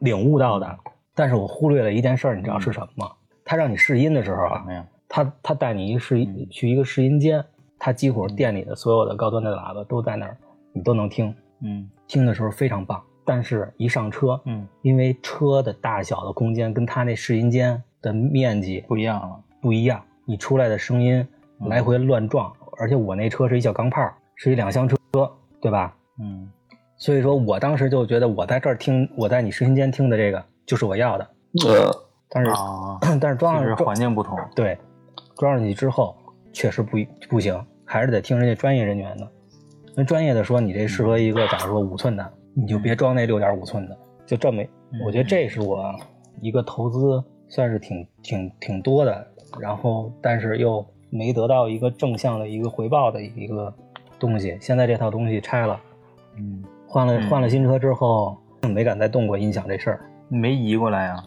[SPEAKER 2] 领悟到的。但是我忽略了一件事儿，你知道是什么吗？他让你试音的时候啊
[SPEAKER 4] 什，么呀？
[SPEAKER 2] 他他带你一试一
[SPEAKER 4] 嗯
[SPEAKER 2] 去一个试音间，他几乎店里的所有的高端的喇叭都在那儿，你都能听，
[SPEAKER 4] 嗯
[SPEAKER 2] 听的时候非常棒。但是，一上车，
[SPEAKER 4] 嗯，
[SPEAKER 2] 因为车的大小的空间跟他那试音间的面积
[SPEAKER 4] 不一样了。
[SPEAKER 2] 不一样，你出来的声音
[SPEAKER 4] 嗯
[SPEAKER 2] 来回乱撞，而且我那车是一小钢炮，是一两厢车，对吧？
[SPEAKER 4] 嗯
[SPEAKER 2] 所以说我当时就觉得我在这儿听，我在你试音间听的这个就是我要的，
[SPEAKER 3] 呃，
[SPEAKER 2] 但是、
[SPEAKER 4] 啊，
[SPEAKER 2] 但是装
[SPEAKER 4] 确
[SPEAKER 2] 上
[SPEAKER 4] 实
[SPEAKER 2] 装
[SPEAKER 4] 环境不同。
[SPEAKER 2] 对，装上去之后确实不一不行，还是得听人家专业人员的。人专业的说你这适合一个，假如说五寸的，你就别装那六点五寸的，就这么。我觉得这是我一个投资，算是挺挺挺多的，然后但是又没得到一个正向的一个回报的一个东西。现在这套东西拆了，
[SPEAKER 4] 嗯，
[SPEAKER 2] 换了
[SPEAKER 4] 嗯
[SPEAKER 2] 换了新车之后，没敢再动过音响这事儿。
[SPEAKER 4] 没移过来啊。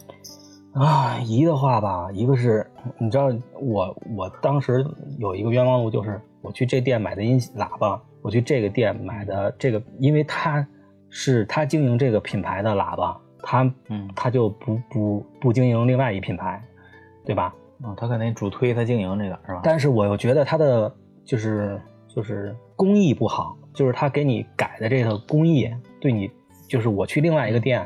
[SPEAKER 2] 啊，移的话吧，一个是你知道我我当时有一个冤枉路，就是我去这店买的音喇叭，我去这个店买的这个，因为他是他经营这个品牌的喇叭，他
[SPEAKER 4] 嗯
[SPEAKER 2] 他就不不不经营另外一品牌，对吧？
[SPEAKER 4] 啊，他肯定主推他经营这个是吧？
[SPEAKER 2] 但是我又觉得它的就是就是工艺不好，就是他给你改的这个工艺对你，就是我去另外一个店，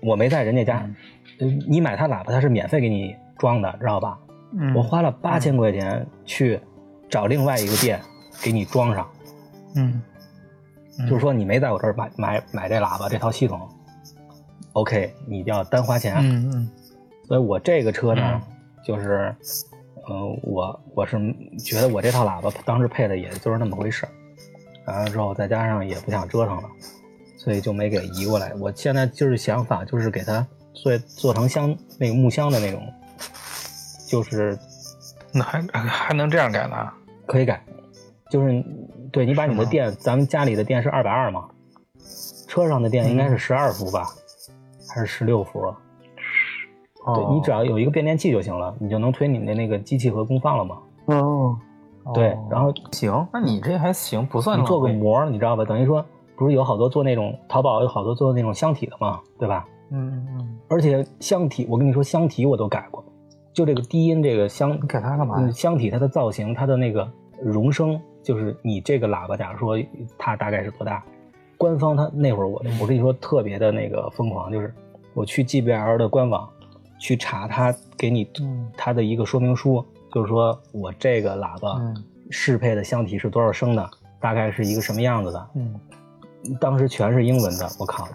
[SPEAKER 2] 我没在人家家，呃你买他喇叭他是免费给你装的，知道吧？
[SPEAKER 4] 嗯
[SPEAKER 2] 我花了八千块钱去找另外一个店给你装上，
[SPEAKER 4] 嗯嗯
[SPEAKER 2] 就是说你没在我这儿买买买这喇叭这套系统，OK，你要单花钱，啊
[SPEAKER 4] 嗯嗯
[SPEAKER 2] 所以我这个车呢，
[SPEAKER 4] 嗯
[SPEAKER 2] 就是，呃，我我是觉得我这套喇叭当时配的也就是那么回事儿，完了之后再加上也不想折腾了，所以就没给移过来。我现在就是想法就是给它做做成箱那个木箱的那种，就是
[SPEAKER 1] 那还还能这样改呢？
[SPEAKER 2] 可以改，就是对你把你的电，咱们家里的电是二百二嘛，车上的电应该是十二伏吧，还是十六伏啊？
[SPEAKER 1] 哦
[SPEAKER 2] 对你只要有一个变电器就行了，你就能推你的那个机器和功放了嘛。
[SPEAKER 3] 哦，
[SPEAKER 2] 对，然后
[SPEAKER 1] 行，那你这还行，不算
[SPEAKER 2] 你做个
[SPEAKER 1] 浪费
[SPEAKER 2] 膜，你知道吧？等于说不是有好多做那种淘宝有好多做那种箱体的嘛，对吧？
[SPEAKER 1] 嗯嗯嗯，
[SPEAKER 2] 而且箱体，我跟你说，箱体我都改过，就这个低音这个箱
[SPEAKER 1] 你改它干嘛呀
[SPEAKER 2] 嗯，？箱体它的造型，它的那个容声，就是你这个喇叭，假如说它大概是多大？官方它那会儿
[SPEAKER 1] 嗯
[SPEAKER 2] 我我跟你说特别的那个疯狂，就是我去 GBL 的官网去查它给你
[SPEAKER 1] 嗯
[SPEAKER 2] 它的一个说明书，就是说我这个喇叭
[SPEAKER 1] 嗯
[SPEAKER 2] 适配的箱体是多少升的，大概是一个什么样子的。
[SPEAKER 1] 嗯，
[SPEAKER 2] 当时全是英文的，我靠！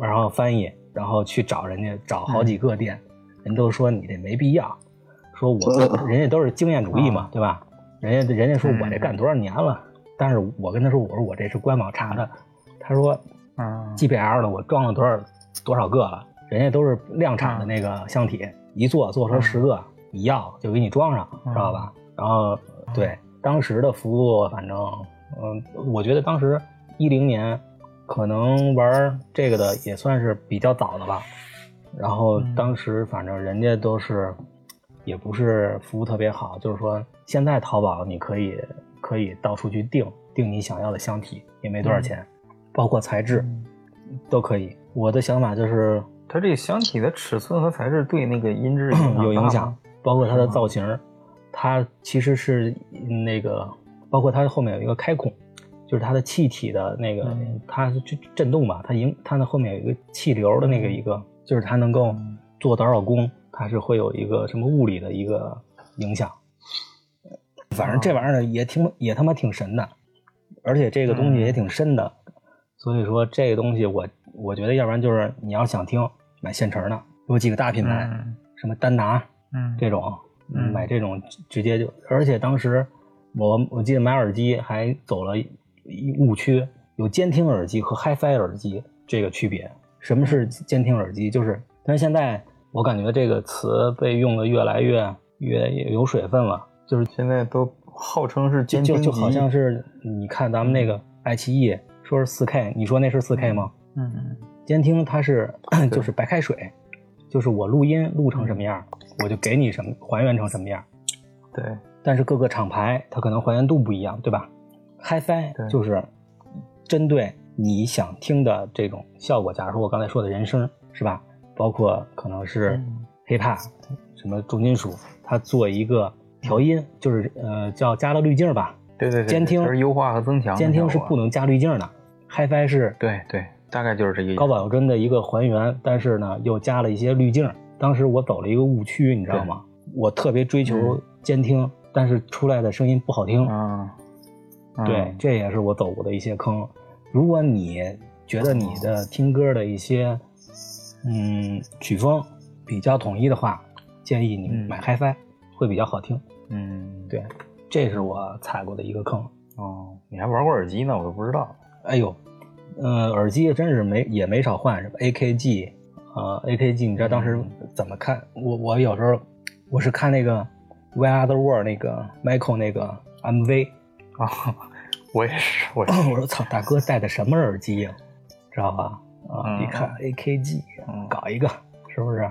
[SPEAKER 2] 然后翻译，然后去找人家，找好几个店，人都说你这没必要，说我人家都是经验主义嘛，对吧？人家人家说我这干多少年了，但是我跟他说，我说我这是官网查的，他说
[SPEAKER 1] 嗯
[SPEAKER 2] GBL 的我装了多少多少个了，人家都是量产的那个箱体，一做做成十个，一要就给你装上，知道吧？然后对当时的服务，反正嗯、我觉得当时一零年可能玩这个的也算是比较早的了。然后当时反正人家都是，也不是服务特别好，就是说现在淘宝你可以可以到处去订订你想要的箱体，也没多少钱，包括材质、都可以。我的想法就是
[SPEAKER 1] 它这个箱体的尺寸和材质对那个音质
[SPEAKER 2] 有影
[SPEAKER 1] 大
[SPEAKER 2] 响嗯
[SPEAKER 1] 吗。，嗯
[SPEAKER 2] 包括它的造型儿，它其实是那个，包括它后面有一个开孔，就是它的气体的那个，
[SPEAKER 1] 嗯
[SPEAKER 2] 它是震震动吧，它影它的后面有一个气流的那个一个，就是它能够做多少功，它是会有一个什么物理的一个影响。反正这玩意儿呢也挺也他妈挺神的，而且这个东西也挺深的，所以说这个东西我我觉得，要不然就是你要想听买现成的，有几个大品牌，
[SPEAKER 1] 嗯
[SPEAKER 2] 什么丹拿，
[SPEAKER 1] 嗯，
[SPEAKER 2] 这种，
[SPEAKER 1] 嗯
[SPEAKER 2] 买这种直接就，而且当时我我记得买耳机还走了一一误区，有监听耳机和 HiFi 耳机这个区别。什么是监听耳机？就是，但是现在我感觉这个词被用的越来越越有水分了，就是
[SPEAKER 1] 现在都号称是
[SPEAKER 2] 就
[SPEAKER 1] 监
[SPEAKER 2] 就
[SPEAKER 1] 听
[SPEAKER 2] 就好像
[SPEAKER 1] 是
[SPEAKER 2] 是你看咱们那个爱奇艺说是四 K，你说那是四 K 吗？
[SPEAKER 1] 嗯
[SPEAKER 2] 监听它是 就是白开水，就是我录音录成什么样，我就给你什么还原成什么样。
[SPEAKER 1] 对
[SPEAKER 2] 但是各个厂牌它可能还原度不一样，对吧？HiFi
[SPEAKER 1] 对
[SPEAKER 2] 就是针对你想听的这种效果，假如说我刚才说的人声是吧？包括可能是
[SPEAKER 1] 嗯
[SPEAKER 2] hiphop、什么重金属，它做一个调音，就是呃叫加了滤镜吧。
[SPEAKER 1] 对嗯对对，
[SPEAKER 2] 监听
[SPEAKER 1] 就是优化和增强的效
[SPEAKER 2] 监
[SPEAKER 1] 果，
[SPEAKER 2] 听是不能加滤镜的，HiFi 是
[SPEAKER 1] 对对，大概就是这个意
[SPEAKER 2] 高
[SPEAKER 1] 思。
[SPEAKER 2] 保真的一个还原，但是呢又加了一些滤镜。当时我走了一个误区，你知道吗？我特别追求监听，但是出来的声音不好听。
[SPEAKER 1] 嗯，嗯
[SPEAKER 2] 对，，这也是我走过的一些坑。如果你觉得你的听歌的一些嗯曲风比较统一的话，建议你
[SPEAKER 1] 嗯
[SPEAKER 2] 买 HiFi、会比较好听。
[SPEAKER 1] 嗯
[SPEAKER 2] 对，这是我踩过的一个坑。
[SPEAKER 1] 哦，你还玩过耳机呢，我都不知道。
[SPEAKER 2] 哎呦，呃，耳机真是没也没少换，什么 AKG 啊、a k g 你知道当时怎么看？我我有时候我是看那个 We Are the World 那个 Michael 那个 MV，
[SPEAKER 1] 啊、我也是，我
[SPEAKER 2] 我说操，大哥戴的什么耳机呀、知道吧？啊，
[SPEAKER 1] 嗯
[SPEAKER 2] 一看 AKG，
[SPEAKER 1] 嗯
[SPEAKER 2] 搞一个是不是？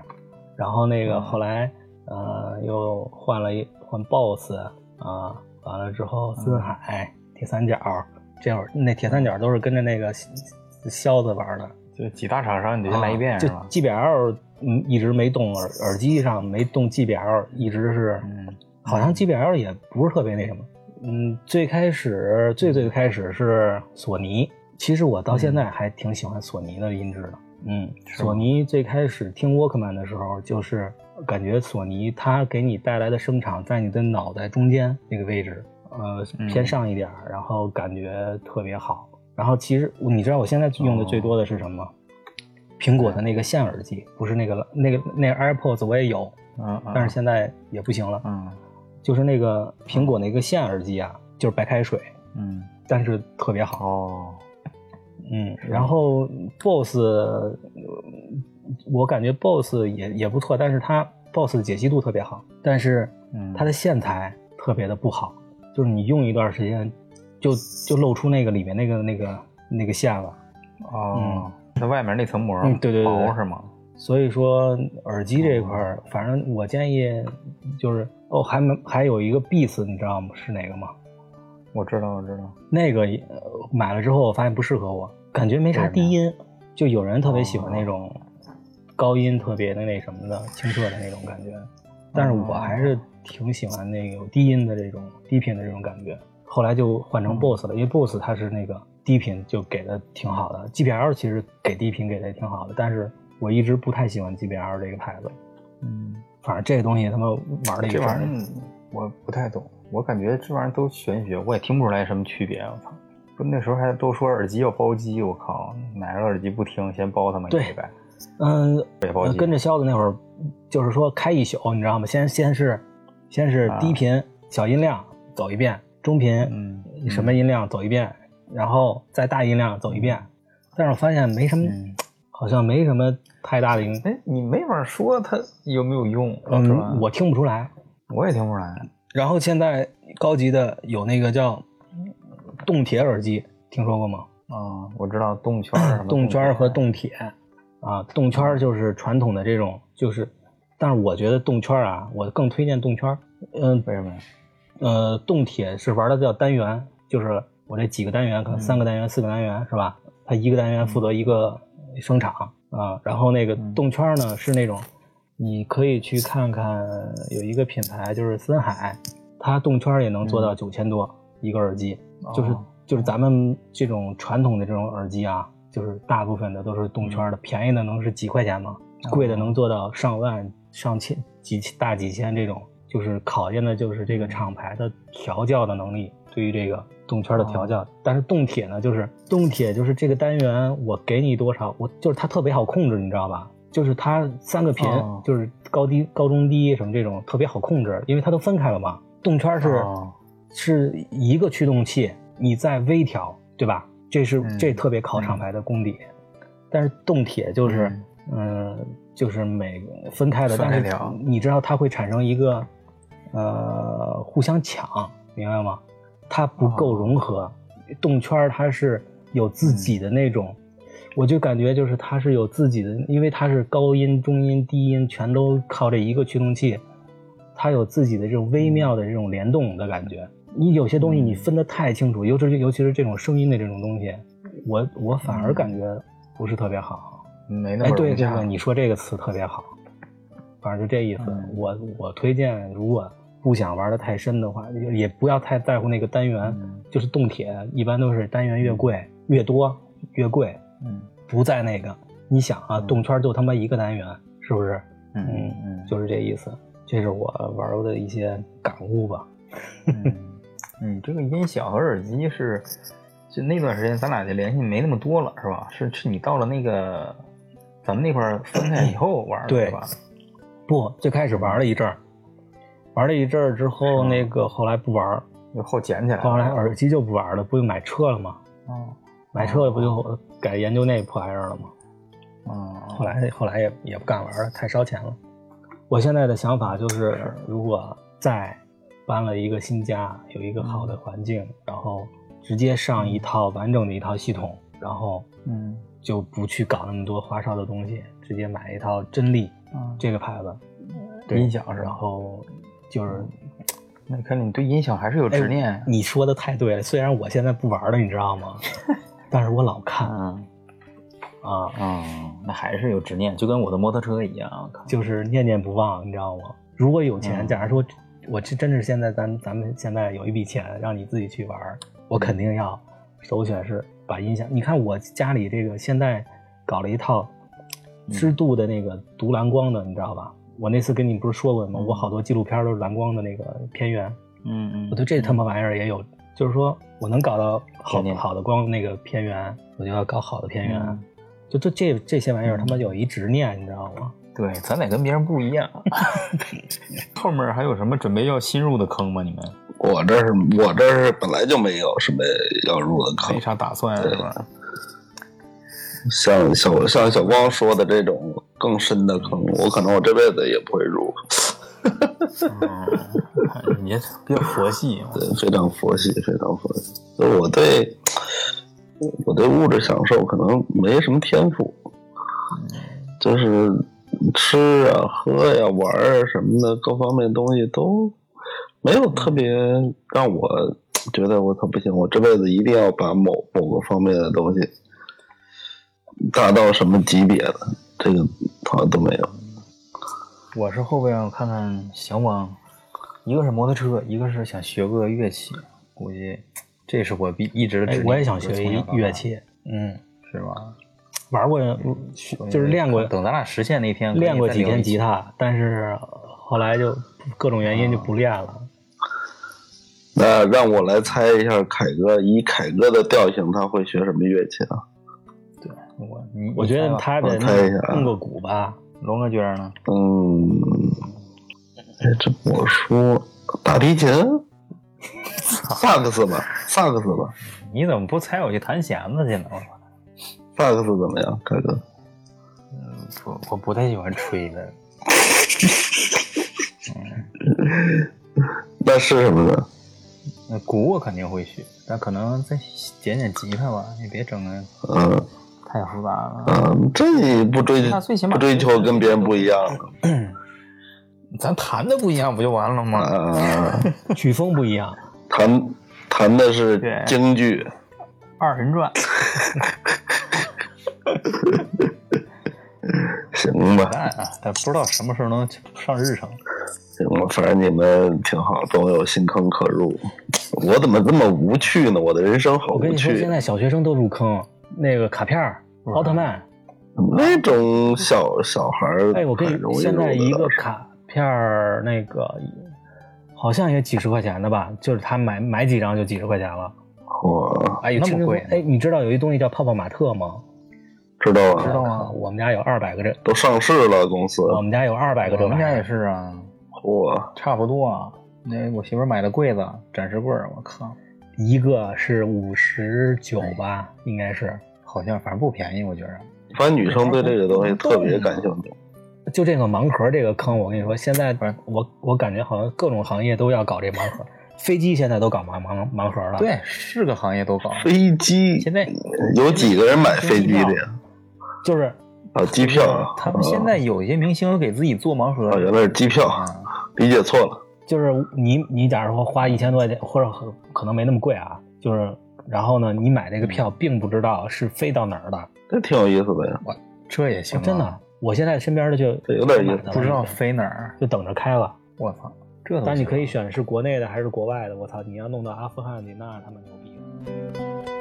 [SPEAKER 2] 然后那个
[SPEAKER 1] 嗯
[SPEAKER 2] 后来呃又换了一换 BOSS 啊，完了之后森海、铁三角，这会儿那铁三角都是跟着那个肖子玩的，
[SPEAKER 1] 就几大厂商你就先来一遍、
[SPEAKER 2] 啊
[SPEAKER 1] 是
[SPEAKER 2] 就
[SPEAKER 1] 吧？
[SPEAKER 2] GBL 嗯一直没动耳耳机上没动 GBL，一直是
[SPEAKER 1] 嗯
[SPEAKER 2] 好像 GBL 也不是特别那什么。嗯，最开始最最开始是索尼，其实我到现在还挺喜欢索尼的音质的。嗯，
[SPEAKER 1] 吗
[SPEAKER 2] 索尼最开始听 Walkman 的时候，就是感觉索尼它给你带来的声场在你的脑袋中间那个位置，呃，
[SPEAKER 1] 嗯
[SPEAKER 2] 偏上一点儿，然后
[SPEAKER 1] 哦
[SPEAKER 2] 感觉特别好。然后其实你知道我现在用的最多的是什么吗？苹果的那个线耳机，不是那个那个那个 AirPods 我也有，
[SPEAKER 1] 嗯嗯，
[SPEAKER 2] 但是现在也不行了。
[SPEAKER 1] 嗯
[SPEAKER 2] 就是那个苹果那个线耳机啊，就是白开水，
[SPEAKER 1] 嗯
[SPEAKER 2] 但是特别好。
[SPEAKER 1] 哦，
[SPEAKER 2] 嗯，然后 BOSS，呃我感觉 BOSS 也也不错，但是它 BOSS 的解析度特别好，但是
[SPEAKER 1] 嗯
[SPEAKER 2] 它的线材特别的不好，就是你用一段时间就就露出那个里面那个那个那个线了。
[SPEAKER 1] 哦，那外面那层膜
[SPEAKER 2] 嗯对对对对
[SPEAKER 1] 薄是吗？
[SPEAKER 2] 所以说耳机这一块儿，反正我建议就是哦，还没还有一个 Beats，你知道吗？是哪个吗？
[SPEAKER 1] 我知道我知道，
[SPEAKER 2] 那个也呃买了之后，我发现不适合我，感觉没啥低音。就有人特别喜欢那种高音特别的那什么的清澈的那种感觉，但是我还是挺喜欢那个低音的这种低频的这种感觉。后来就换成 BOSS 了，因为 BOSS 它是那个低频就给的挺好的，GBL 其实给低频给的也挺好的，但是我一直不太喜欢 GBL 这个牌子。
[SPEAKER 1] 嗯，
[SPEAKER 2] 反正这个东西他们玩了一
[SPEAKER 1] 这
[SPEAKER 2] 阵
[SPEAKER 1] 玩意
[SPEAKER 2] 儿，
[SPEAKER 1] 儿我不太懂，我感觉这玩意儿都玄学，我也听不出来什么区别。我操，不那时候还都说耳机要包机，我靠，买了耳机不听，先包他妈一
[SPEAKER 2] 对
[SPEAKER 1] 百，
[SPEAKER 2] 嗯，
[SPEAKER 1] 也包
[SPEAKER 2] 呃
[SPEAKER 1] 机，
[SPEAKER 2] 跟着肖子那会儿，就是说开一宿，你知道吗？先先是先是低频、小音量走一遍，中频、
[SPEAKER 1] 啊嗯
[SPEAKER 2] 什么音量呃走一遍，然后再大音量走一遍。但是我发现没什么，
[SPEAKER 1] 嗯
[SPEAKER 2] 好像没什么太大的影响。
[SPEAKER 1] 哎，你没法说它有没有用，是吧
[SPEAKER 2] 嗯，我听不出来。
[SPEAKER 1] 我也听不出来。
[SPEAKER 2] 然后现在高级的有那个叫动铁耳机，听说过吗？
[SPEAKER 1] 啊，我知道动圈 儿什么
[SPEAKER 2] 动圈儿和
[SPEAKER 1] 动
[SPEAKER 2] 动铁，啊，动圈儿就是传统的这种，就是，但是我觉得动圈儿啊，我更推荐动圈儿。嗯
[SPEAKER 1] 为什么呀？
[SPEAKER 2] 呃，动铁是玩的叫单元，就是我这几个单元，可能三个单元、四个单元是吧？它一个单元负责一个声场啊，然后那个动圈儿呢是那种，你可以去看看有一个品牌就是森海，它动圈儿也能做到九千多一个耳机。就是
[SPEAKER 1] 哦
[SPEAKER 2] 就是咱们这种传统的这种耳机啊，就是大部分的都是动圈
[SPEAKER 1] 嗯
[SPEAKER 2] 的，便宜的能是几块钱吗？贵
[SPEAKER 1] 哦
[SPEAKER 2] 的能做到上万、上千、几大几千这种，就是考验的就是
[SPEAKER 1] 嗯
[SPEAKER 2] 这个厂牌的调教的能力，对于这个动圈的
[SPEAKER 1] 哦
[SPEAKER 2] 调教。但是动铁呢，就是动铁就是这个单元我给你多少，我就是它特别好控制，你知道吧？就是它三个频，
[SPEAKER 1] 哦
[SPEAKER 2] 就是高低、高中低什么这种特别好控制，因为它都分开了嘛。动圈是、
[SPEAKER 1] 哦
[SPEAKER 2] 是一个驱动器，你在微调，对吧？这是、
[SPEAKER 1] 嗯
[SPEAKER 2] 这特别考厂牌的功底。但是动铁就是，嗯、就是每个分开
[SPEAKER 1] 分
[SPEAKER 2] 的，但
[SPEAKER 1] 开
[SPEAKER 2] 是
[SPEAKER 1] 调
[SPEAKER 2] 你知道它会产生一个，呃，互相抢，明白吗？它不
[SPEAKER 1] 哦
[SPEAKER 2] 够融合，动圈儿它是有自己的那种，我就感觉就是它是有自己的，因为它是高音、中音、低音全都靠这一个驱动器，它有自己的这种微妙的这种联动的感觉。你有些东西你分得太清楚，尤其是尤其是这种声音的这种东西，我我反而感觉不是特别好。
[SPEAKER 1] 没那
[SPEAKER 2] 哎，
[SPEAKER 1] 么
[SPEAKER 2] 对
[SPEAKER 1] 容易
[SPEAKER 2] 这
[SPEAKER 1] 啊
[SPEAKER 2] 个你说这个词特别好，反正就这意思。
[SPEAKER 1] 嗯
[SPEAKER 2] 我我推荐，如果不想玩的太深的话，也也不要太在乎那个单元，
[SPEAKER 1] 嗯
[SPEAKER 2] 就是动铁，一般都是单元越贵越多越贵，
[SPEAKER 1] 嗯
[SPEAKER 2] 不在那个。你想啊，
[SPEAKER 1] 嗯
[SPEAKER 2] 动圈就他妈一个单元，是不是？
[SPEAKER 1] 嗯嗯
[SPEAKER 2] 就是这意思。这是我玩过的一些感悟吧。
[SPEAKER 1] 嗯，你这个音响和耳机是，就那段时间咱俩就联系没那么多了，是吧？是是你到了那个咱们那块儿分开以后玩的，
[SPEAKER 2] 对
[SPEAKER 1] 是吧？
[SPEAKER 2] 不，最开始玩了一阵儿，玩了一阵儿之后，
[SPEAKER 1] 是吗
[SPEAKER 2] 那个后来不玩儿，
[SPEAKER 1] 就后捡起来了。
[SPEAKER 2] 后来耳机就不玩了，不就买车了吗？
[SPEAKER 1] 哦，
[SPEAKER 2] 买车了不就改研究那破玩意儿了吗？
[SPEAKER 1] 嗯，
[SPEAKER 2] 后来后来也也不敢玩了，太烧钱了。我现在的想法就是，如果再搬了一个新家，有一个好的环境，然后直接上一套完整的一套系统，然后
[SPEAKER 1] 嗯
[SPEAKER 2] 就不去搞那么多花哨的东西，直接买一套真力
[SPEAKER 1] 嗯，
[SPEAKER 2] 这个牌子，
[SPEAKER 1] 音响是
[SPEAKER 2] 然
[SPEAKER 1] 吧？
[SPEAKER 2] 后就是
[SPEAKER 1] 那看来你对音响还是有执念呀。
[SPEAKER 2] 你说的太对了，虽然我现在不玩了，你知道吗？ 但是我老看
[SPEAKER 1] 嗯
[SPEAKER 2] 啊，
[SPEAKER 1] 嗯，那还是有执念，就跟我的摩托车一样，我靠。
[SPEAKER 2] 就是念念不忘，你知道吗？如果有钱，
[SPEAKER 1] 嗯
[SPEAKER 2] 假如说我这真是现在咱咱们现在有一笔钱，让你自己去玩儿，我
[SPEAKER 1] 嗯
[SPEAKER 2] 肯定要首选是把音响。你看我家里这个现在搞了一套
[SPEAKER 1] 嗯
[SPEAKER 2] 湿度的那个读蓝光的，你知道吧？我那次跟你不是说过吗？我好多纪录片都是蓝光的那个片源，
[SPEAKER 1] 嗯嗯，
[SPEAKER 2] 我对这他妈玩意儿也有，就是说我能搞到好
[SPEAKER 1] 天天
[SPEAKER 2] 好的光那个片源，我就要搞好的片源。
[SPEAKER 1] 嗯
[SPEAKER 2] 就这这这些玩意儿，他妈有一执念，你知道吗？
[SPEAKER 4] 对，咱得跟别人不一 样。
[SPEAKER 1] 后面还有什么准备要新入的坑吗？你们
[SPEAKER 3] 我这是我这是本来就没有什么要入的坑
[SPEAKER 1] 没，啥打算是吧？
[SPEAKER 3] 像小像小光说的这种更深的坑，我可能我这辈子也不会入，
[SPEAKER 4] 哦
[SPEAKER 1] 嗯，你比较佛系，
[SPEAKER 3] 对，非常佛系，非常佛系。就我对我对物质享受可能没什么天赋，就是吃啊、喝呀、玩啊什么的，各方面东西都没有特别让我觉得我操不行，我这辈子一定要把某某个方面的东西达到什么级别的，这个好像都没有。
[SPEAKER 4] 我是后边我看看小网，一个是摩托车，一个是想学个乐器，估计这是我必一直的
[SPEAKER 2] 哎
[SPEAKER 4] 执，念。
[SPEAKER 2] 我也想
[SPEAKER 4] 就是
[SPEAKER 2] 学
[SPEAKER 4] 从小
[SPEAKER 2] 一
[SPEAKER 4] 到大
[SPEAKER 2] 乐，器，
[SPEAKER 4] 嗯，是吧？
[SPEAKER 2] 玩过，学就是练过，
[SPEAKER 4] 等咱俩实现那天，
[SPEAKER 2] 练过几天吉
[SPEAKER 4] 吉他。
[SPEAKER 2] 他，但是后来就各种原
[SPEAKER 4] 啊
[SPEAKER 2] 因就不练了。
[SPEAKER 3] 那让我来猜一下，凯哥以凯哥的调性，他会学什么乐器啊？
[SPEAKER 4] 我你
[SPEAKER 2] 我觉得他得
[SPEAKER 3] 我猜一下啊
[SPEAKER 2] 弄个鼓吧，
[SPEAKER 4] 龙哥觉得呢？
[SPEAKER 3] 嗯，哎，这我说大提琴，萨克斯吧，萨克斯吧，
[SPEAKER 4] 你怎么不猜我去弹弦子去呢？我操
[SPEAKER 3] 萨克斯怎么样，凯哥？
[SPEAKER 2] 嗯
[SPEAKER 4] 我我不太喜欢吹的，
[SPEAKER 3] 那是什么呢？
[SPEAKER 4] 那鼓我肯定会学，但可能再捡捡吉他吧，也别整的
[SPEAKER 3] 嗯
[SPEAKER 4] 太复杂了。
[SPEAKER 3] 嗯，这你不追
[SPEAKER 4] 那最起码
[SPEAKER 3] 不追求跟别人不一样
[SPEAKER 4] 咱弹的不一样不就完了吗？
[SPEAKER 3] 啊？
[SPEAKER 2] 曲风不一样。
[SPEAKER 3] 谈谈的是
[SPEAKER 1] 对
[SPEAKER 3] 京剧，
[SPEAKER 1] 二人转，
[SPEAKER 3] 行吧，
[SPEAKER 4] 蛋啊，但不知道什么时候能上日程。
[SPEAKER 3] 行吧，反正你们挺好，总有新坑可入。我怎么这么无趣呢？我的人生好
[SPEAKER 2] 我跟
[SPEAKER 3] 无
[SPEAKER 2] 你说，
[SPEAKER 3] 趣
[SPEAKER 2] 现。在小学生都入坑，那个卡片儿、奥特曼，
[SPEAKER 3] 那种小小孩儿，
[SPEAKER 2] 哎，我跟你现在一个卡片儿那个好像也几十块钱的吧，就是他买买几张就几十块钱了。
[SPEAKER 3] 我
[SPEAKER 2] 哎，
[SPEAKER 4] 那么
[SPEAKER 2] 听说
[SPEAKER 4] 贵
[SPEAKER 2] 哎，你知道有一东西叫泡泡玛特吗？
[SPEAKER 3] 知道啊，
[SPEAKER 4] 知道
[SPEAKER 2] 啊
[SPEAKER 4] 吗？呃
[SPEAKER 2] 我们家有二百个这，
[SPEAKER 3] 都上市了，公司
[SPEAKER 4] 嗯
[SPEAKER 2] 我们家有二百个这
[SPEAKER 4] 我
[SPEAKER 2] 玩
[SPEAKER 4] 们
[SPEAKER 2] 意
[SPEAKER 4] 家也
[SPEAKER 2] 儿。
[SPEAKER 4] 是啊，
[SPEAKER 3] 嚯，
[SPEAKER 4] 差不多啊。那我媳妇儿买的柜子、展示柜儿，我靠，
[SPEAKER 2] 一个是五十九
[SPEAKER 4] 哎
[SPEAKER 2] 吧，应该是，
[SPEAKER 4] 好像反正不便宜，我觉着。
[SPEAKER 3] 反正女生对这个东西特别感兴趣。
[SPEAKER 2] 就这个盲盒这个坑，我跟你说，现在
[SPEAKER 4] 哎
[SPEAKER 2] 我我感觉好像各种行业都要搞这盲 盒，飞机现在都搞盲盲盲盒了。，
[SPEAKER 4] 对，是个行业都搞。
[SPEAKER 3] 飞机
[SPEAKER 4] 现在
[SPEAKER 3] 有几个人买飞机的呀？
[SPEAKER 2] 就是
[SPEAKER 3] 啊，机票啊，
[SPEAKER 4] 他们现在有些明星给自己做盲盒
[SPEAKER 3] 啊，原来是机票，
[SPEAKER 4] 啊，
[SPEAKER 3] 理解错了。
[SPEAKER 2] 就是你你假如说花一千多块钱，或者很可能没那么贵啊，就是然后呢，你买这个票
[SPEAKER 4] 嗯
[SPEAKER 2] 并不知道是飞到哪儿的，
[SPEAKER 3] 这挺有意思的呀，
[SPEAKER 4] 这也哦行啊，
[SPEAKER 2] 哦真的。啊我现在身边的就
[SPEAKER 3] 对有点意思
[SPEAKER 4] 不知道飞哪儿。
[SPEAKER 2] 就等着开了，
[SPEAKER 4] 我操，这都
[SPEAKER 2] 但你可以
[SPEAKER 4] 行
[SPEAKER 2] 选是国内的还是国外的。我操，你要弄到阿富汗去，那他妈牛逼。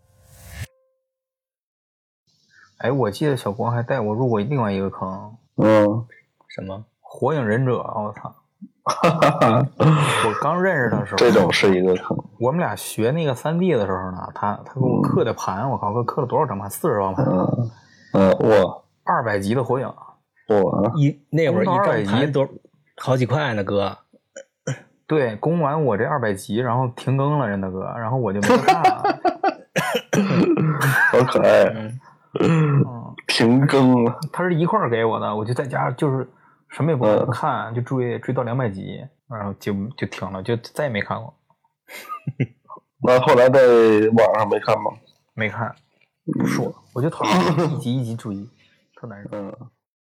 [SPEAKER 1] 哎，我记得小光还带我入过另外一个坑，
[SPEAKER 3] 嗯，
[SPEAKER 2] 什么？
[SPEAKER 1] 火影忍者，我操！
[SPEAKER 3] 哈哈，
[SPEAKER 1] 我刚认识他的时候，
[SPEAKER 3] 这种是一个坑，
[SPEAKER 1] 我们俩学那个三 D 的时候呢，他他给我刻的盘，我靠，给我刻了多少张盘？四十张盘，
[SPEAKER 3] 嗯嗯，我
[SPEAKER 1] 二百级的火影，
[SPEAKER 3] 我啊
[SPEAKER 2] 一那会儿
[SPEAKER 1] 红
[SPEAKER 2] 一
[SPEAKER 1] 桃
[SPEAKER 2] 张
[SPEAKER 1] 耳
[SPEAKER 2] 盘
[SPEAKER 1] 机
[SPEAKER 2] 多好几块呢，哥。
[SPEAKER 1] 对，攻完我这二百级，然后停更了，任大哥，然后我就没得看 了。
[SPEAKER 3] 好可爱，啊
[SPEAKER 1] 嗯，
[SPEAKER 3] 停更了，
[SPEAKER 1] 他是一块儿给我的，我就在家就是什么也不干
[SPEAKER 3] 嗯
[SPEAKER 1] 看，就追追到两百级，然后就就停了，就再也没看过，
[SPEAKER 3] 那后来在网上没看吗？
[SPEAKER 1] 没看，不说，我就讨厌一集一集追，特难受。
[SPEAKER 3] 嗯。